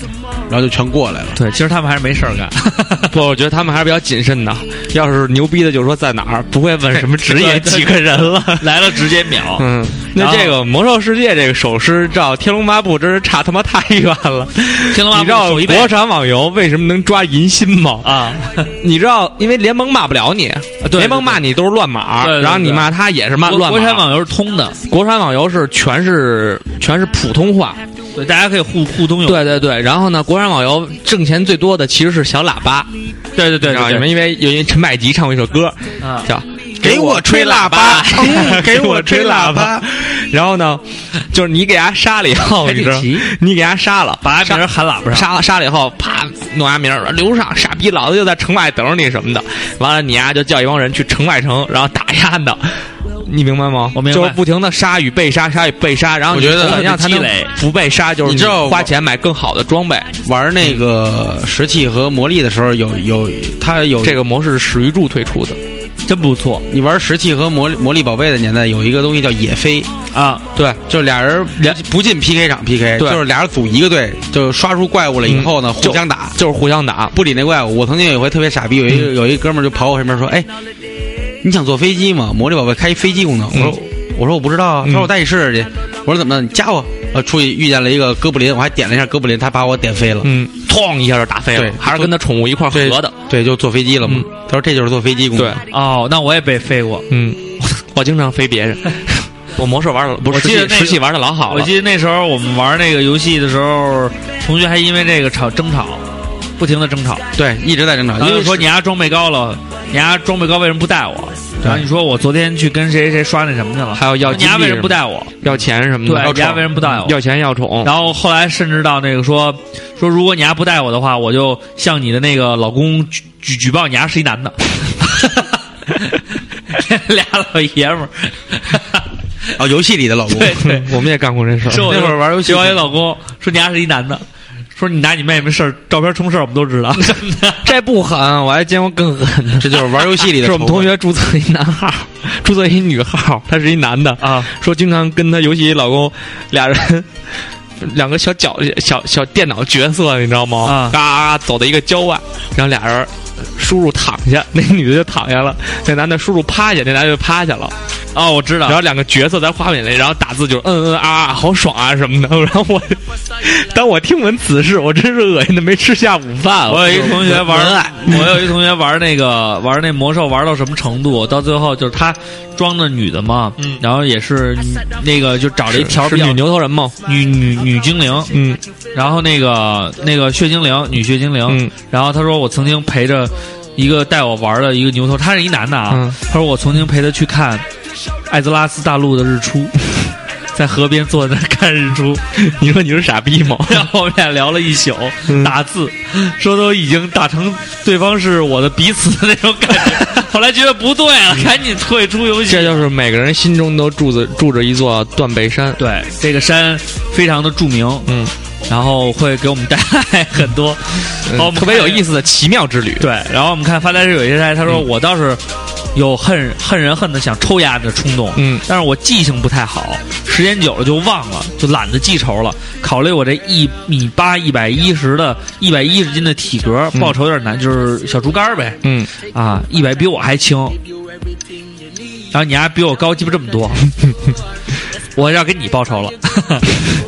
[SPEAKER 10] 然后就全过来了。
[SPEAKER 6] 对，其实他们还是没事儿干。
[SPEAKER 9] 不，我觉得他们还是比较谨慎的。要是牛逼的，就说在哪儿，不会问什么职
[SPEAKER 6] 对
[SPEAKER 9] 业
[SPEAKER 6] 对
[SPEAKER 9] 几个人了。
[SPEAKER 6] 来了直接秒。
[SPEAKER 9] 嗯，
[SPEAKER 6] 然
[SPEAKER 9] 那
[SPEAKER 6] 后
[SPEAKER 9] 这个《魔兽世界》这个手诗，照《天龙八部》真是差他妈太远了。
[SPEAKER 6] 天龙八部
[SPEAKER 9] 你知道
[SPEAKER 6] 手一背
[SPEAKER 9] 国产网游为什么能抓银心吗？
[SPEAKER 6] 啊，
[SPEAKER 9] 你知道，因为联盟骂不了你，
[SPEAKER 6] 对
[SPEAKER 9] 联盟骂你都是乱码，
[SPEAKER 6] 对对对
[SPEAKER 9] 然后你骂他也是骂
[SPEAKER 6] 国
[SPEAKER 9] 乱码。
[SPEAKER 6] 国产网游是通的，
[SPEAKER 9] 国产网游是全是全是普通话，
[SPEAKER 6] 对，大家可以互互通有。
[SPEAKER 9] 对对对。然后呢，国产网游挣钱最多的其实是小喇叭，
[SPEAKER 6] 对对
[SPEAKER 9] 你
[SPEAKER 6] 对
[SPEAKER 9] 知道
[SPEAKER 6] 对
[SPEAKER 9] 吗
[SPEAKER 6] 对，
[SPEAKER 9] 因为有因为陈百吉唱过一首歌，
[SPEAKER 6] 啊
[SPEAKER 9] 叫。
[SPEAKER 10] 给我吹喇叭嗯
[SPEAKER 9] 给
[SPEAKER 10] 给
[SPEAKER 9] 我
[SPEAKER 10] 我
[SPEAKER 9] 吹
[SPEAKER 10] 吹
[SPEAKER 9] 喇
[SPEAKER 10] 喇
[SPEAKER 9] 叭
[SPEAKER 10] 叭。
[SPEAKER 9] 然后呢，就是你给他杀了以后，
[SPEAKER 6] 还
[SPEAKER 9] 你
[SPEAKER 6] 得
[SPEAKER 9] 知道
[SPEAKER 6] 急，
[SPEAKER 9] 你给他杀了，
[SPEAKER 6] 把
[SPEAKER 9] 杀
[SPEAKER 6] 别人喊喇叭上。
[SPEAKER 9] 杀了杀了以后，啪弄阿明儿说刘尚傻逼，老子就在城外等着你什么的。完了，你呀、就叫一帮人去城外城，然后打压的，你明白吗？
[SPEAKER 6] 我明白
[SPEAKER 9] 就是不停的杀与被杀，杀与被杀，然后你
[SPEAKER 10] 我觉得
[SPEAKER 9] 怎么样才能
[SPEAKER 6] 积累
[SPEAKER 9] 不被杀，就是
[SPEAKER 10] 你知道我
[SPEAKER 9] 花钱买更好的装备。
[SPEAKER 10] 玩那
[SPEAKER 9] 嗯
[SPEAKER 10] 个石器和魔力的时候，有有他有
[SPEAKER 9] 这个模式是史玉柱推出的，
[SPEAKER 6] 真不错
[SPEAKER 10] 你玩石器和魔力魔力宝贝的年代，有一个东西叫野飞，
[SPEAKER 6] 啊！
[SPEAKER 9] 对，
[SPEAKER 10] 就俩人
[SPEAKER 9] 俩
[SPEAKER 10] 不进 PK 场 PK，
[SPEAKER 9] 对
[SPEAKER 10] 就是俩人组一个队，就刷出怪物了以后呢，
[SPEAKER 9] 嗯就
[SPEAKER 10] 互相打。
[SPEAKER 9] 就是互相打。
[SPEAKER 10] 不理那怪物。我曾经有一回特别傻逼，有一个
[SPEAKER 9] 嗯
[SPEAKER 10] 有一哥们儿就跑我身边说：“哎，你想坐飞机吗？魔力宝贝开一飞机功能。”我说：“
[SPEAKER 9] 嗯
[SPEAKER 10] 我说我不知道啊。”他说：“我带你试试去。”我说：“怎么的？你加我。”呃，出去遇见了一个哥布林，我还点了一下哥布林，他把我点飞了。
[SPEAKER 9] 嗯，哐一下就打飞了
[SPEAKER 10] 对，
[SPEAKER 9] 还是跟他宠物一块儿
[SPEAKER 10] 对
[SPEAKER 9] 合的。嗯
[SPEAKER 10] 对，就坐飞机了嘛。他说：“这就是坐飞机功能。
[SPEAKER 9] 对，
[SPEAKER 6] 哦，那我也被飞过。
[SPEAKER 9] 嗯，我经常飞别人，我魔兽玩的不是
[SPEAKER 6] 我
[SPEAKER 9] 石
[SPEAKER 6] 记
[SPEAKER 9] 器
[SPEAKER 6] 得那个
[SPEAKER 9] 石器玩的老好了。
[SPEAKER 6] 我记得那时候我们玩那个游戏的时候，同学还因为这个吵争吵，不停的争
[SPEAKER 9] 啊
[SPEAKER 6] 吵。
[SPEAKER 10] 对，一直在争吵。
[SPEAKER 9] 呃
[SPEAKER 6] 然后
[SPEAKER 10] 因
[SPEAKER 6] 就
[SPEAKER 10] 为
[SPEAKER 6] 说你家装备高了，你家装备高为什么不带我？然后你说我昨天去跟谁谁刷那什么去了，
[SPEAKER 9] 还有要
[SPEAKER 6] 你家
[SPEAKER 9] 金币
[SPEAKER 6] 为什么
[SPEAKER 9] 什么
[SPEAKER 6] 不带我？
[SPEAKER 9] 要钱什么的，
[SPEAKER 6] 对
[SPEAKER 9] 要
[SPEAKER 6] 你家
[SPEAKER 9] 宠
[SPEAKER 6] 为什么不带我
[SPEAKER 9] 要钱要宠，
[SPEAKER 6] 然后后来甚至到那个说说，如果你丫不带我的话，我就向你的那个老公举举举报你丫是一男的， 俩老爷们儿，
[SPEAKER 10] 啊，游戏里的老公，
[SPEAKER 6] 对对，
[SPEAKER 9] 我们也干过这事儿。
[SPEAKER 6] 说我
[SPEAKER 10] 那会儿玩游戏
[SPEAKER 6] 举报你老公，说你丫是一男的，说你拿你妹妹事儿照片冲事儿，我们都知道。真的，
[SPEAKER 9] 这不狠，我还见过更狠的。
[SPEAKER 10] 这就是玩游戏里的
[SPEAKER 9] 是我们同学注册一男号，注册一女号，他是一男的
[SPEAKER 6] 啊，
[SPEAKER 9] 说经常跟他尤其老公 俩人。两个小角小小电脑角色，你知道吗？
[SPEAKER 6] 啊
[SPEAKER 9] 嘎、走到一个郊外，然后俩人，叔叔躺下，那女的就躺下了，那男的叔叔趴下，那男的就趴下了。
[SPEAKER 6] 哦，我知道。
[SPEAKER 9] 然后两个角色在画面里，然后打字就是嗯嗯啊啊，好爽啊什么的。 然 后我，当我听闻此事，我真是恶心的没吃下午饭了。嗯
[SPEAKER 6] 我有一同学玩
[SPEAKER 9] 文案，
[SPEAKER 6] 我有一同学玩那个玩那魔兽玩到什么程度？到最后就是他装的女的嘛，
[SPEAKER 9] 嗯
[SPEAKER 6] 然后也是那个就找了一条
[SPEAKER 9] 是
[SPEAKER 6] 比较
[SPEAKER 9] 女牛头人吗？
[SPEAKER 6] 女女女精灵，
[SPEAKER 9] 嗯
[SPEAKER 6] 然后那个那个血精灵女血精灵，
[SPEAKER 9] 嗯
[SPEAKER 6] 然后他说我曾经陪着一个带我玩的一个牛头，他是一男的啊，
[SPEAKER 9] 嗯
[SPEAKER 6] 他说我曾经陪他去看艾泽拉斯大陆的日 出。在河边坐在那儿看日出，
[SPEAKER 9] 你说你是傻逼吗？
[SPEAKER 6] 然后我们俩聊了一宿，
[SPEAKER 9] 嗯
[SPEAKER 6] 打字，说都已经打成对方是我的彼此的那种感 觉。后来觉得不对了，赶紧退出游戏。
[SPEAKER 9] 嗯这就是每个人心中都住着住着一座断背山。
[SPEAKER 6] 对这个山非常的著名，
[SPEAKER 9] 嗯，
[SPEAKER 6] 然后会给我们带来很多，
[SPEAKER 9] 嗯
[SPEAKER 6] 哦，我们
[SPEAKER 9] 特别有
[SPEAKER 6] 看
[SPEAKER 9] 意思的奇妙之旅。
[SPEAKER 6] 对，然后我们看发呆是有一些他说
[SPEAKER 9] 嗯
[SPEAKER 6] 我倒是有恨恨人恨的想抽压的冲动，
[SPEAKER 9] 嗯
[SPEAKER 6] 但是我记性不太好，时间久了就忘了，就懒得记仇了。考虑我这一米八一百一十的一百一十斤的体格，
[SPEAKER 9] 嗯
[SPEAKER 6] 报仇有点难，就是小竹竿儿呗，
[SPEAKER 9] 嗯，
[SPEAKER 6] 啊，一百比我还轻，然后你还比我高鸡巴这么多，我要跟你报仇了。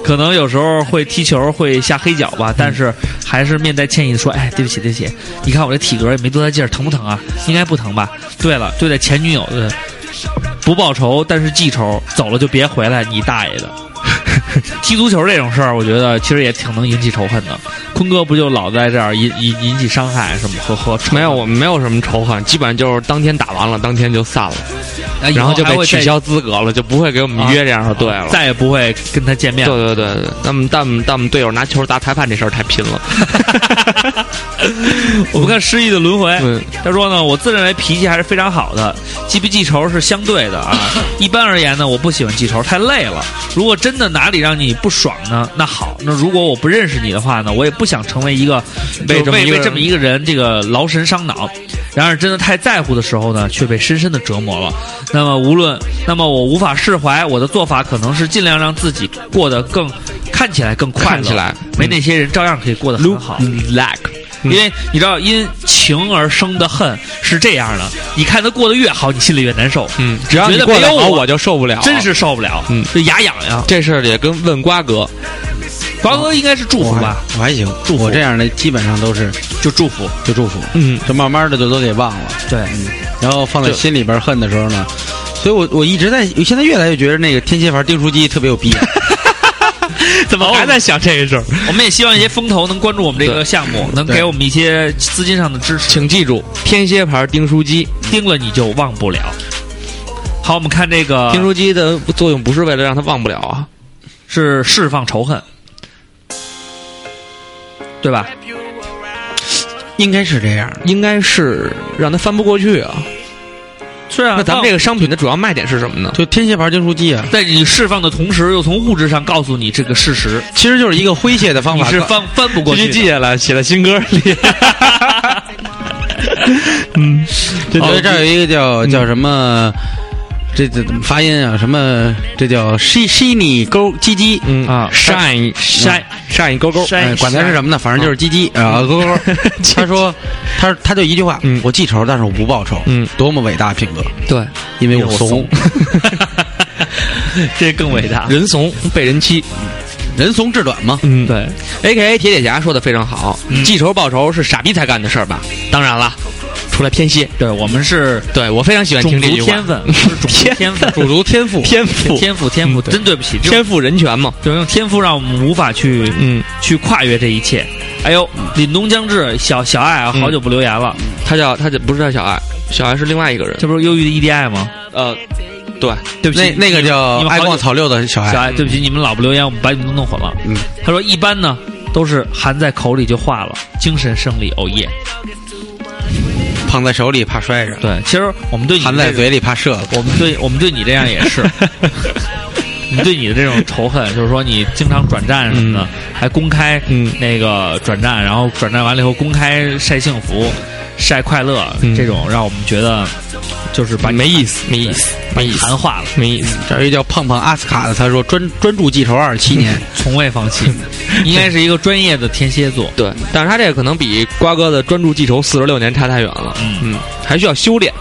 [SPEAKER 6] 可能有时候会踢球，会下黑脚吧，但是还是面带歉意的说：“哎，对不起，对不起，你看我这体格也没多大劲儿，疼不疼啊？应该不疼吧？”对了，对待前女友的不报仇，但是记仇，走了就别回来，你大爷的！ 踢足球这种事儿，我觉得其实也挺能引起仇恨的。坤哥不就老在这儿引引引起伤害什么和和仇恨
[SPEAKER 9] 没有，我们没有什么仇恨，基本就是当天打完了，当天就散了，
[SPEAKER 6] 哎以
[SPEAKER 9] 然后就
[SPEAKER 6] 还
[SPEAKER 9] 被
[SPEAKER 6] 会
[SPEAKER 9] 取
[SPEAKER 6] 再
[SPEAKER 9] 消资格了，就不会给我们
[SPEAKER 6] 啊
[SPEAKER 9] 约这样的队了。
[SPEAKER 6] 再也不会跟他见
[SPEAKER 9] 对
[SPEAKER 6] 面了。
[SPEAKER 9] 对对对，那么但我们但我们队友拿球砸裁判这事儿太拼了。
[SPEAKER 6] 我们看失忆的轮回，
[SPEAKER 9] 嗯
[SPEAKER 6] 他说呢，我自认为脾气还是非常好的，记不记仇是相对的啊。 一般而言呢，我不喜欢记仇，太累了。如果真的哪里让你不爽呢，那好，那如果我不认识你的话呢，我也不想成为一个
[SPEAKER 9] 被
[SPEAKER 6] 就
[SPEAKER 9] 这么一
[SPEAKER 6] 被
[SPEAKER 9] 个
[SPEAKER 6] 被这么一个人这个劳神伤脑。然而真的太在乎的时候呢，却被深深的折磨了。那么无论，那么我无法释怀，我的做法可能是尽量让自己过得更看起来更快乐，
[SPEAKER 9] 看起来
[SPEAKER 6] 没那些人照样可以过得很好。
[SPEAKER 9] Lack，
[SPEAKER 6] 因为你知道，因情而生的恨是这样的。你看他过得越好，你心里越难受，
[SPEAKER 9] 嗯，只要
[SPEAKER 6] 觉
[SPEAKER 9] 你
[SPEAKER 6] 得
[SPEAKER 9] 过
[SPEAKER 6] 没
[SPEAKER 9] 得
[SPEAKER 6] 有
[SPEAKER 9] 好，
[SPEAKER 6] 我
[SPEAKER 9] 我就受不了。
[SPEAKER 6] 真是受不了，
[SPEAKER 9] 嗯
[SPEAKER 6] 就牙痒痒。
[SPEAKER 9] 这事儿也跟问瓜哥，
[SPEAKER 6] 瓜哥应该是祝
[SPEAKER 10] 我
[SPEAKER 6] 福
[SPEAKER 10] 还
[SPEAKER 6] 吧，
[SPEAKER 10] 我还行，祝我这样的基本上都是
[SPEAKER 6] 就祝福。
[SPEAKER 10] 就祝福，
[SPEAKER 9] 嗯，
[SPEAKER 10] 就慢慢的就都给忘了，嗯
[SPEAKER 6] 对，
[SPEAKER 10] 然后放在心里边恨的时候呢，所以我我一直在，我现在越来越觉得那个天蝎牌订书机特别有必要。
[SPEAKER 6] 怎么
[SPEAKER 9] 还在想这个事儿。
[SPEAKER 6] 我们也希望一些风投能关注我们这个项目，能给我们一些资金上的支持。
[SPEAKER 9] 请记住，天蝎牌订书机，
[SPEAKER 6] 盯了你就忘不了。好，我们看这个
[SPEAKER 9] 订书机的作用不是为了让他忘不了啊。
[SPEAKER 6] 是释放仇恨，对吧？
[SPEAKER 10] 应该是这样的。
[SPEAKER 9] 应该是让他翻不过去啊。
[SPEAKER 6] 是啊，
[SPEAKER 9] 那咱们这
[SPEAKER 6] 个
[SPEAKER 9] 个商品的主要卖点是什么呢？
[SPEAKER 10] 就天蝎牌订书机啊，
[SPEAKER 6] 在你释放的同时，又从物质上告诉你这个事实，
[SPEAKER 10] 其实就是一个诙谐的方
[SPEAKER 6] 你
[SPEAKER 10] 法。
[SPEAKER 6] 是翻翻不过去
[SPEAKER 9] 必须
[SPEAKER 6] 的。
[SPEAKER 9] 记下来，写在新歌 里。嗯，
[SPEAKER 10] 对对，哦这儿有一个叫叫什么，这这发音啊，什么这叫 she she 你勾鸡鸡，
[SPEAKER 9] 嗯
[SPEAKER 6] 啊
[SPEAKER 9] ，shine shine shine 勾勾，
[SPEAKER 10] 哎，管它是什么呢，反正就是鸡鸡啊，勾勾。他说，他他就一句话
[SPEAKER 9] 嗯，
[SPEAKER 10] 我记仇，但是我不报仇，
[SPEAKER 9] 嗯，
[SPEAKER 10] 多么伟大品格，
[SPEAKER 9] 哎对，
[SPEAKER 10] 因为我怂，
[SPEAKER 6] 这更伟大。
[SPEAKER 9] 人怂被人欺。
[SPEAKER 10] 人怂志短嘛。
[SPEAKER 9] 嗯，对，A K A 铁铁侠说的非常好，
[SPEAKER 6] 嗯
[SPEAKER 9] 记仇报仇是傻逼才干的事儿吧？当然了，除了天蝎，
[SPEAKER 6] 对我们是
[SPEAKER 9] 对我非常喜欢
[SPEAKER 6] 种
[SPEAKER 9] 听这句
[SPEAKER 6] 族
[SPEAKER 9] 话。
[SPEAKER 6] 天分，不是种族天 分，
[SPEAKER 10] 主族天赋，
[SPEAKER 9] 天赋，嗯
[SPEAKER 6] 天赋，天赋，真对不起，这种
[SPEAKER 9] 天赋人权嘛。
[SPEAKER 6] 就用天赋让我们无法去
[SPEAKER 9] 嗯，
[SPEAKER 6] 去跨越这一切。哎呦，凛冬将至，小小爱啊，
[SPEAKER 9] 嗯
[SPEAKER 6] 好久不留言了，
[SPEAKER 9] 他叫他叫不是叫小爱，小爱是另外一个人。
[SPEAKER 6] 这不是忧郁的 EDI 吗？
[SPEAKER 9] 呃，对，
[SPEAKER 6] 对不
[SPEAKER 10] 那
[SPEAKER 6] 起，
[SPEAKER 10] 那个叫
[SPEAKER 6] 你们好
[SPEAKER 10] 爱
[SPEAKER 6] 久
[SPEAKER 10] 逛草六的小
[SPEAKER 6] 小
[SPEAKER 10] 孩，
[SPEAKER 6] 爱，对不起，你们老不留言，我们把你们都弄混了。
[SPEAKER 10] 嗯，
[SPEAKER 6] 他说一般呢都是含在口里就化了，精神胜利，哦耶。
[SPEAKER 10] 捧在手里怕摔着，
[SPEAKER 6] 对，其实我们对你
[SPEAKER 10] 含在
[SPEAKER 6] 这个
[SPEAKER 10] 嘴里怕射了。
[SPEAKER 6] 我们对我们对你这样也是。你对你的这种仇恨，就是说你经常转战什么
[SPEAKER 9] 嗯
[SPEAKER 6] 的，还公开那个转战，然后转战完了以后公开晒幸福、晒快乐，这种让我们觉得就是把
[SPEAKER 9] 嗯没意思，没意思，
[SPEAKER 6] 把你谈话了，
[SPEAKER 9] 没意思。
[SPEAKER 10] 这一叫胖胖阿斯卡的，他说专专注记仇二十七 年，
[SPEAKER 6] 从未放 弃，应该是一个专业的天蝎座。
[SPEAKER 9] 对，但是他这个可能比瓜哥的专注记仇四十六年差太远了，嗯，还需要修炼。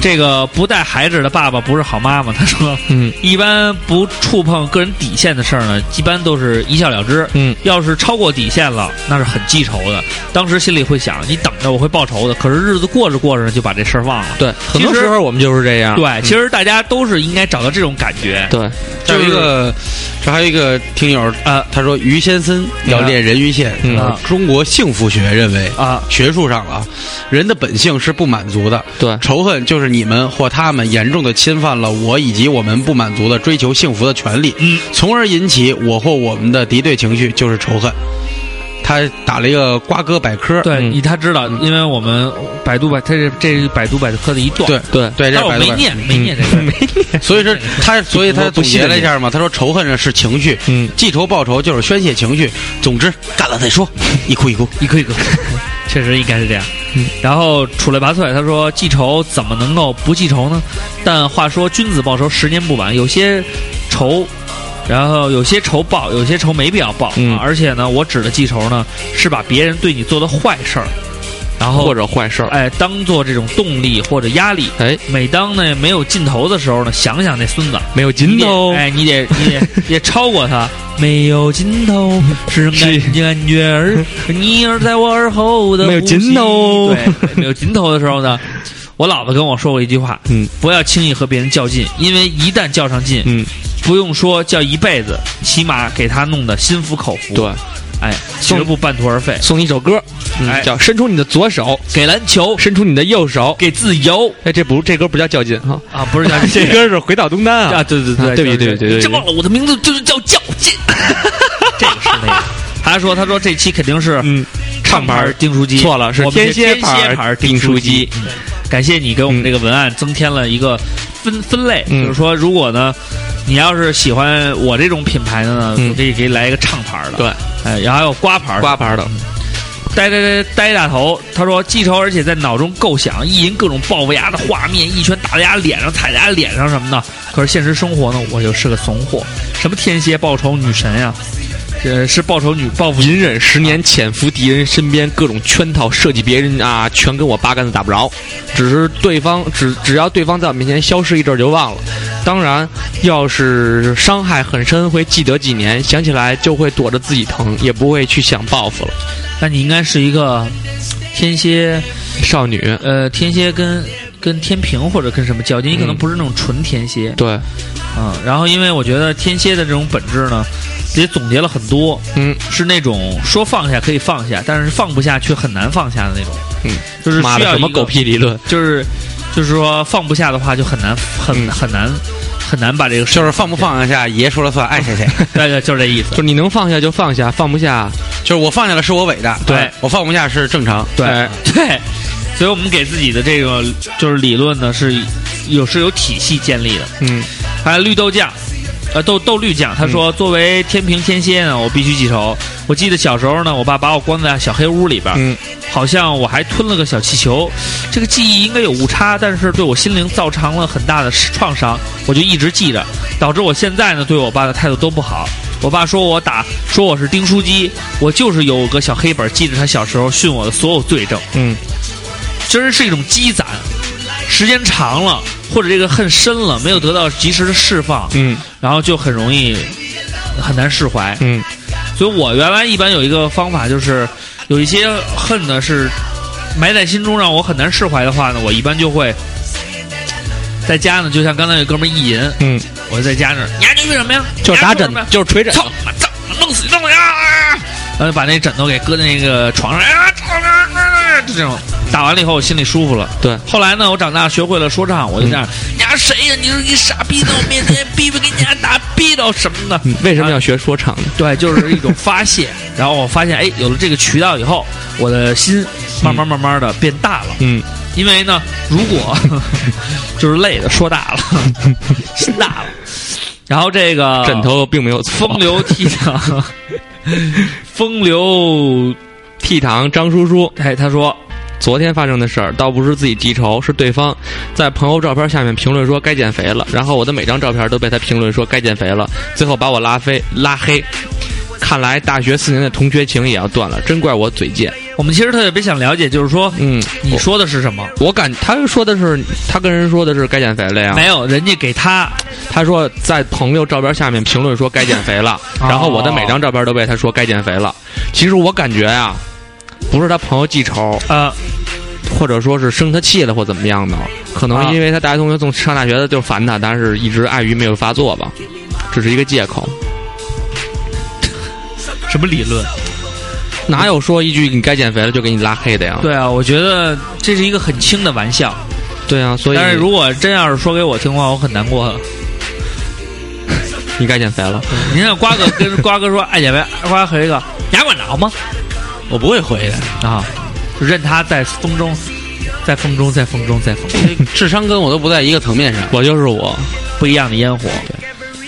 [SPEAKER 6] 这个不带孩子的爸爸不是好妈妈，他说，
[SPEAKER 9] 嗯，
[SPEAKER 6] 一般不触碰个人底线的事儿呢，一般都是一笑了之，
[SPEAKER 9] 嗯，
[SPEAKER 6] 要是超过底线了，那是很记仇的。当时心里会想，你等着我会报仇的。可是日子过着过着就把这事儿忘了。
[SPEAKER 9] 对，很多时候我嗯们就是这样。
[SPEAKER 6] 对，其实大家都是应该找到这种感觉。
[SPEAKER 9] 对，
[SPEAKER 10] 这一个，这还有一个听友呃
[SPEAKER 6] 啊，
[SPEAKER 10] 他说于先生
[SPEAKER 6] 嗯
[SPEAKER 10] 要练人鱼线。中国幸福学认为
[SPEAKER 6] 啊，
[SPEAKER 10] 学术上啊，人的本性是不满足的。
[SPEAKER 9] 对，
[SPEAKER 10] 仇恨就是。你们或他们严重的侵犯了我以及我们不满足的追求幸福的权利，
[SPEAKER 6] 嗯，
[SPEAKER 10] 从而引起我或我们的敌对情绪，就是仇恨。他打了一个瓜哥百科，
[SPEAKER 6] 对，你他知道，因为我们百度百，他这这百度百科的一段，
[SPEAKER 10] 对
[SPEAKER 9] 对
[SPEAKER 10] 对，
[SPEAKER 6] 但
[SPEAKER 10] 这
[SPEAKER 6] 我
[SPEAKER 10] 百
[SPEAKER 6] 没念没念这个，
[SPEAKER 9] 嗯没念。
[SPEAKER 10] 所以说他，所以他总结了一下嘛，他说仇恨是情绪，
[SPEAKER 9] 嗯，
[SPEAKER 10] 记仇报仇就是宣泄情绪。总之，干了再说，一哭一哭，
[SPEAKER 6] 一哭一哭，确实应该是这样。
[SPEAKER 9] 嗯、
[SPEAKER 6] 然后楚类拔萃他说：“记仇怎么能够不记仇呢？但话说君子报仇，十年不晚。有些仇，然后有些仇报，有些仇没必要报、
[SPEAKER 9] 嗯
[SPEAKER 6] 啊。而且呢，我指的记仇呢，是把别人对你做的坏事儿，然后
[SPEAKER 9] 或者坏事儿，
[SPEAKER 6] 哎，当做这种动力或者压力。
[SPEAKER 9] 哎，
[SPEAKER 6] 每当呢没有尽头的时候呢，想想那孙子，
[SPEAKER 9] 没有尽头
[SPEAKER 6] 你得，哎，你得你得 你得超过他。没有尽头是感感觉 而你而在我耳后的
[SPEAKER 9] 没有
[SPEAKER 6] 呼吸
[SPEAKER 9] 尽头
[SPEAKER 6] 对，没有尽头的时候呢，我老婆跟我说过一句话，
[SPEAKER 9] 嗯，
[SPEAKER 6] 不要轻易和别人较劲，因为一旦较上劲，
[SPEAKER 9] 嗯，
[SPEAKER 6] 不用说较一辈子，起码给他弄得心服口服。
[SPEAKER 9] 对，
[SPEAKER 6] 哎，绝不半途而废。
[SPEAKER 9] 送你一首歌，
[SPEAKER 6] 哎
[SPEAKER 9] 嗯，叫《伸出你的左手，
[SPEAKER 6] 给篮球，
[SPEAKER 9] 伸出你的右手》。
[SPEAKER 6] 给自由
[SPEAKER 9] 哎，这不这歌不叫较劲 哈，
[SPEAKER 6] 啊，不是叫
[SPEAKER 9] 这歌是《回到东单》
[SPEAKER 6] 啊，
[SPEAKER 9] 啊。
[SPEAKER 6] 对对对，
[SPEAKER 9] 啊对不起
[SPEAKER 6] 就是
[SPEAKER 9] 对不起对不起
[SPEAKER 6] 你真忘了我的名字就是叫 较劲，这个是那个。 他说：“他说这期肯定是
[SPEAKER 9] 嗯，
[SPEAKER 6] 唱牌儿订书机，
[SPEAKER 9] 错了是
[SPEAKER 6] 我们是
[SPEAKER 9] 天
[SPEAKER 6] 天
[SPEAKER 9] 蝎
[SPEAKER 6] 蝎
[SPEAKER 9] 牌儿
[SPEAKER 6] 牌儿订
[SPEAKER 9] 订
[SPEAKER 6] 书
[SPEAKER 9] 书
[SPEAKER 6] 机
[SPEAKER 9] 机。
[SPEAKER 6] 嗯感谢你给我们这个文案增添了一个分分类，
[SPEAKER 9] 嗯
[SPEAKER 6] 就是说，如果呢，你要是喜欢我这种品牌的呢，
[SPEAKER 9] 嗯
[SPEAKER 6] 我可以给你来一个唱牌儿的，
[SPEAKER 9] 对，
[SPEAKER 6] 哎，然后还有瓜牌儿的
[SPEAKER 9] 瓜牌的，
[SPEAKER 6] 呆呆呆呆大头，他说记仇，而且在脑中构想意淫各种报复牙的画面，一拳打在牙脸上，踩在牙脸上什么的。可是现实生活呢，我就是个怂货，什么天蝎报仇女神呀、呃，是报仇女报复
[SPEAKER 9] 隐忍十年，潜伏敌人啊身边，各种圈套设计别人啊，全跟我八竿子打不着。只是对方只只要对方在我面前消失一阵儿就忘了。当然，要是伤害很深，会记得几年，想起来就会躲着自己疼，也不会去想报复了。
[SPEAKER 6] 那你应该是一个天蝎，
[SPEAKER 9] 少女，
[SPEAKER 6] 呃，天蝎跟跟天平或者跟什么较劲，你可能
[SPEAKER 9] 嗯
[SPEAKER 6] 不是那种纯天蝎，
[SPEAKER 9] 对，
[SPEAKER 6] 嗯，然后因为我觉得天蝎的这种本质呢，也总结了很多，
[SPEAKER 9] 嗯，
[SPEAKER 6] 是那种说放下可以放下，但是放不下却很难放下的那种，
[SPEAKER 9] 嗯，
[SPEAKER 6] 就是
[SPEAKER 9] 妈
[SPEAKER 6] 需
[SPEAKER 9] 的
[SPEAKER 6] 要
[SPEAKER 9] 什 么
[SPEAKER 6] 一个
[SPEAKER 9] 狗屁理论？
[SPEAKER 6] 就是就是说放不下的话就很难很、
[SPEAKER 9] 嗯
[SPEAKER 6] 很难很难把这个事
[SPEAKER 10] 就是放不放得下，爷说了算，爱 谁谁。
[SPEAKER 6] 对对，就是这 意思
[SPEAKER 9] 就。是你能放下就放下，放不下，
[SPEAKER 10] 就是我放下了是我伟大，
[SPEAKER 6] 对
[SPEAKER 10] 我放不下是正常。
[SPEAKER 6] 对对，所以我们给自己的这个就是理论呢是有是有体系建立的。
[SPEAKER 9] 嗯，
[SPEAKER 6] 还有绿豆酱，呃，豆豆绿酱，他说、作为天平天蝎呢，我必须记仇。我记得小时候呢，我爸把我关在小黑屋里边，
[SPEAKER 9] 嗯，
[SPEAKER 6] 好像我还吞了个小气球。这个记忆应该有误差，但是对我心灵造成了很大的创伤，我就一直记着，导致我现在呢对我爸的态度都不好。我爸说我打，说我是丁书机，我就是有个小黑本记着他小时候训我的所有罪证。
[SPEAKER 9] 嗯，
[SPEAKER 6] 其实是一种积攒，时间长了或者这个恨深了，没有得到及时的释放，
[SPEAKER 9] 嗯
[SPEAKER 6] 然后就很容易很难释怀。
[SPEAKER 9] 嗯
[SPEAKER 6] 所以我原来一般有一个方法，就是有一些恨呢是埋在心中，让我很难释怀的话呢，我一般就会在家呢，就像刚才有哥们儿意淫，
[SPEAKER 9] 嗯，
[SPEAKER 6] 我就在家那儿，你丫牛逼什么呀？
[SPEAKER 9] 就是打
[SPEAKER 6] 你
[SPEAKER 9] 枕
[SPEAKER 6] 丫牛逼什么呀，
[SPEAKER 9] 就是捶枕，
[SPEAKER 6] 操妈操，弄死你，弄死你啊！然后就把那枕头给搁在那个床上，哎呀，操啊啊就这种。打完了以后，我心里舒服了。
[SPEAKER 9] 对嗯
[SPEAKER 6] 后来呢，我长大学会了说唱，我就这样，你丫谁呀？你是一傻逼，在我面前逼逼给你丫打逼到什么的？啊
[SPEAKER 9] 嗯为什么要学说唱呢？
[SPEAKER 6] 对，就是一种发 泄。然后我发现，哎，有了这个渠道以后，我的心慢慢慢慢的变大了。
[SPEAKER 9] 嗯，
[SPEAKER 6] 因为 呢，如果就是累的说大了，心大了。然后这个
[SPEAKER 9] 枕头并没有错
[SPEAKER 6] 风流倜 傥，风流
[SPEAKER 9] 倜傥张叔叔，
[SPEAKER 6] 哎，他说
[SPEAKER 9] 昨天发生的事儿，倒不是自己记仇，是对方在朋友照片下面评论说该减肥了，然后我的每张照片都被他评论说该减肥了，最后把我拉飞拉黑。看来大学四年的同学情也要断了，真怪我嘴贱。
[SPEAKER 6] 我们其实特别想了解，就是说，
[SPEAKER 9] 嗯，
[SPEAKER 6] 你说的是什
[SPEAKER 14] 哦
[SPEAKER 6] 么？
[SPEAKER 9] 我感他说的是，他跟人说的是该减肥了呀。
[SPEAKER 6] 没有，人家给他，
[SPEAKER 9] 他说在朋友照片下面评论说该减肥了，然后我的每张照片都被他说该减肥了。其实我感觉啊，不是他朋友记仇，
[SPEAKER 6] 呃，
[SPEAKER 9] 或者说是生他气了或怎么样的，可
[SPEAKER 6] 啊
[SPEAKER 9] 能因为他大学同学从上大学的就烦他，但是一直碍于没有发作吧，这是一个借口。
[SPEAKER 6] 什么理论？
[SPEAKER 14] 哦
[SPEAKER 9] 哪有说一句你该减肥了就给你拉黑的呀？
[SPEAKER 6] 对啊，我觉得这是一个很轻的玩笑。
[SPEAKER 9] 对啊，所以
[SPEAKER 6] 但是如果真要是说给我听的话，我很难
[SPEAKER 14] 嗯
[SPEAKER 6] 过。
[SPEAKER 9] 你该减肥了。
[SPEAKER 10] 嗯
[SPEAKER 6] 你看瓜哥跟 瓜哥说爱减肥，瓜哥回一个你还管着吗？
[SPEAKER 14] 我不会回的
[SPEAKER 6] 啊，就任他在风中，在风中，在风中，在风 中。
[SPEAKER 10] 智商跟我都不在一个层面上，
[SPEAKER 9] 我就是我，
[SPEAKER 6] 不一样的烟火。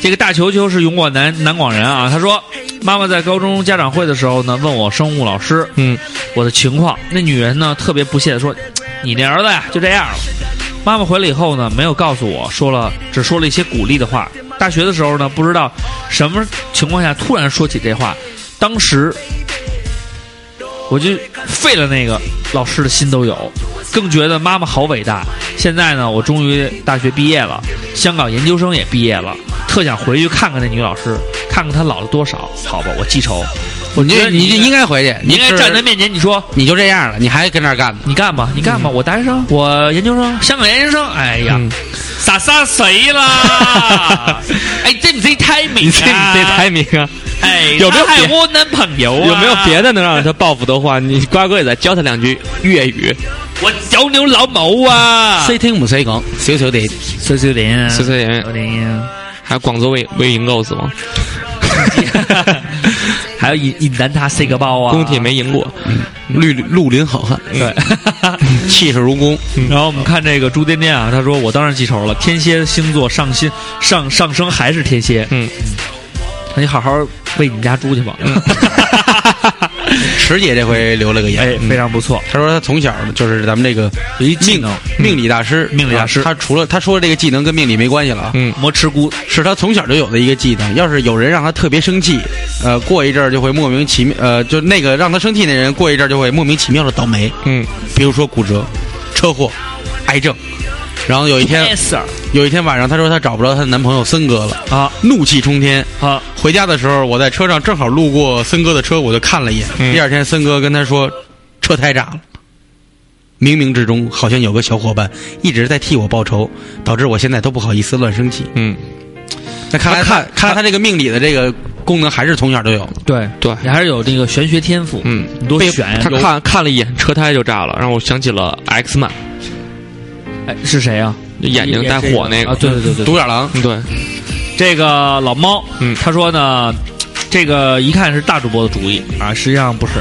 [SPEAKER 6] 这个大球球是永广南南广人啊，他说，妈妈在高中家长会的时候呢，问我生物老师，
[SPEAKER 9] 嗯，
[SPEAKER 6] 我的情况，那女人呢特别不屑的说，你那儿子呀就这样了。妈妈回来以后呢，没有告诉我说了，只说了一些鼓励的话。大学的时候呢，不知道什么情况下突然说起这话，当时我就废了那个老师的心都有，更觉得妈妈好伟大。现在呢，我终于大学毕业了，香港研究生也毕业了。特想回去看看那女老师，看看她老了多少。好吧，我记仇。我觉得
[SPEAKER 10] 你
[SPEAKER 6] 你
[SPEAKER 10] 应该回去，
[SPEAKER 6] 你应该站在面前，你说
[SPEAKER 10] 你就这样了，你还跟那儿干呢？
[SPEAKER 6] 你干吧，你干吧，我大学生，我研究生，香港研究生。哎呀，傻傻谁啦？哎，这不这 timing？
[SPEAKER 9] 嗯你这你这排名啊？
[SPEAKER 6] 哎，
[SPEAKER 9] 有没
[SPEAKER 6] 他
[SPEAKER 9] 有
[SPEAKER 6] 还
[SPEAKER 9] 别
[SPEAKER 6] 我男朋友啊？
[SPEAKER 9] 有没有别？的能让他报复的话？你瓜哥也再教他两句粤语。
[SPEAKER 6] 我有你老母啊！
[SPEAKER 10] 谁听唔谁讲，小小的，
[SPEAKER 6] 小小林，
[SPEAKER 9] 小小林
[SPEAKER 6] 小林，
[SPEAKER 9] 还有广州卫卫营 GOS 吗？
[SPEAKER 6] 还有引引南他 C 个包啊？嗯
[SPEAKER 9] 工体没赢过，
[SPEAKER 10] 绿绿林好汉，
[SPEAKER 6] 对。
[SPEAKER 10] 气势如弓。
[SPEAKER 9] 嗯
[SPEAKER 6] 然后我们看这个朱颠颠啊，他说我当然记仇了，天蝎星座上心上上升还是天蝎，
[SPEAKER 9] 嗯，
[SPEAKER 6] 那你好好喂你们家猪去吧。
[SPEAKER 10] 池姐这回留了个言， 嗯
[SPEAKER 6] 哎，
[SPEAKER 9] 嗯
[SPEAKER 6] 非常不错，
[SPEAKER 10] 她说她从小就是咱们这个
[SPEAKER 6] 有一技
[SPEAKER 10] 命
[SPEAKER 6] 能
[SPEAKER 10] 命理大师，
[SPEAKER 6] 命理大师
[SPEAKER 10] 啊她除了她说的这个技能跟命理没关系了啊，
[SPEAKER 9] 嗯
[SPEAKER 6] 磨吃菇，
[SPEAKER 10] 是她从小就有的一个技能。要是有人让她特别生气，呃，过一阵儿就会莫名其妙，呃，就那个让她生气那人过一阵儿就会莫名其妙的倒霉，
[SPEAKER 9] 嗯，
[SPEAKER 10] 比如说骨折、车祸、癌症。然后有一天，
[SPEAKER 6] yes
[SPEAKER 10] 有一天晚上，她说她找不着她的男朋友森哥了，
[SPEAKER 6] 啊
[SPEAKER 10] 怒气冲天，
[SPEAKER 6] 啊，
[SPEAKER 10] 回家的时候，我在车上正好路过森哥的车，我就看了一眼。
[SPEAKER 9] 嗯
[SPEAKER 10] 第二天，森哥跟他说车胎炸了。冥冥之中，好像有个小伙伴一直在替我报仇，导致我现在都不好意思乱生气。
[SPEAKER 9] 嗯，
[SPEAKER 10] 那看来他看来他这个命理的这个功能还是从小就有。
[SPEAKER 6] 对
[SPEAKER 9] 对
[SPEAKER 6] 你还是有这个玄学天赋，
[SPEAKER 9] 嗯，
[SPEAKER 6] 你多啊
[SPEAKER 9] 被
[SPEAKER 6] 选
[SPEAKER 9] 他看看了一眼车胎就炸了，让我想起了 X Man，
[SPEAKER 6] 哎是谁啊？
[SPEAKER 9] 眼睛带火那个
[SPEAKER 6] 啊，对对对对，
[SPEAKER 10] 独眼狼，
[SPEAKER 9] 对，
[SPEAKER 6] 这个老猫，
[SPEAKER 9] 嗯
[SPEAKER 6] 他说呢，这个一看是大主播的主意啊，实际上不是。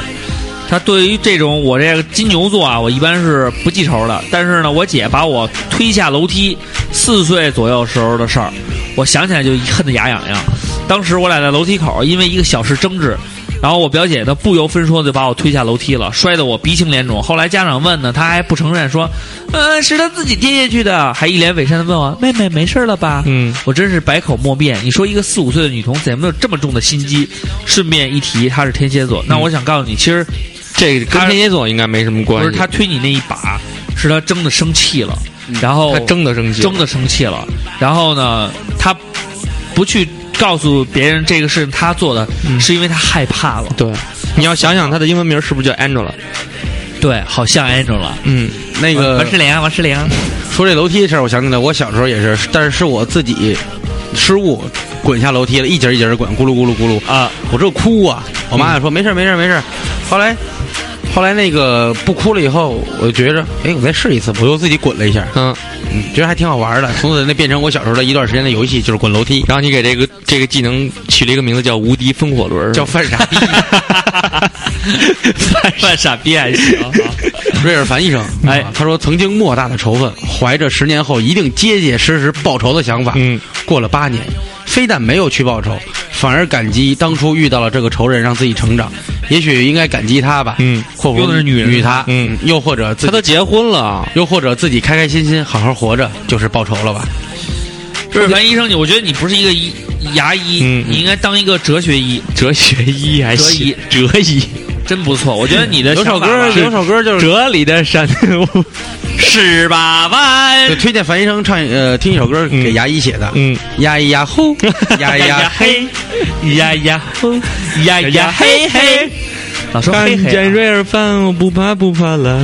[SPEAKER 6] 他对于这种我这个金牛座啊，我一般是不记仇的。但是呢，我姐把我推下楼梯，四岁左右时候的事儿，我想起来就恨得牙痒痒。当时我俩在楼梯口因为一个小事争执，然后我表姐呢不由分说地把我推下楼梯了，摔得我鼻青脸肿。后来家长问呢，她还不承认，说，呃，是她自己跌下去的，还一脸伪善地问我，妹妹没事了吧？
[SPEAKER 9] 嗯，
[SPEAKER 6] 我真是百口莫辩。你说一个四五岁的女童怎么有这么重的心机？顺便一提，她是天蝎
[SPEAKER 9] 嗯
[SPEAKER 6] 座。那我想告诉你，其实
[SPEAKER 9] 这个跟
[SPEAKER 6] 他
[SPEAKER 9] 天蝎座应该没什么
[SPEAKER 6] 不
[SPEAKER 9] 关
[SPEAKER 6] 是
[SPEAKER 9] 系。
[SPEAKER 6] 她推你那一把，是她真的生气了，然后
[SPEAKER 9] 他争嗯的生气，
[SPEAKER 6] 真的生气了。然后呢，她不去告诉别人这个事情她做的，是因为她害怕了。
[SPEAKER 9] 嗯对。你要想想他的英文名是不是叫 Angela？
[SPEAKER 6] 对，好像 Angela。
[SPEAKER 9] 嗯，
[SPEAKER 10] 那个
[SPEAKER 6] 王诗龄，王诗龄，
[SPEAKER 10] 说这楼梯的事儿，我想起来，我小时候也是，但是是我自己失误滚下楼梯了，一节一节地滚，咕噜咕噜咕噜
[SPEAKER 6] 啊！
[SPEAKER 10] 我这哭啊！我妈就说、没事儿没事儿没事儿。后来，后来那个不哭了以后，我就觉着，哎，我再试一次，我又自己滚了一下，
[SPEAKER 9] 嗯，
[SPEAKER 10] 嗯，觉得还挺好玩的。从此那变成我小时候的一段时间的游戏，就是滚楼梯，
[SPEAKER 9] 然后你给这个这个技能取了一个名字叫“无敌风火 轮”，
[SPEAKER 10] 叫犯傻逼。
[SPEAKER 6] 犯傻 逼还行。
[SPEAKER 10] 瑞尔凡医生，
[SPEAKER 9] 嗯
[SPEAKER 6] 哎
[SPEAKER 10] 他说曾经莫大的仇恨，怀着十年后一定结结实实报仇的想法，
[SPEAKER 9] 嗯，
[SPEAKER 10] 过了八年，非但没有去报仇，反而感激当初遇到了这个仇人，让自己成长。也许应该感激他吧。
[SPEAKER 9] 嗯，
[SPEAKER 10] 括
[SPEAKER 9] 有
[SPEAKER 10] 弧
[SPEAKER 9] 的是女人
[SPEAKER 10] 他，
[SPEAKER 9] 嗯，
[SPEAKER 10] 又或者自己
[SPEAKER 9] 他都结婚
[SPEAKER 6] 啊
[SPEAKER 9] 了，
[SPEAKER 10] 又或者自己开开心心好好活着，就是报仇了吧？
[SPEAKER 6] 就是樊医生，我觉得你不是一个医牙医，
[SPEAKER 9] 嗯
[SPEAKER 6] 你应该当一个哲学医。
[SPEAKER 9] 哲 学医还
[SPEAKER 6] 哲
[SPEAKER 9] 行
[SPEAKER 6] 医，
[SPEAKER 9] 哲医，
[SPEAKER 6] 真不错，我觉得你的
[SPEAKER 10] 有首
[SPEAKER 6] 想法
[SPEAKER 10] 歌，
[SPEAKER 6] 吧
[SPEAKER 10] 有首歌就是
[SPEAKER 9] 哲理 的山路，
[SPEAKER 6] 十八
[SPEAKER 10] 就
[SPEAKER 6] 弯，
[SPEAKER 10] 推荐樊医生唱呃听一首歌给牙医写的，
[SPEAKER 9] 嗯，
[SPEAKER 10] 呀咿呀 呼，呀咿呀嘿，
[SPEAKER 9] 嘿，呀呀呼，呀呀嘿嘿，
[SPEAKER 6] 老说
[SPEAKER 9] 看
[SPEAKER 6] 嘿
[SPEAKER 9] 见
[SPEAKER 6] 嘿啊，
[SPEAKER 9] 瑞尔范，我不怕不怕了，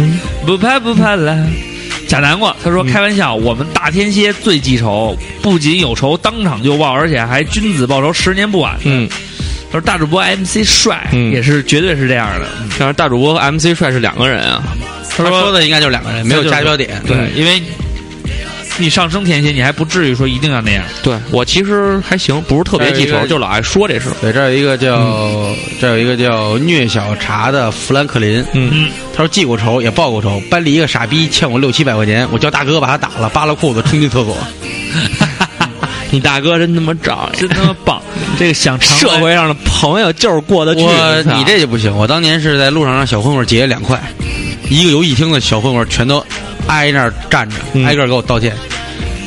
[SPEAKER 6] 不怕不怕啦。贾南瓜他说：“开玩笑，我们大天蝎最记仇，不仅有仇当场就报，而且还君子报仇十年不晚。”
[SPEAKER 9] 嗯，
[SPEAKER 6] 他说：“大主播 MC 帅、
[SPEAKER 9] 嗯
[SPEAKER 6] 也是绝对是这样的。嗯
[SPEAKER 9] 但是大主播和 MC 帅是两个人啊，
[SPEAKER 10] 他说的应该就是两个人，没有加标点，嗯
[SPEAKER 6] 对，
[SPEAKER 9] 嗯
[SPEAKER 6] 因为你上升天蝎，你还不至于说一定要那样。哎
[SPEAKER 9] 对我其实还行，不是特别记
[SPEAKER 10] 还有
[SPEAKER 9] 仇
[SPEAKER 10] 一，个
[SPEAKER 9] 就老爱说这 事儿。
[SPEAKER 10] 对，这儿有一个叫、这儿有一个叫虐小茶的富兰克林，
[SPEAKER 9] 嗯，
[SPEAKER 6] 嗯，
[SPEAKER 10] 他说记过仇也报过仇，班里一个傻逼欠我六七百块钱，我叫大哥把他打了，扒拉裤子冲进厕所。
[SPEAKER 9] 你大哥真他妈仗义
[SPEAKER 6] 真，他妈 棒！这个想尝
[SPEAKER 9] 社会上的朋友就是过得去。
[SPEAKER 10] 我
[SPEAKER 9] 操
[SPEAKER 10] 你这就不行，我当年是在路上让小混混劫两块，一个游戏厅的小混混全都挨那儿站着，
[SPEAKER 9] 嗯
[SPEAKER 10] 挨个给我道歉，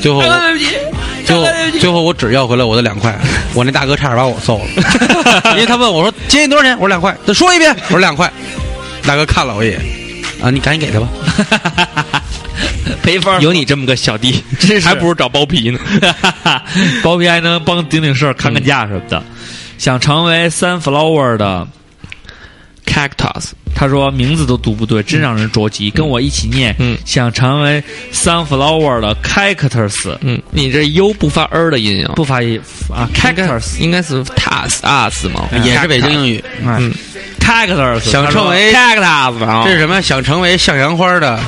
[SPEAKER 10] 最后我
[SPEAKER 6] 对不起，
[SPEAKER 10] 最 后最后我只要回来我的两 块，我那大哥差点把我 揍了，因为他问我说接你多少钱，我说两块，再说一遍，我说两块，大哥看了我一眼，啊，你赶紧给他吧。
[SPEAKER 6] 赔分儿
[SPEAKER 9] 有你这么个小弟，
[SPEAKER 6] 真是
[SPEAKER 9] 还不如找包皮呢。
[SPEAKER 6] 包皮还能帮顶顶事儿、看看架什么的。想成为 Sunflower 的，
[SPEAKER 9] Cactus，
[SPEAKER 6] 他说名字都读不对，真让人着急。跟我一起念，
[SPEAKER 9] 嗯
[SPEAKER 6] 想成为 Sunflower 的 Cactus，
[SPEAKER 9] 嗯，你这 U 不发 R 的音啊？
[SPEAKER 6] 不发音啊
[SPEAKER 9] 应该
[SPEAKER 6] ，Cactus，
[SPEAKER 9] 应该是啊 Tas us 嘛，
[SPEAKER 10] 也是北京英
[SPEAKER 9] 语。
[SPEAKER 10] 语。
[SPEAKER 6] 嗯
[SPEAKER 9] 嗯
[SPEAKER 6] ，Cactus，
[SPEAKER 10] 想
[SPEAKER 6] 他说
[SPEAKER 10] 成为
[SPEAKER 9] Cactus 啊，
[SPEAKER 10] 这是什么？想成为向阳花的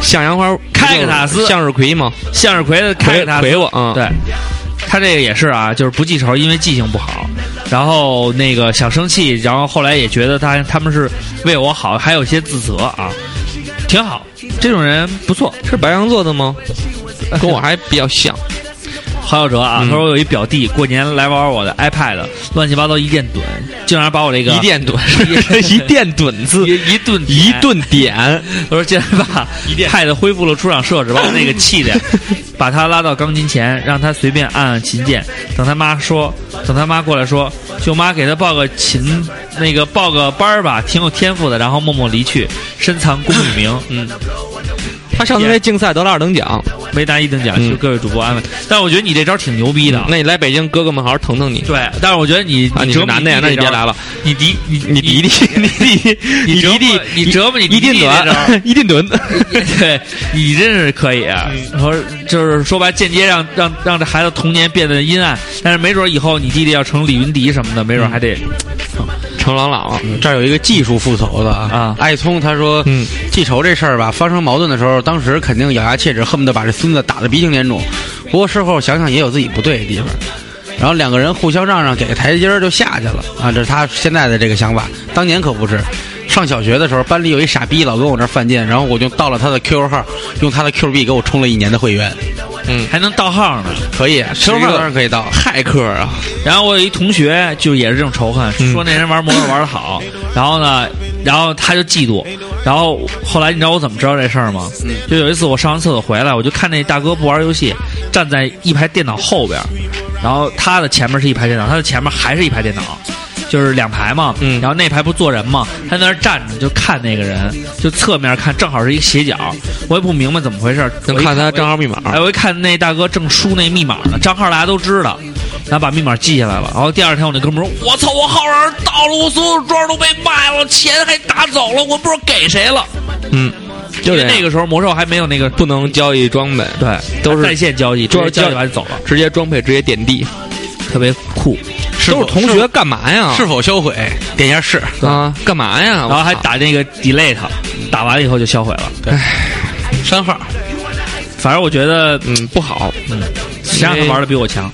[SPEAKER 9] 向阳花，
[SPEAKER 6] 开个塔斯
[SPEAKER 9] 向日葵嘛，
[SPEAKER 6] 向日葵的
[SPEAKER 9] 葵
[SPEAKER 6] Cactus，
[SPEAKER 9] 葵我啊，
[SPEAKER 6] 对，他这个也是啊，就是不记仇，因为记性不好。然后那个想生气，然后后来也觉得他他们是为我好，还有些自责啊，挺好。这种人不错。
[SPEAKER 9] 是白羊座的吗？跟我还比较像。
[SPEAKER 6] 郝小哲啊，
[SPEAKER 9] 嗯
[SPEAKER 6] 他说我有一表弟过年来玩我的 iPad，乱七八糟一顿怼，竟然把我这个
[SPEAKER 9] 一 电吨， 一电吨字，
[SPEAKER 6] 一一顿
[SPEAKER 9] 一顿点，
[SPEAKER 6] 我说竟然把 iPad 恢复了出厂设置，把我那个气的，把他拉到钢琴前，让他随便按按琴键。等他妈说，等他妈过来说，舅妈给他报个琴，那个报个班儿吧，挺有天赋的。然后默默离去，深藏功与名。嗯，
[SPEAKER 9] 他上次那竞赛得了二等奖。
[SPEAKER 6] 没拿一等奖，
[SPEAKER 9] 嗯
[SPEAKER 6] 求各位主播安慰。但是我觉得你这招挺牛逼的。啊
[SPEAKER 9] 那你来北京，哥哥们好好疼疼你。
[SPEAKER 6] 对，但是我觉得你
[SPEAKER 9] 啊，你是
[SPEAKER 6] 折磨
[SPEAKER 9] 男的呀，那
[SPEAKER 6] 弟
[SPEAKER 9] 你别
[SPEAKER 6] 这招
[SPEAKER 9] 来了。。
[SPEAKER 6] 你弟，你
[SPEAKER 9] 你弟弟，你
[SPEAKER 6] 你折
[SPEAKER 9] 弟弟，弟
[SPEAKER 6] 磨
[SPEAKER 9] 弟，
[SPEAKER 6] 你折磨你
[SPEAKER 9] 一
[SPEAKER 6] 弟
[SPEAKER 9] 定
[SPEAKER 6] 弟这招
[SPEAKER 9] 吨，一定嗯吨。
[SPEAKER 6] 对你真是可以、啊，我说就是说白，间接让让让这孩子童年变得阴暗，但是没准以后你弟弟要成李云迪什么的，没准还得
[SPEAKER 9] 成朗朗了，
[SPEAKER 10] 嗯这儿有一个技术复仇的
[SPEAKER 6] 啊
[SPEAKER 10] 艾聪他说，
[SPEAKER 9] 嗯
[SPEAKER 10] 记仇这事儿吧，发生矛盾的时候，当时肯定咬牙切齿，恨不得把这孙子打得鼻青脸肿。不过事后想想也有自己不对的地方。然后两个人互相让让，给个台阶儿就下去了啊！这是他现在的这个想法，当年可不是。上小学的时候，班里有一傻逼老跟我这儿犯贱，然后我就盗了他的 QQ 号，用他的 Q 币给我充了一年的会员，
[SPEAKER 9] 嗯，
[SPEAKER 6] 还能盗号呢。
[SPEAKER 10] 可以
[SPEAKER 9] 是
[SPEAKER 10] ，QQ
[SPEAKER 9] 啊一个
[SPEAKER 10] 号当然可以盗。
[SPEAKER 9] 骇客啊，
[SPEAKER 6] 然后我有一同学就也是这种仇恨，
[SPEAKER 9] 嗯
[SPEAKER 6] 说那人玩魔兽玩的好，然后呢，然后他就嫉妒，然后后来你知道我怎么知道这事儿吗？
[SPEAKER 9] 嗯
[SPEAKER 6] 就有一次我上完厕所回来，我就看那大哥不玩游戏，站在一排电脑后边儿，然后他的前面是一排电脑，他的前面还是一排电脑。就是两排嘛，
[SPEAKER 9] 嗯
[SPEAKER 6] 然后那排不坐人嘛，他在那儿站着就看那个人，就侧面看，正好是一个斜角，我也不明白怎么回事儿，
[SPEAKER 9] 能
[SPEAKER 6] 我一
[SPEAKER 9] 看他账号密
[SPEAKER 6] 哎，
[SPEAKER 9] 码。
[SPEAKER 6] 我一看那大哥正输那密码呢，账号大家都知道，然后把密码记下来了。然后第二天我那哥们说：“我操，我号上盗了，我所有装都被卖了，钱还打走了，我不知道给谁了。
[SPEAKER 9] 嗯，”就
[SPEAKER 6] 因
[SPEAKER 9] 这
[SPEAKER 6] 为
[SPEAKER 9] 样
[SPEAKER 6] 那个时候魔兽还没有那个
[SPEAKER 9] 不能交易装备，
[SPEAKER 6] 对，
[SPEAKER 9] 都是
[SPEAKER 6] 在线交易，
[SPEAKER 9] 主要
[SPEAKER 6] 直接
[SPEAKER 9] 是
[SPEAKER 6] 交易
[SPEAKER 9] 交易
[SPEAKER 6] 完就走了，
[SPEAKER 9] 直接装配，直接点地，
[SPEAKER 6] 特别酷。
[SPEAKER 9] 都是同学干嘛呀？
[SPEAKER 10] 是否销毁？点一下是。
[SPEAKER 9] 啊，干嘛呀？
[SPEAKER 6] 然后还
[SPEAKER 9] 我操
[SPEAKER 6] 打那个 delete，打完以后就销毁了。
[SPEAKER 10] 删号，
[SPEAKER 6] 反正我觉得，
[SPEAKER 9] 嗯不好，
[SPEAKER 6] 谁让他玩的比我强，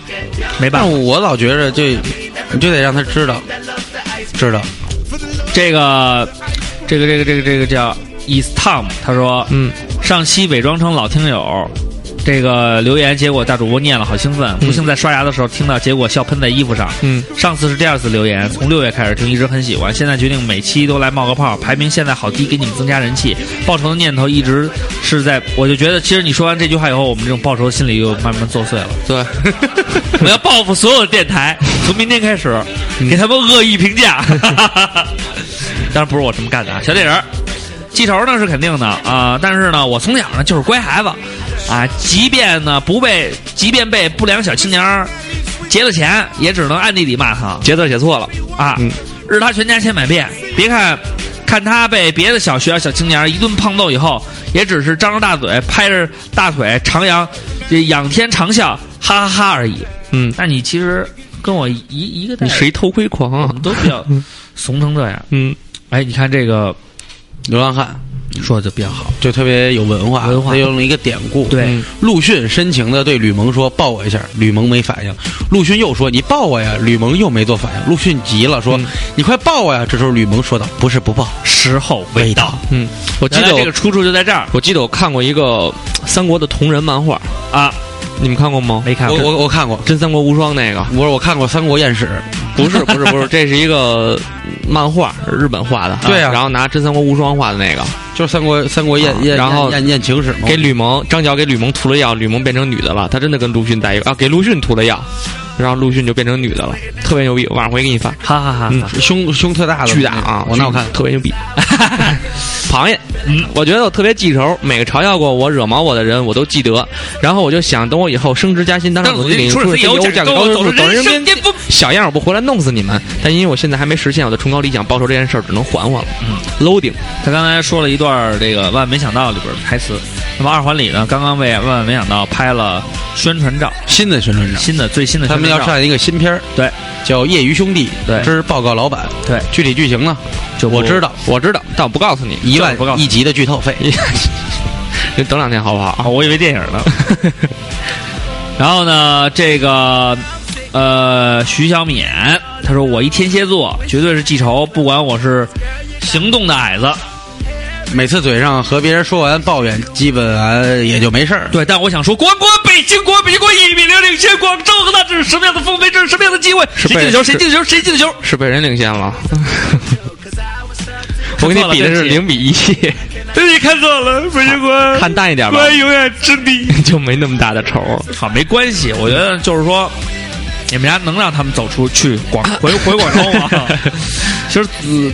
[SPEAKER 6] 没办
[SPEAKER 10] 但
[SPEAKER 6] 法。
[SPEAKER 10] 我老觉着就，你就得让他知道，知道。
[SPEAKER 6] 这个，这个，这个，这个，这个叫 Is Tom，他说，
[SPEAKER 9] 嗯，
[SPEAKER 6] 上期伪装成老听友，这个留言，结果大主播念了，好兴奋，不幸在刷牙的时候听到，结果笑喷在衣服上。
[SPEAKER 9] 嗯，
[SPEAKER 6] 上次是第二次留言，从六月开始听，一直很喜欢，现在决定每期都来冒个泡，排名现在好低，给你们增加人气。报仇的念头一直是在，我就觉得，其实你说完这句话以后，我们这种报仇的心理又慢慢作祟了。
[SPEAKER 9] 对，
[SPEAKER 6] 我们要报复所有的电台，从明天开始给他们恶意评价。 当然不是我这么干的啊，小铁人儿。记仇呢是肯定的啊、但是呢，我从小呢就是乖孩子，啊，即便呢不被，即便被不良小青年儿劫了钱，也只能暗地里骂他，
[SPEAKER 9] 节字写错了
[SPEAKER 6] 啊，
[SPEAKER 9] 嗯
[SPEAKER 6] 日他全家千百遍。别看看他被别的小学校小青年儿一顿胖揍以后，也只是张着大嘴拍着大腿长扬，这仰天长啸，哈哈哈而已。
[SPEAKER 9] 嗯，
[SPEAKER 6] 那你其实跟我一一个代
[SPEAKER 9] 你
[SPEAKER 6] 人，
[SPEAKER 9] 是一偷窥狂
[SPEAKER 6] 我
[SPEAKER 9] 啊
[SPEAKER 6] 们！都比较怂成这样。
[SPEAKER 9] 嗯，
[SPEAKER 6] 哎，你看这个
[SPEAKER 10] 流浪汉
[SPEAKER 6] 说的就比较好，
[SPEAKER 10] 就特别有文化，
[SPEAKER 6] 文化
[SPEAKER 10] 他用了一个典故。
[SPEAKER 6] 对
[SPEAKER 9] 嗯
[SPEAKER 10] 陆逊深情的对吕蒙说：“抱我一下。”吕蒙没反应，陆逊又说：“你抱我呀！”吕蒙又没做反应，陆逊急了说：“你快抱我呀！”这时候吕蒙说道：“不是不抱，
[SPEAKER 6] 时候未到。
[SPEAKER 9] 嗯，我记
[SPEAKER 6] 原
[SPEAKER 9] 得
[SPEAKER 6] 来
[SPEAKER 9] 我
[SPEAKER 6] 这个出处就在这儿
[SPEAKER 9] 我记得我看过一个三国的同人漫画，
[SPEAKER 6] 啊，
[SPEAKER 9] 你们看过吗？
[SPEAKER 6] 没看
[SPEAKER 10] 我
[SPEAKER 6] 过。
[SPEAKER 10] 哎我我看过，
[SPEAKER 9] 《真三国无双》那个
[SPEAKER 10] 我说我看过《三国艳 史》，
[SPEAKER 9] 不是不是不是，这是一个漫画，日本画的。
[SPEAKER 10] 对啊
[SPEAKER 9] 然后拿《真三国无双》画的那个，
[SPEAKER 6] 哦
[SPEAKER 10] 就是《三国三国艳
[SPEAKER 9] 啊
[SPEAKER 10] 艳
[SPEAKER 9] 然后
[SPEAKER 10] 艳艳情史》嘛。
[SPEAKER 9] 给吕蒙张角给吕蒙涂了药，吕蒙变成女的了，他真的跟陆逊在一个啊，给陆逊涂了药，然后陆逊就变成女的了，特别牛逼，晚上回去给你发，
[SPEAKER 6] 哈哈哈
[SPEAKER 9] 嗯
[SPEAKER 10] 胸胸特大的，
[SPEAKER 9] 巨大啊！
[SPEAKER 10] 我那我看
[SPEAKER 9] 特别牛 逼，螃蟹，嗯，我觉得我特别记仇，每个嘲笑过我、惹毛我的人，我都记得。然你出人身边不然后我就想，等我以后升职加薪，当上总经理，
[SPEAKER 6] 出
[SPEAKER 9] 出
[SPEAKER 6] 人身
[SPEAKER 9] 人身
[SPEAKER 6] 油
[SPEAKER 9] 油，
[SPEAKER 6] 价
[SPEAKER 9] 价
[SPEAKER 6] 格
[SPEAKER 9] 格
[SPEAKER 6] 高
[SPEAKER 9] 高，
[SPEAKER 6] 走
[SPEAKER 9] 等
[SPEAKER 6] 人
[SPEAKER 9] 人
[SPEAKER 6] 身
[SPEAKER 9] 身
[SPEAKER 6] 巅峰。
[SPEAKER 9] 小样，我不回来弄死你们。但因为我现在还没实现我的崇高理想，报仇这件事儿只能缓缓了。嗯，loading，
[SPEAKER 6] 他刚才说了一段这个万万没想到里边的台词。那么二环里呢，刚刚为万万没想到拍了宣传照，
[SPEAKER 10] 新的宣传照，
[SPEAKER 6] 新的最新的
[SPEAKER 10] 他
[SPEAKER 6] 宣
[SPEAKER 10] 们
[SPEAKER 6] 传
[SPEAKER 10] 要
[SPEAKER 6] 照。
[SPEAKER 10] 上一个新片儿，
[SPEAKER 6] 对
[SPEAKER 10] 叫《业余兄弟》
[SPEAKER 6] 对
[SPEAKER 10] 之报告老板。
[SPEAKER 6] 对，
[SPEAKER 10] 具体剧情呢？
[SPEAKER 6] 就不
[SPEAKER 10] 我知道，
[SPEAKER 9] 我知道，但我不告诉你。
[SPEAKER 10] 一万
[SPEAKER 6] 不告诉你
[SPEAKER 10] 一集的剧 透费。
[SPEAKER 9] 你等两天好不好？
[SPEAKER 6] 啊，我以为电影呢。然后呢，这个呃，徐小敏他说：“我一天蝎座，绝对是记仇，不管我是行动的矮子，
[SPEAKER 10] 每次嘴上和别人说完抱怨，基本完也就没事儿。
[SPEAKER 6] 对，但我想说，滚滚北京国，北京国一比零领先广州恒大，这是什么样的风杯？这是什么样的机会？
[SPEAKER 9] 是
[SPEAKER 6] 谁
[SPEAKER 9] 被
[SPEAKER 6] 进的球？
[SPEAKER 9] 是
[SPEAKER 6] 谁进的球？谁进的球？
[SPEAKER 9] 是被人领先 了。我跟你比的是零比 一，
[SPEAKER 6] 对你看错了，北京国
[SPEAKER 9] 看淡一点吧，
[SPEAKER 6] 永远之敌。
[SPEAKER 9] 就没那么大的仇。
[SPEAKER 6] 好，没关系，我觉得就是说，你们家能让他们走出去广
[SPEAKER 9] 啊
[SPEAKER 6] 回回广州 吗？其实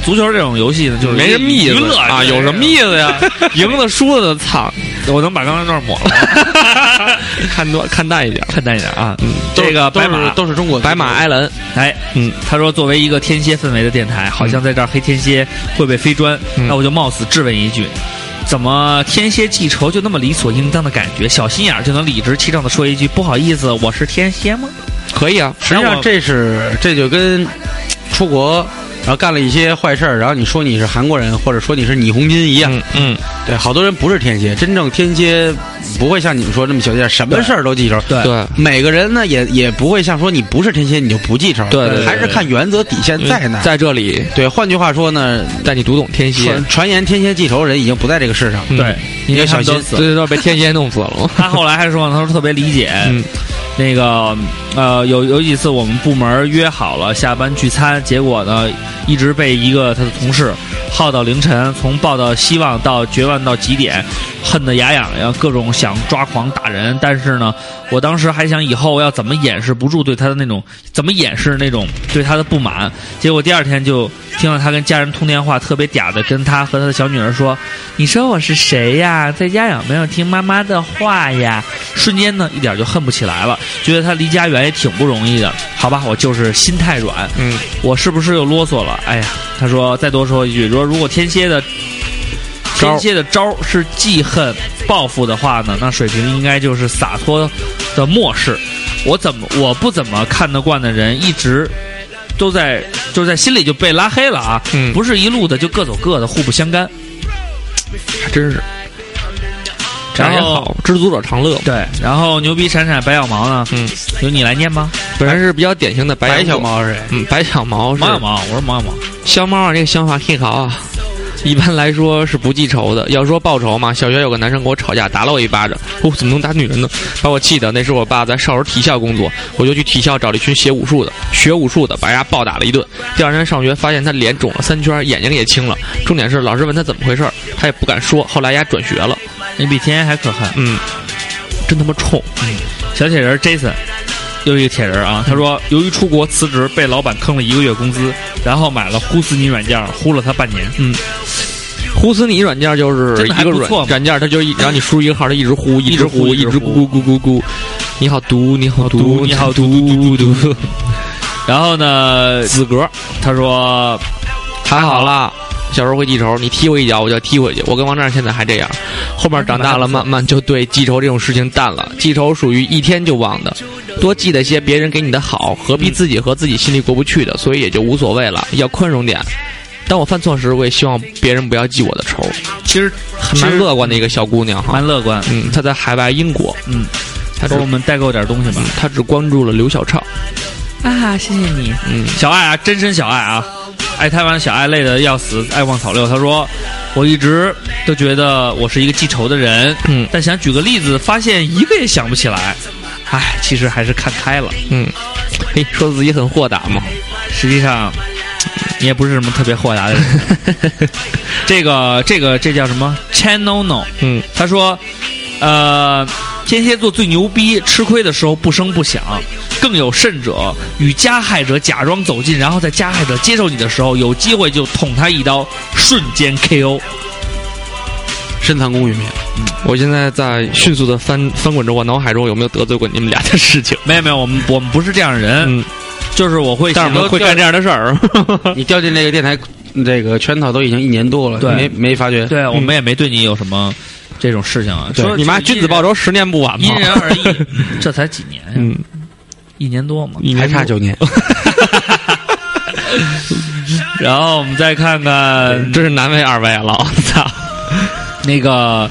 [SPEAKER 6] 足足球这种游戏呢，就是
[SPEAKER 9] 没什么意
[SPEAKER 6] 娱
[SPEAKER 9] 思
[SPEAKER 6] 乐
[SPEAKER 9] 啊，有什么意？思呀？赢的输的，操！
[SPEAKER 6] 我能把刚才那儿抹 了，
[SPEAKER 9] 看多看淡一嗯点。
[SPEAKER 6] 看淡一点啊。
[SPEAKER 10] 都是
[SPEAKER 6] 这个
[SPEAKER 10] 都
[SPEAKER 6] 白
[SPEAKER 10] 是
[SPEAKER 6] 马
[SPEAKER 10] 都是中国
[SPEAKER 9] 白马艾伦，
[SPEAKER 6] 哎，嗯，他说作为一个天蝎氛围的电台，好像在这儿黑天蝎会被飞砖，
[SPEAKER 9] 嗯
[SPEAKER 6] 那我就冒死质问一句。怎么天蝎记仇就那么理所应当的感觉？小心眼儿就能理直气壮的说一句不好意思，我是天蝎吗？
[SPEAKER 9] 可以啊，
[SPEAKER 10] 实际上这是这就跟出国，然后干了一些坏事儿，然后你说你是韩国人，或者说你是李红金一样。
[SPEAKER 9] 嗯嗯，
[SPEAKER 10] 对，好多人不是天蝎，真正天蝎不会像你们说这么小气，什么事儿都记仇。
[SPEAKER 6] 对
[SPEAKER 9] 对，
[SPEAKER 10] 每个人呢也也不会像说你不是天蝎你就不记仇，
[SPEAKER 9] 对对对嗯
[SPEAKER 10] 还是看原则底线在哪。
[SPEAKER 9] 在这里
[SPEAKER 10] 对，换句话说呢，
[SPEAKER 9] 带你读懂天蝎
[SPEAKER 10] 传，传言天蝎记仇的人已经不在这个世上。
[SPEAKER 9] 嗯
[SPEAKER 6] 对，
[SPEAKER 10] 你要小心
[SPEAKER 6] 因为他们都死
[SPEAKER 9] 这
[SPEAKER 6] 了
[SPEAKER 9] 这要被天蝎弄死了。
[SPEAKER 6] 他后来还说呢，他说特别理解，
[SPEAKER 9] 嗯
[SPEAKER 6] 那个呃，有有几次我们部门约好了下班聚餐，结果呢，一直被一个他的同事耗到凌晨，从抱到希望到绝望到极点，恨得牙痒痒，各种想抓狂打人。但是呢，我当时还想以后要怎么掩饰不住对他的那种，怎么掩饰那种对他的不满。结果第二天就听到他跟家人通电话，特别嗲的跟他和他的小女儿说：“你说我是谁呀？在家有没有听妈妈的话呀？”瞬间呢，一点就恨不起来了，觉得他离家远也挺不容易的。好吧，我就是心太软，
[SPEAKER 9] 嗯，
[SPEAKER 6] 我是不是又啰嗦了？哎呀，他说再多说一句，说如果天蝎的
[SPEAKER 9] 招
[SPEAKER 6] 天蝎的招是记恨报复的话呢，那水平应该就是洒脱的漠视。我怎么我不怎么看得惯的人，一直都在就是在心里就被拉黑了啊，
[SPEAKER 9] 嗯
[SPEAKER 6] 不是一路的就各走各的，互不相干。
[SPEAKER 9] 还真是，这样也
[SPEAKER 6] 然后
[SPEAKER 9] 好，知足者常乐。
[SPEAKER 6] 对，然后牛逼闪闪白小毛呢，
[SPEAKER 9] 嗯，
[SPEAKER 6] 由你来念吧。
[SPEAKER 9] 本人是比较典型的白
[SPEAKER 10] 白
[SPEAKER 9] 羊
[SPEAKER 10] 小
[SPEAKER 9] 座，
[SPEAKER 10] 猫是谁？
[SPEAKER 9] 嗯，白小毛是
[SPEAKER 6] 毛小毛，我说毛小毛，
[SPEAKER 9] 小猫啊，这个想法挺好啊。一般来说是不记仇的。要说报仇嘛，小学有个男生跟我吵架，打了我一巴掌，我、哦、怎么能打女人呢？把我气的。那时我爸在少儿体校工作，我就去体校找了一群学武术的，学武术的把人家暴打了一顿。第二天上学，发现他脸肿了三圈，眼睛也青了。重点是老师问他怎么回事，他也不敢说。后来人家转学了，
[SPEAKER 6] 你比天还可恨。
[SPEAKER 9] 嗯，真他妈冲！嗯、
[SPEAKER 6] 小铁人 Jason。又一个铁人啊，他说，由于出国辞职，被老板坑了一个月工资，然后买了呼死你软件，呼了他半年。
[SPEAKER 9] 嗯，呼死你软件就是一个软软件，它就然后你输一个号，它一直呼，一直呼，一直咕咕咕咕咕。你好毒，你好毒，
[SPEAKER 6] 你好毒毒。然后呢，
[SPEAKER 9] 子格
[SPEAKER 6] 他说
[SPEAKER 9] 还好啦。小时候会记仇，你踢我一脚，我就踢回去。我跟王战现在还这样，后面长大了， 慢慢就对记仇这种事情淡了。记仇属于一天就忘的，多记得些别人给你的好，何必自己和自己心里过不去的？所以也就无所谓了，要宽容点。当我犯错时，我也希望别人不要记我的仇。
[SPEAKER 6] 其实
[SPEAKER 9] 蛮乐观的一个小姑娘哈，
[SPEAKER 6] 蛮乐观。
[SPEAKER 9] 嗯，她在海外英国，
[SPEAKER 6] 嗯，她给我们代购点东西吧。
[SPEAKER 9] 她只关注了刘小畅。
[SPEAKER 6] 啊，谢谢你，
[SPEAKER 9] 嗯，
[SPEAKER 6] 小爱啊，真深小爱啊。爱台湾小爱累的要死，爱忘草六。他说：“我一直都觉得我是一个记仇的人，
[SPEAKER 9] 嗯，
[SPEAKER 6] 但想举个例子，发现一个也想不起来。唉，其实还是看开了，哎
[SPEAKER 9] 嗯。嘿，说自己很豁达嘛，
[SPEAKER 6] 实际上你也不是什么特别豁达的 人。这个，这个，这叫什么？Chanono，
[SPEAKER 9] 嗯，
[SPEAKER 6] 他说，呃。”天蝎座最牛逼，吃亏的时候不声不响，更有甚者，与加害者假装走近，然后在加害者接受你的时候，有机会就捅他一刀，瞬间 KO。
[SPEAKER 9] 深藏功与名。嗯，我现在在迅速的翻翻滚着我脑海中有没有得罪过你们俩的事情。
[SPEAKER 6] 没有没有，我们我们不是这样的人，
[SPEAKER 9] 嗯、
[SPEAKER 6] 就是我会，
[SPEAKER 9] 但是我们会干这样的事儿。
[SPEAKER 10] 你掉进那个电台这个圈套都已经一年多了，没没发觉？
[SPEAKER 6] 对、嗯、我们也没对你有什么。这种事情啊，说
[SPEAKER 9] 你妈 君子报仇十年不晚
[SPEAKER 6] 嘛，因人而异。这才几年呀、啊？嗯，一年多嘛，
[SPEAKER 10] 还差九年。
[SPEAKER 6] 然后我们再看看，
[SPEAKER 9] 呃真是难为二位了，我操！
[SPEAKER 6] 那个，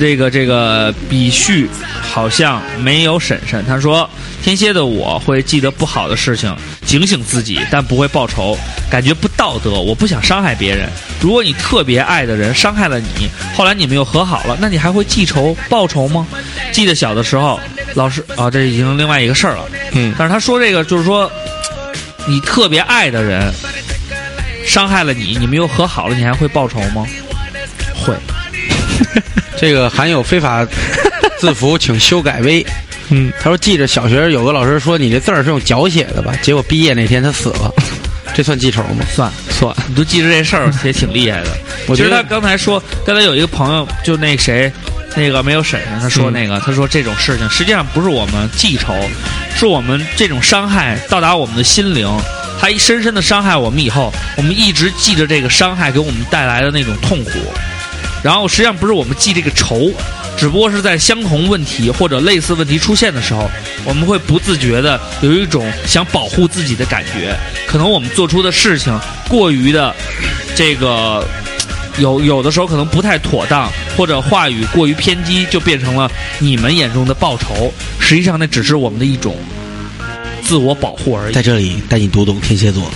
[SPEAKER 6] 这个，这个比旭好像没有婶婶。他说，天蝎的我会记得不好的事情，警醒自己，但不会报仇，感觉不道德。我不想伤害别人。如果你特别爱的人伤害了你，后来你们又和好了，那你还会记仇报仇吗？记得小的时候，老师啊，这已经另外一个事儿了。
[SPEAKER 9] 嗯，
[SPEAKER 6] 但是他说这个就是说，你特别爱的人伤害了你，你们又和好了，你还会报仇吗？会。
[SPEAKER 10] 这个含有非法字符，请修改微。
[SPEAKER 9] 嗯，
[SPEAKER 10] 他说记着小学有个老师说你这字儿是用脚写的吧？结果毕业那天他死了。这算记仇吗？
[SPEAKER 6] 算算，你都记着这事儿也挺厉害的。
[SPEAKER 10] 我
[SPEAKER 6] 觉得他刚才说，刚才有一个朋友，就那谁，那个没有婶婶，他说那个，嗯、他说这种事情实际上不是我们记仇，是我们这种伤害到达我们的心灵，它深深的伤害我们以后，我们一直记着这个伤害给我们带来的那种痛苦。然后实际上不是我们记这个仇，只不过是在相同问题或者类似问题出现的时候，我们会不自觉的有一种想保护自己的感觉。可能我们做出的事情过于的，这个有有的时候可能不太妥当，或者话语过于偏激，就变成了你们眼中的报仇。实际上那只是我们的一种自我保护而已。
[SPEAKER 10] 在这里带你读懂天蝎座，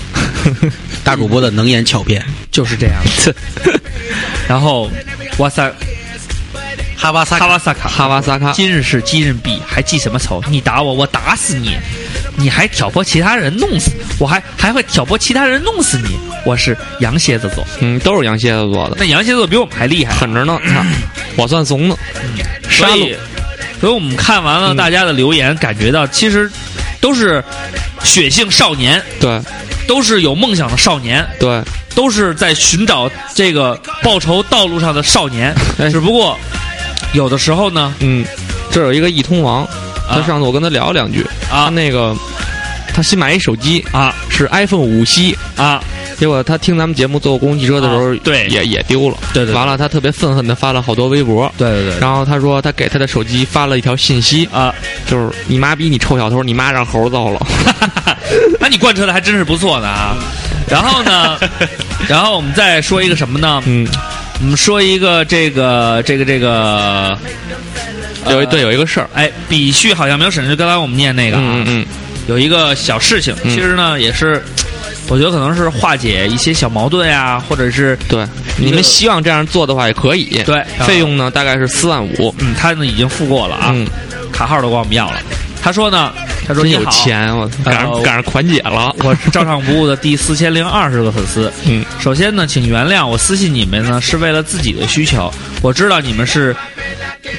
[SPEAKER 10] 大主播的能言巧辩
[SPEAKER 6] 就是这样。 然后，哇塞，
[SPEAKER 10] 哈瓦萨
[SPEAKER 6] 哈瓦萨卡
[SPEAKER 9] 哈瓦萨卡，
[SPEAKER 6] 今日事今日毕，还记什么仇？你打我，我打死你！你还挑拨其他人弄死，我还还会挑拨其他人弄死你！我是羊蝎子座，
[SPEAKER 9] 嗯，都是羊蝎子座的。
[SPEAKER 6] 那羊蝎座比我们还厉害，
[SPEAKER 9] 狠着呢！我算怂的，嗯、
[SPEAKER 6] 杀戮。所以我们看完了大家的留言，嗯、感觉到其实都是血性少年，
[SPEAKER 9] 对，
[SPEAKER 6] 都是有梦想的少年，
[SPEAKER 9] 对。
[SPEAKER 6] 都是在寻找这个报仇道路上的少 年，
[SPEAKER 9] 哎、
[SPEAKER 6] 只不过有的时候呢，
[SPEAKER 9] 嗯，这有一个易通王，
[SPEAKER 6] 啊、
[SPEAKER 9] 他上次我跟他聊两句，
[SPEAKER 6] 啊，
[SPEAKER 9] 他那个他新买一手机
[SPEAKER 6] 啊，
[SPEAKER 9] 是 iPhone 五七
[SPEAKER 6] 啊，
[SPEAKER 9] 结果他听咱们节目坐公共汽车的时候，
[SPEAKER 6] 啊、对，
[SPEAKER 9] 也也丢了，
[SPEAKER 6] 对,对对，
[SPEAKER 9] 完了他特别愤恨的发了好多微博，
[SPEAKER 6] 对,对对对，
[SPEAKER 9] 然后他说他给他的手机发了一条信息
[SPEAKER 6] 啊，
[SPEAKER 9] 就是你妈逼你臭小偷，你妈让猴揍了，
[SPEAKER 6] 那你贯彻的还真是不错的啊。然后 呢，然后我们再说一个什么呢？
[SPEAKER 9] 嗯，
[SPEAKER 6] 我们说一个这个这个这个，
[SPEAKER 9] 有一对有一个事儿，
[SPEAKER 6] 哎，比嗯
[SPEAKER 9] 嗯
[SPEAKER 6] 旭好像没有审视，刚才我们念那个
[SPEAKER 9] 啊，嗯嗯，
[SPEAKER 6] 有一个小事情，其实呢也是我觉得可能是化解一些小矛盾呀、或者是
[SPEAKER 9] 对你们希望这样做的话也可以。
[SPEAKER 6] 对
[SPEAKER 9] 费用呢大概是四万五。
[SPEAKER 6] 嗯，他呢已经付过了啊，
[SPEAKER 9] 嗯
[SPEAKER 6] 卡号都管我们要了。他说呢，他说
[SPEAKER 9] 真
[SPEAKER 6] 你
[SPEAKER 9] 有
[SPEAKER 6] 好
[SPEAKER 9] 钱， 我
[SPEAKER 6] 呃
[SPEAKER 9] 赶上赶上款姐了。
[SPEAKER 6] 我是照常不误的第四千零二十个粉丝。
[SPEAKER 9] 嗯，
[SPEAKER 6] 首先呢，请原谅我私信你们呢，是为了自己的需求。我知道你们是，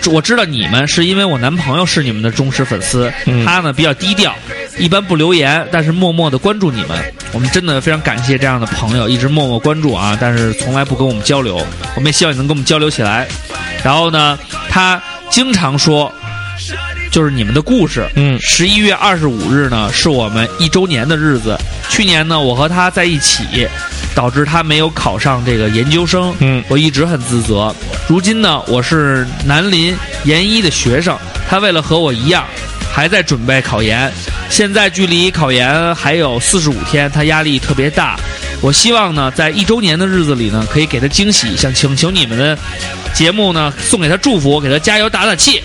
[SPEAKER 6] 我知道你们是因为我男朋友是你们的忠实粉丝，
[SPEAKER 9] 嗯
[SPEAKER 6] 他呢比较低调，一般不留言，但是默默的关注你们。我们真的非常感谢这样的朋友，一直默默关注啊，但是从来不跟我们交流。我们也希望你能跟我们交流起来。然后呢，他经常说。就是你们的故事。
[SPEAKER 9] 嗯
[SPEAKER 6] 十一月二十五日呢，是我们一周年的日子。去年呢，我和他在一起，导致他没有考上这个研究生。
[SPEAKER 9] 嗯
[SPEAKER 6] 我一直很自责。如今呢，我是南林研一的学生，他为了和我一样，还在准备考研。现在距离考研还有四十五天，他压力特别大。我希望呢，在一周年的日子里呢，可以给他惊喜，想请求你们的节目呢，送给他祝福，给他加油打打气。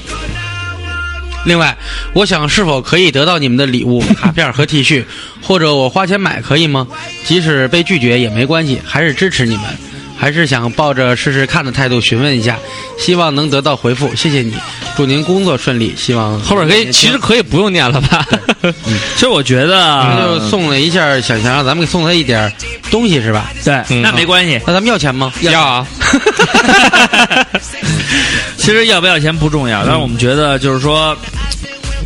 [SPEAKER 10] 另外，我想是否可以得到你们的礼物、卡片和 T 恤， 或者我花钱买可以吗？即使被拒绝也没关系，还是支持你们，还是想抱着试试看的态度询问一下，希望能得到回复。谢谢你，祝您工作顺利，希望
[SPEAKER 9] 后边 可以，其实可以不用念了吧？
[SPEAKER 6] 其嗯实我觉
[SPEAKER 10] 他
[SPEAKER 6] 得
[SPEAKER 10] 就送了一下，想想让咱们给送他一点儿东西是吧？
[SPEAKER 6] 对，
[SPEAKER 9] 嗯
[SPEAKER 6] 那没关 系。
[SPEAKER 10] 那咱们要钱吗？
[SPEAKER 9] 要啊，
[SPEAKER 6] 其实要不要钱不重要，但是我们觉得就是说，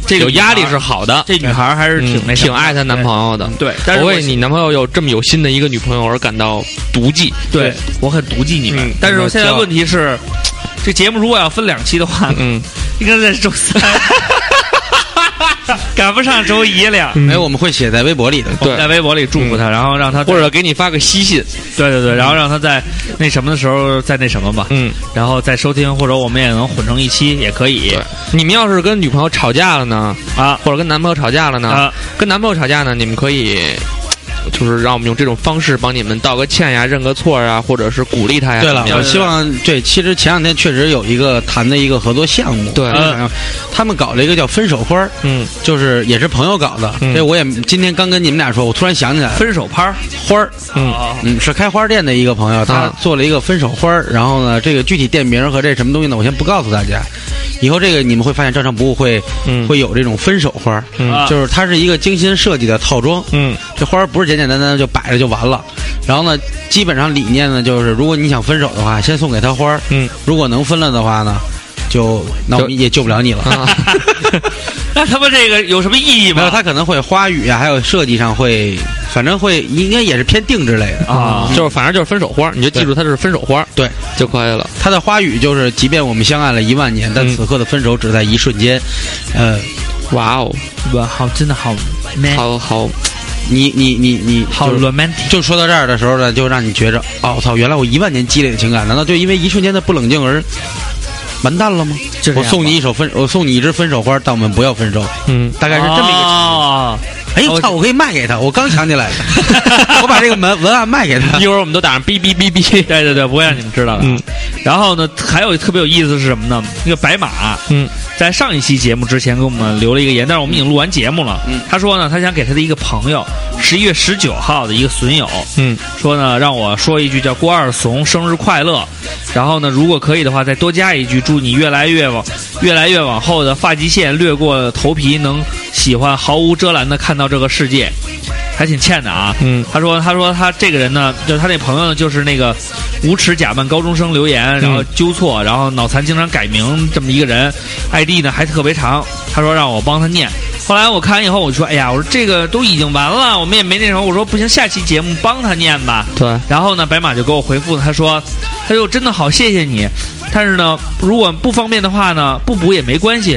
[SPEAKER 6] 这个
[SPEAKER 9] 嗯有压力
[SPEAKER 6] 女孩
[SPEAKER 9] 是
[SPEAKER 6] 儿
[SPEAKER 9] 好的。
[SPEAKER 6] 这女孩儿还是
[SPEAKER 9] 嗯
[SPEAKER 6] 挺那什
[SPEAKER 9] 挺
[SPEAKER 6] 么的
[SPEAKER 9] 爱她男朋友的，
[SPEAKER 6] 对，但是
[SPEAKER 9] 我为你男朋友有这么有心的一个女朋友而感到妒忌。
[SPEAKER 6] 对我很妒忌你们
[SPEAKER 9] 嗯。
[SPEAKER 6] 但是
[SPEAKER 9] 我
[SPEAKER 6] 现在
[SPEAKER 9] 知道
[SPEAKER 6] 问题是，这节目如果要分两期的话，
[SPEAKER 9] 嗯，
[SPEAKER 6] 应该在周三，赶不上周一了。
[SPEAKER 10] 哎，我们会写在微博里的。
[SPEAKER 6] 我们在微博里祝福她，然后让她
[SPEAKER 9] 嗯或者给你发个私信，
[SPEAKER 6] 对对对，然后让她在那什么的时候再那什么吧，
[SPEAKER 9] 嗯，
[SPEAKER 6] 然后再收听，或者我们也能混成一期也可以
[SPEAKER 9] 对，你们要是跟女朋友吵架了呢，
[SPEAKER 6] 啊
[SPEAKER 9] 或者跟男朋友吵架了呢，
[SPEAKER 6] 啊
[SPEAKER 9] 跟男朋友吵架呢，你们可以。就是让我们用这种方式帮你们道个歉呀、认个错呀，或者是鼓励他呀。
[SPEAKER 10] 对了
[SPEAKER 9] 啊怎么，样
[SPEAKER 10] 我希望对，其实前两天确实有一个谈的一个合作项目，
[SPEAKER 9] 对呃
[SPEAKER 10] 我想要他们搞了一个叫分手花儿，
[SPEAKER 9] 嗯，
[SPEAKER 10] 就是也是朋友搞的，
[SPEAKER 9] 嗯
[SPEAKER 10] 这我也今天刚跟你们俩说，我突然想起来了，
[SPEAKER 6] 分手拍儿。
[SPEAKER 10] 花儿，
[SPEAKER 9] 嗯
[SPEAKER 10] 嗯，是开花店的一个朋友，他
[SPEAKER 9] 啊
[SPEAKER 10] 做了一个分手花儿，然后呢，这个具体店名和这什么东西呢，我先不告诉大家，以后这个你们会发现照常不误会
[SPEAKER 9] 嗯
[SPEAKER 10] 会有这种分手花儿，
[SPEAKER 9] 嗯
[SPEAKER 10] 就是它是一个精心设计的套装，
[SPEAKER 9] 嗯
[SPEAKER 10] 这花儿不是简简单单的就摆着就完了。然后呢，基本上理念呢就是，如果你想分手的话，先送给他花儿；
[SPEAKER 9] 嗯
[SPEAKER 10] 如果能分了的话呢，就那我们也救不了你了。
[SPEAKER 9] 啊，
[SPEAKER 6] 那他妈这个有什么意义
[SPEAKER 10] 没有，
[SPEAKER 6] 吗？
[SPEAKER 10] 他可能会花语啊，还有设计上会，反正会应该也是偏定制类的。
[SPEAKER 6] 啊
[SPEAKER 9] 就是反正就是分手花，你就记住它是分手花
[SPEAKER 10] 对，
[SPEAKER 9] 就可以了。
[SPEAKER 10] 他的花语就是，即便我们相爱了一万年，但
[SPEAKER 9] 嗯
[SPEAKER 10] 此刻的分手只在一瞬间。呃，
[SPEAKER 9] 哇哦，
[SPEAKER 6] 哇，好，真的好 man，
[SPEAKER 9] 好好，
[SPEAKER 10] 你你你你，
[SPEAKER 6] 好
[SPEAKER 10] 就是
[SPEAKER 6] romantic。
[SPEAKER 10] 就说到这儿的时候呢，就让你觉着，哦，我操，原来我一万年积累的情感，难道就因为一瞬间的不冷静而完蛋了吗？
[SPEAKER 6] 就这
[SPEAKER 10] 我
[SPEAKER 6] 样
[SPEAKER 10] 送你一首分，我送你一支分手花，但我们不要分手，
[SPEAKER 9] 嗯，
[SPEAKER 10] 大概是这么一个。
[SPEAKER 6] 哦，
[SPEAKER 10] 哎，我操，我可以卖给他，我刚想起来， 我把这个文文案卖给 他。
[SPEAKER 9] 一会儿我们都打上哔哔哔哔。
[SPEAKER 6] 对对对，不会让你们知道的。
[SPEAKER 9] 嗯，
[SPEAKER 6] 然后呢，还有特别有意思是什么呢？那个白马，
[SPEAKER 9] 嗯，
[SPEAKER 6] 在上一期节目之前给我们留了一个言，但是我们已经录完节目了。
[SPEAKER 10] 嗯
[SPEAKER 6] 他说呢，他想给他的一个朋友，十一月十九号的一个损友，
[SPEAKER 9] 嗯，
[SPEAKER 6] 说呢，让我说一句叫郭二怂生日快乐，然后呢，如果可以的话，再多加一句，祝你越来越往越来越往后的发际线掠过头皮，能喜欢毫无遮拦的看到这个世界，还挺欠的啊。
[SPEAKER 9] 嗯，
[SPEAKER 6] 他说他说他这个人呢，就是他那朋友呢，就是那个无耻假扮高中生留言，然
[SPEAKER 9] 嗯
[SPEAKER 6] 后纠错，然后脑残经常改名这么一个人，ID 呢还特别长。他说让我帮他念。后来我看完以后，我说：“哎呀，我说这个都已经完了，我们也没那什么。”我说：“不行，下期节目帮他念吧。”
[SPEAKER 9] 对，
[SPEAKER 6] 然后呢，白马就给我回复，他说，他就真的好谢谢你，但是呢，如果不方便的话呢，不补也没关系，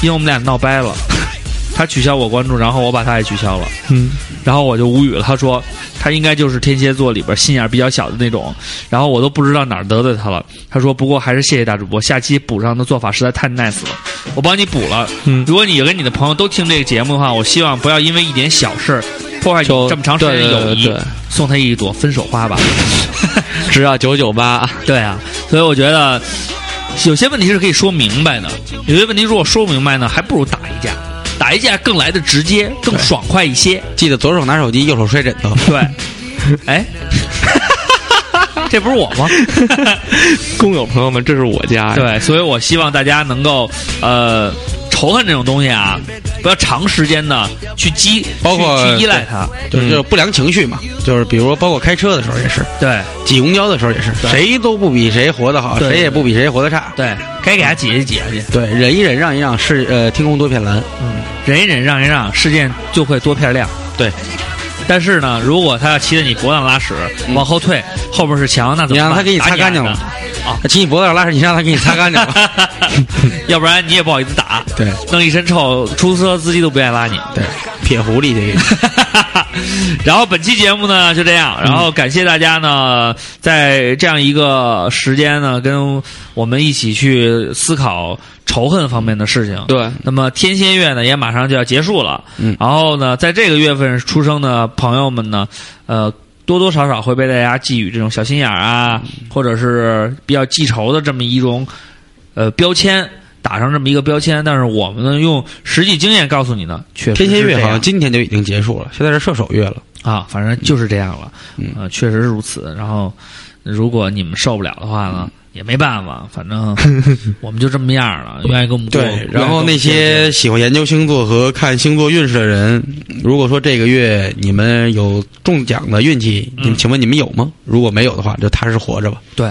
[SPEAKER 6] 因为我们俩闹掰了， 他取消我关注，然后我把他也取消了，
[SPEAKER 9] 嗯，
[SPEAKER 6] 然后我就无语了。他说他应该就是天蝎座里边心眼比较小的那种，然后我都不知道哪儿得罪他了。他说不过还是谢谢大主播，下期补上的做法实在太 nice 了，我帮你补了。
[SPEAKER 9] 嗯
[SPEAKER 6] 如果你跟你的朋友都听这个节目的话，我希望不要因为一点小事破坏你
[SPEAKER 9] 就
[SPEAKER 6] 这么长时间的
[SPEAKER 9] 对对
[SPEAKER 6] 友谊。
[SPEAKER 9] 对对
[SPEAKER 6] 送他一朵分手花吧。
[SPEAKER 9] 只要九九八，
[SPEAKER 6] 对啊，所以我觉得有些问题是可以说明白的，有些问题如果说不明白呢，还不如打一架。打一架更来的直接，更爽快一些。
[SPEAKER 10] 记得左手拿手机，右手摔枕头。
[SPEAKER 6] 对，哎，这不是我吗？
[SPEAKER 15] 工友朋友们，这是我家呀。
[SPEAKER 6] 对，
[SPEAKER 10] 哎
[SPEAKER 6] 所以我希望大家能够呃，仇恨这种东西啊，不要长时间的去积，
[SPEAKER 10] 包括
[SPEAKER 6] 去去依赖它。
[SPEAKER 10] 就是就是不良情绪嘛，就是比如说包括开车的时候也是，
[SPEAKER 6] 对，
[SPEAKER 10] 挤公交的时候也是，
[SPEAKER 6] 对
[SPEAKER 10] 谁都不比谁活得好，
[SPEAKER 6] 对对
[SPEAKER 10] 谁也不比谁活得差。
[SPEAKER 6] 对，该给它解一解去，
[SPEAKER 10] 对，忍一忍，让一让，是呃，天空多片蓝。
[SPEAKER 6] 忍一忍，让一让，事件就会多片亮。
[SPEAKER 10] 对，
[SPEAKER 6] 但是呢，如果他要骑着你脖子上拉屎，往后退，后边是墙，那怎么办？
[SPEAKER 10] 嗯你让他给你擦干净了
[SPEAKER 6] 打你啊，
[SPEAKER 10] 他骑你脖子上拉屎，你让他给你擦干净了。
[SPEAKER 6] 要不然你也不好意思打，
[SPEAKER 10] 对，
[SPEAKER 6] 弄一身臭，出租车司机都不愿意拉你。
[SPEAKER 10] 对，撇狐狸 这个。
[SPEAKER 6] 然后本期节目呢就这样，然后感谢大家呢，在这样一个时间呢，跟我们一起去思考仇恨方面的事情。
[SPEAKER 15] 对，
[SPEAKER 6] 那么天蝎月呢也马上就要结束了，
[SPEAKER 10] 嗯
[SPEAKER 6] 然后呢，在这个月份出生的朋友们呢，呃。多多少少会被大家寄予这种小心眼儿啊，
[SPEAKER 10] 嗯
[SPEAKER 6] 或者是比较记仇的这么一种呃标签，打上这么一个标签。但是我们呢，用实际经验告诉你呢，确实
[SPEAKER 10] 天
[SPEAKER 6] 是
[SPEAKER 10] 蝎月
[SPEAKER 6] 这
[SPEAKER 10] 好
[SPEAKER 6] 样
[SPEAKER 10] 像今天就已经结束了，现在是射手月了。
[SPEAKER 6] 啊，反正就是这样了，
[SPEAKER 10] 嗯
[SPEAKER 6] 呃，确实是如此。然后，如果你们受不了的话
[SPEAKER 10] 嗯
[SPEAKER 6] 呢，也没办法，反 正我们就这么样了。愿意跟我们过
[SPEAKER 10] 对，然后那些喜欢研究星座和看星座运势的人，如果说这个月你们有中奖的运气，你们请问你们有吗？如果没有的话，就踏实活着吧。
[SPEAKER 6] 对，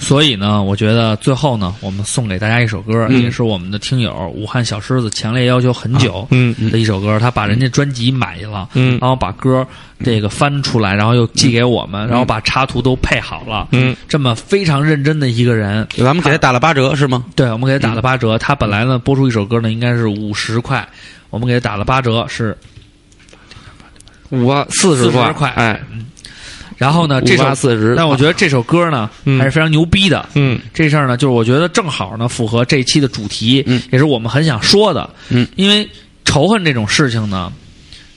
[SPEAKER 6] 所以呢，我觉得最后呢，我们送给大家一首歌，
[SPEAKER 10] 嗯
[SPEAKER 6] 也是我们的听友武汉小狮子强烈要求很
[SPEAKER 10] 啊
[SPEAKER 6] 久
[SPEAKER 15] 嗯
[SPEAKER 6] 的一首歌，他把人家专辑买了，
[SPEAKER 15] 嗯
[SPEAKER 6] 然后把歌这个翻出来，然后又寄给我
[SPEAKER 10] 嗯
[SPEAKER 6] 们，然后把插图都配好了，
[SPEAKER 15] 嗯，
[SPEAKER 6] 这么非常认真的一个人，
[SPEAKER 10] 咱们给他打了八折是吗？
[SPEAKER 6] 对，我们给他打
[SPEAKER 15] 嗯
[SPEAKER 6] 了八折。他本来呢播出一首歌呢应该是五十块，我们给他打了八折是
[SPEAKER 15] 五八四十
[SPEAKER 6] 40
[SPEAKER 15] 块，
[SPEAKER 6] 块
[SPEAKER 15] 哎，
[SPEAKER 6] 然后呢，这
[SPEAKER 15] 五
[SPEAKER 6] 首
[SPEAKER 15] 八四十。
[SPEAKER 6] 但我觉得这首歌呢、
[SPEAKER 15] 嗯
[SPEAKER 6] 还是非常牛逼的。
[SPEAKER 15] 嗯，
[SPEAKER 6] 这事儿呢，就是我觉得正好呢符合这期的主题，
[SPEAKER 10] 嗯
[SPEAKER 6] 也是我们很想说的。
[SPEAKER 10] 嗯，
[SPEAKER 6] 因为仇恨这种事情呢，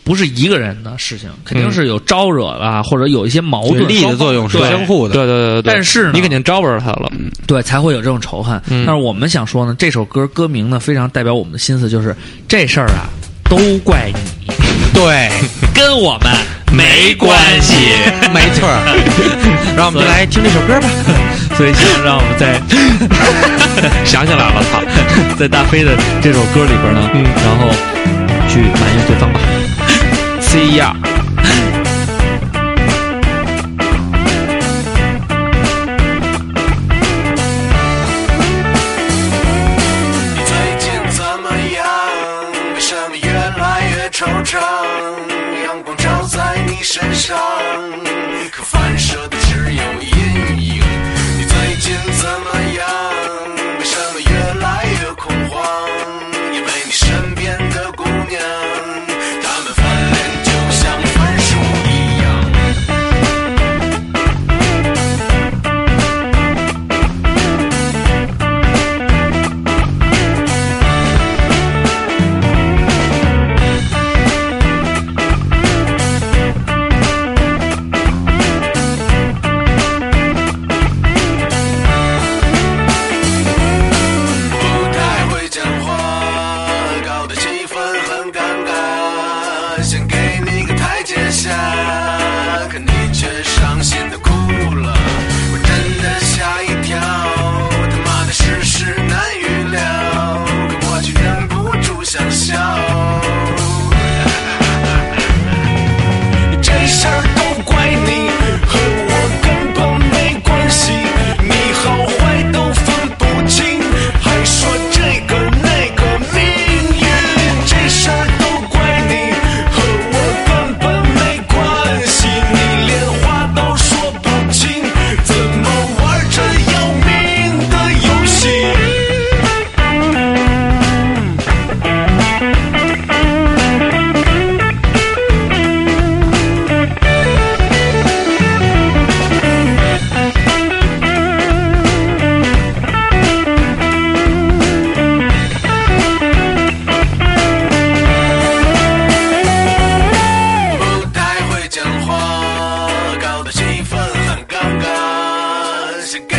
[SPEAKER 6] 不是一个人的事情，肯
[SPEAKER 15] 嗯
[SPEAKER 6] 定是有招惹啦，或者有一些矛
[SPEAKER 10] 对
[SPEAKER 6] 盾。
[SPEAKER 10] 力
[SPEAKER 6] 双方
[SPEAKER 10] 的作用是
[SPEAKER 6] 对
[SPEAKER 10] 相互的。
[SPEAKER 15] 对对对对对，
[SPEAKER 6] 但是呢
[SPEAKER 15] 你肯定招惹他了，
[SPEAKER 6] 对，才会有这种仇恨。
[SPEAKER 15] 嗯
[SPEAKER 6] 但是我们想说呢，这首歌歌名呢非常代表我们的心思，就是这事儿啊都怪你，
[SPEAKER 10] 对，
[SPEAKER 6] 跟我们没关系。
[SPEAKER 10] 没错儿。 让我们来听这首歌吧。
[SPEAKER 6] 所以希望让我们 在
[SPEAKER 15] 想起来了，操！
[SPEAKER 6] 在大飞的这首歌里边呢，
[SPEAKER 15] 嗯
[SPEAKER 6] 然后去埋怨对方吧。
[SPEAKER 15] C 呀，
[SPEAKER 9] 最近怎么样？为什么越来越惆怅？阳光照在你身上，可反射的只有阴影。你最近怎么样？为什么越来越恐慌？因为你身边的姑娘，她们翻脸就像翻书一样。不太会讲话，搞得气氛很尴尬。想给你个台阶下，可你却伤心的哭了。我真的吓一跳，他妈的世事难预料，可我却忍不住想笑。这事儿都怪你，和我根本没关系。你好坏都分不清，还说这个那个命运。这事儿都怪你，和我根本没关系。你连话都说不清，怎么玩这要命的游戏？不太会讲话，搞得气氛很尴尬。想给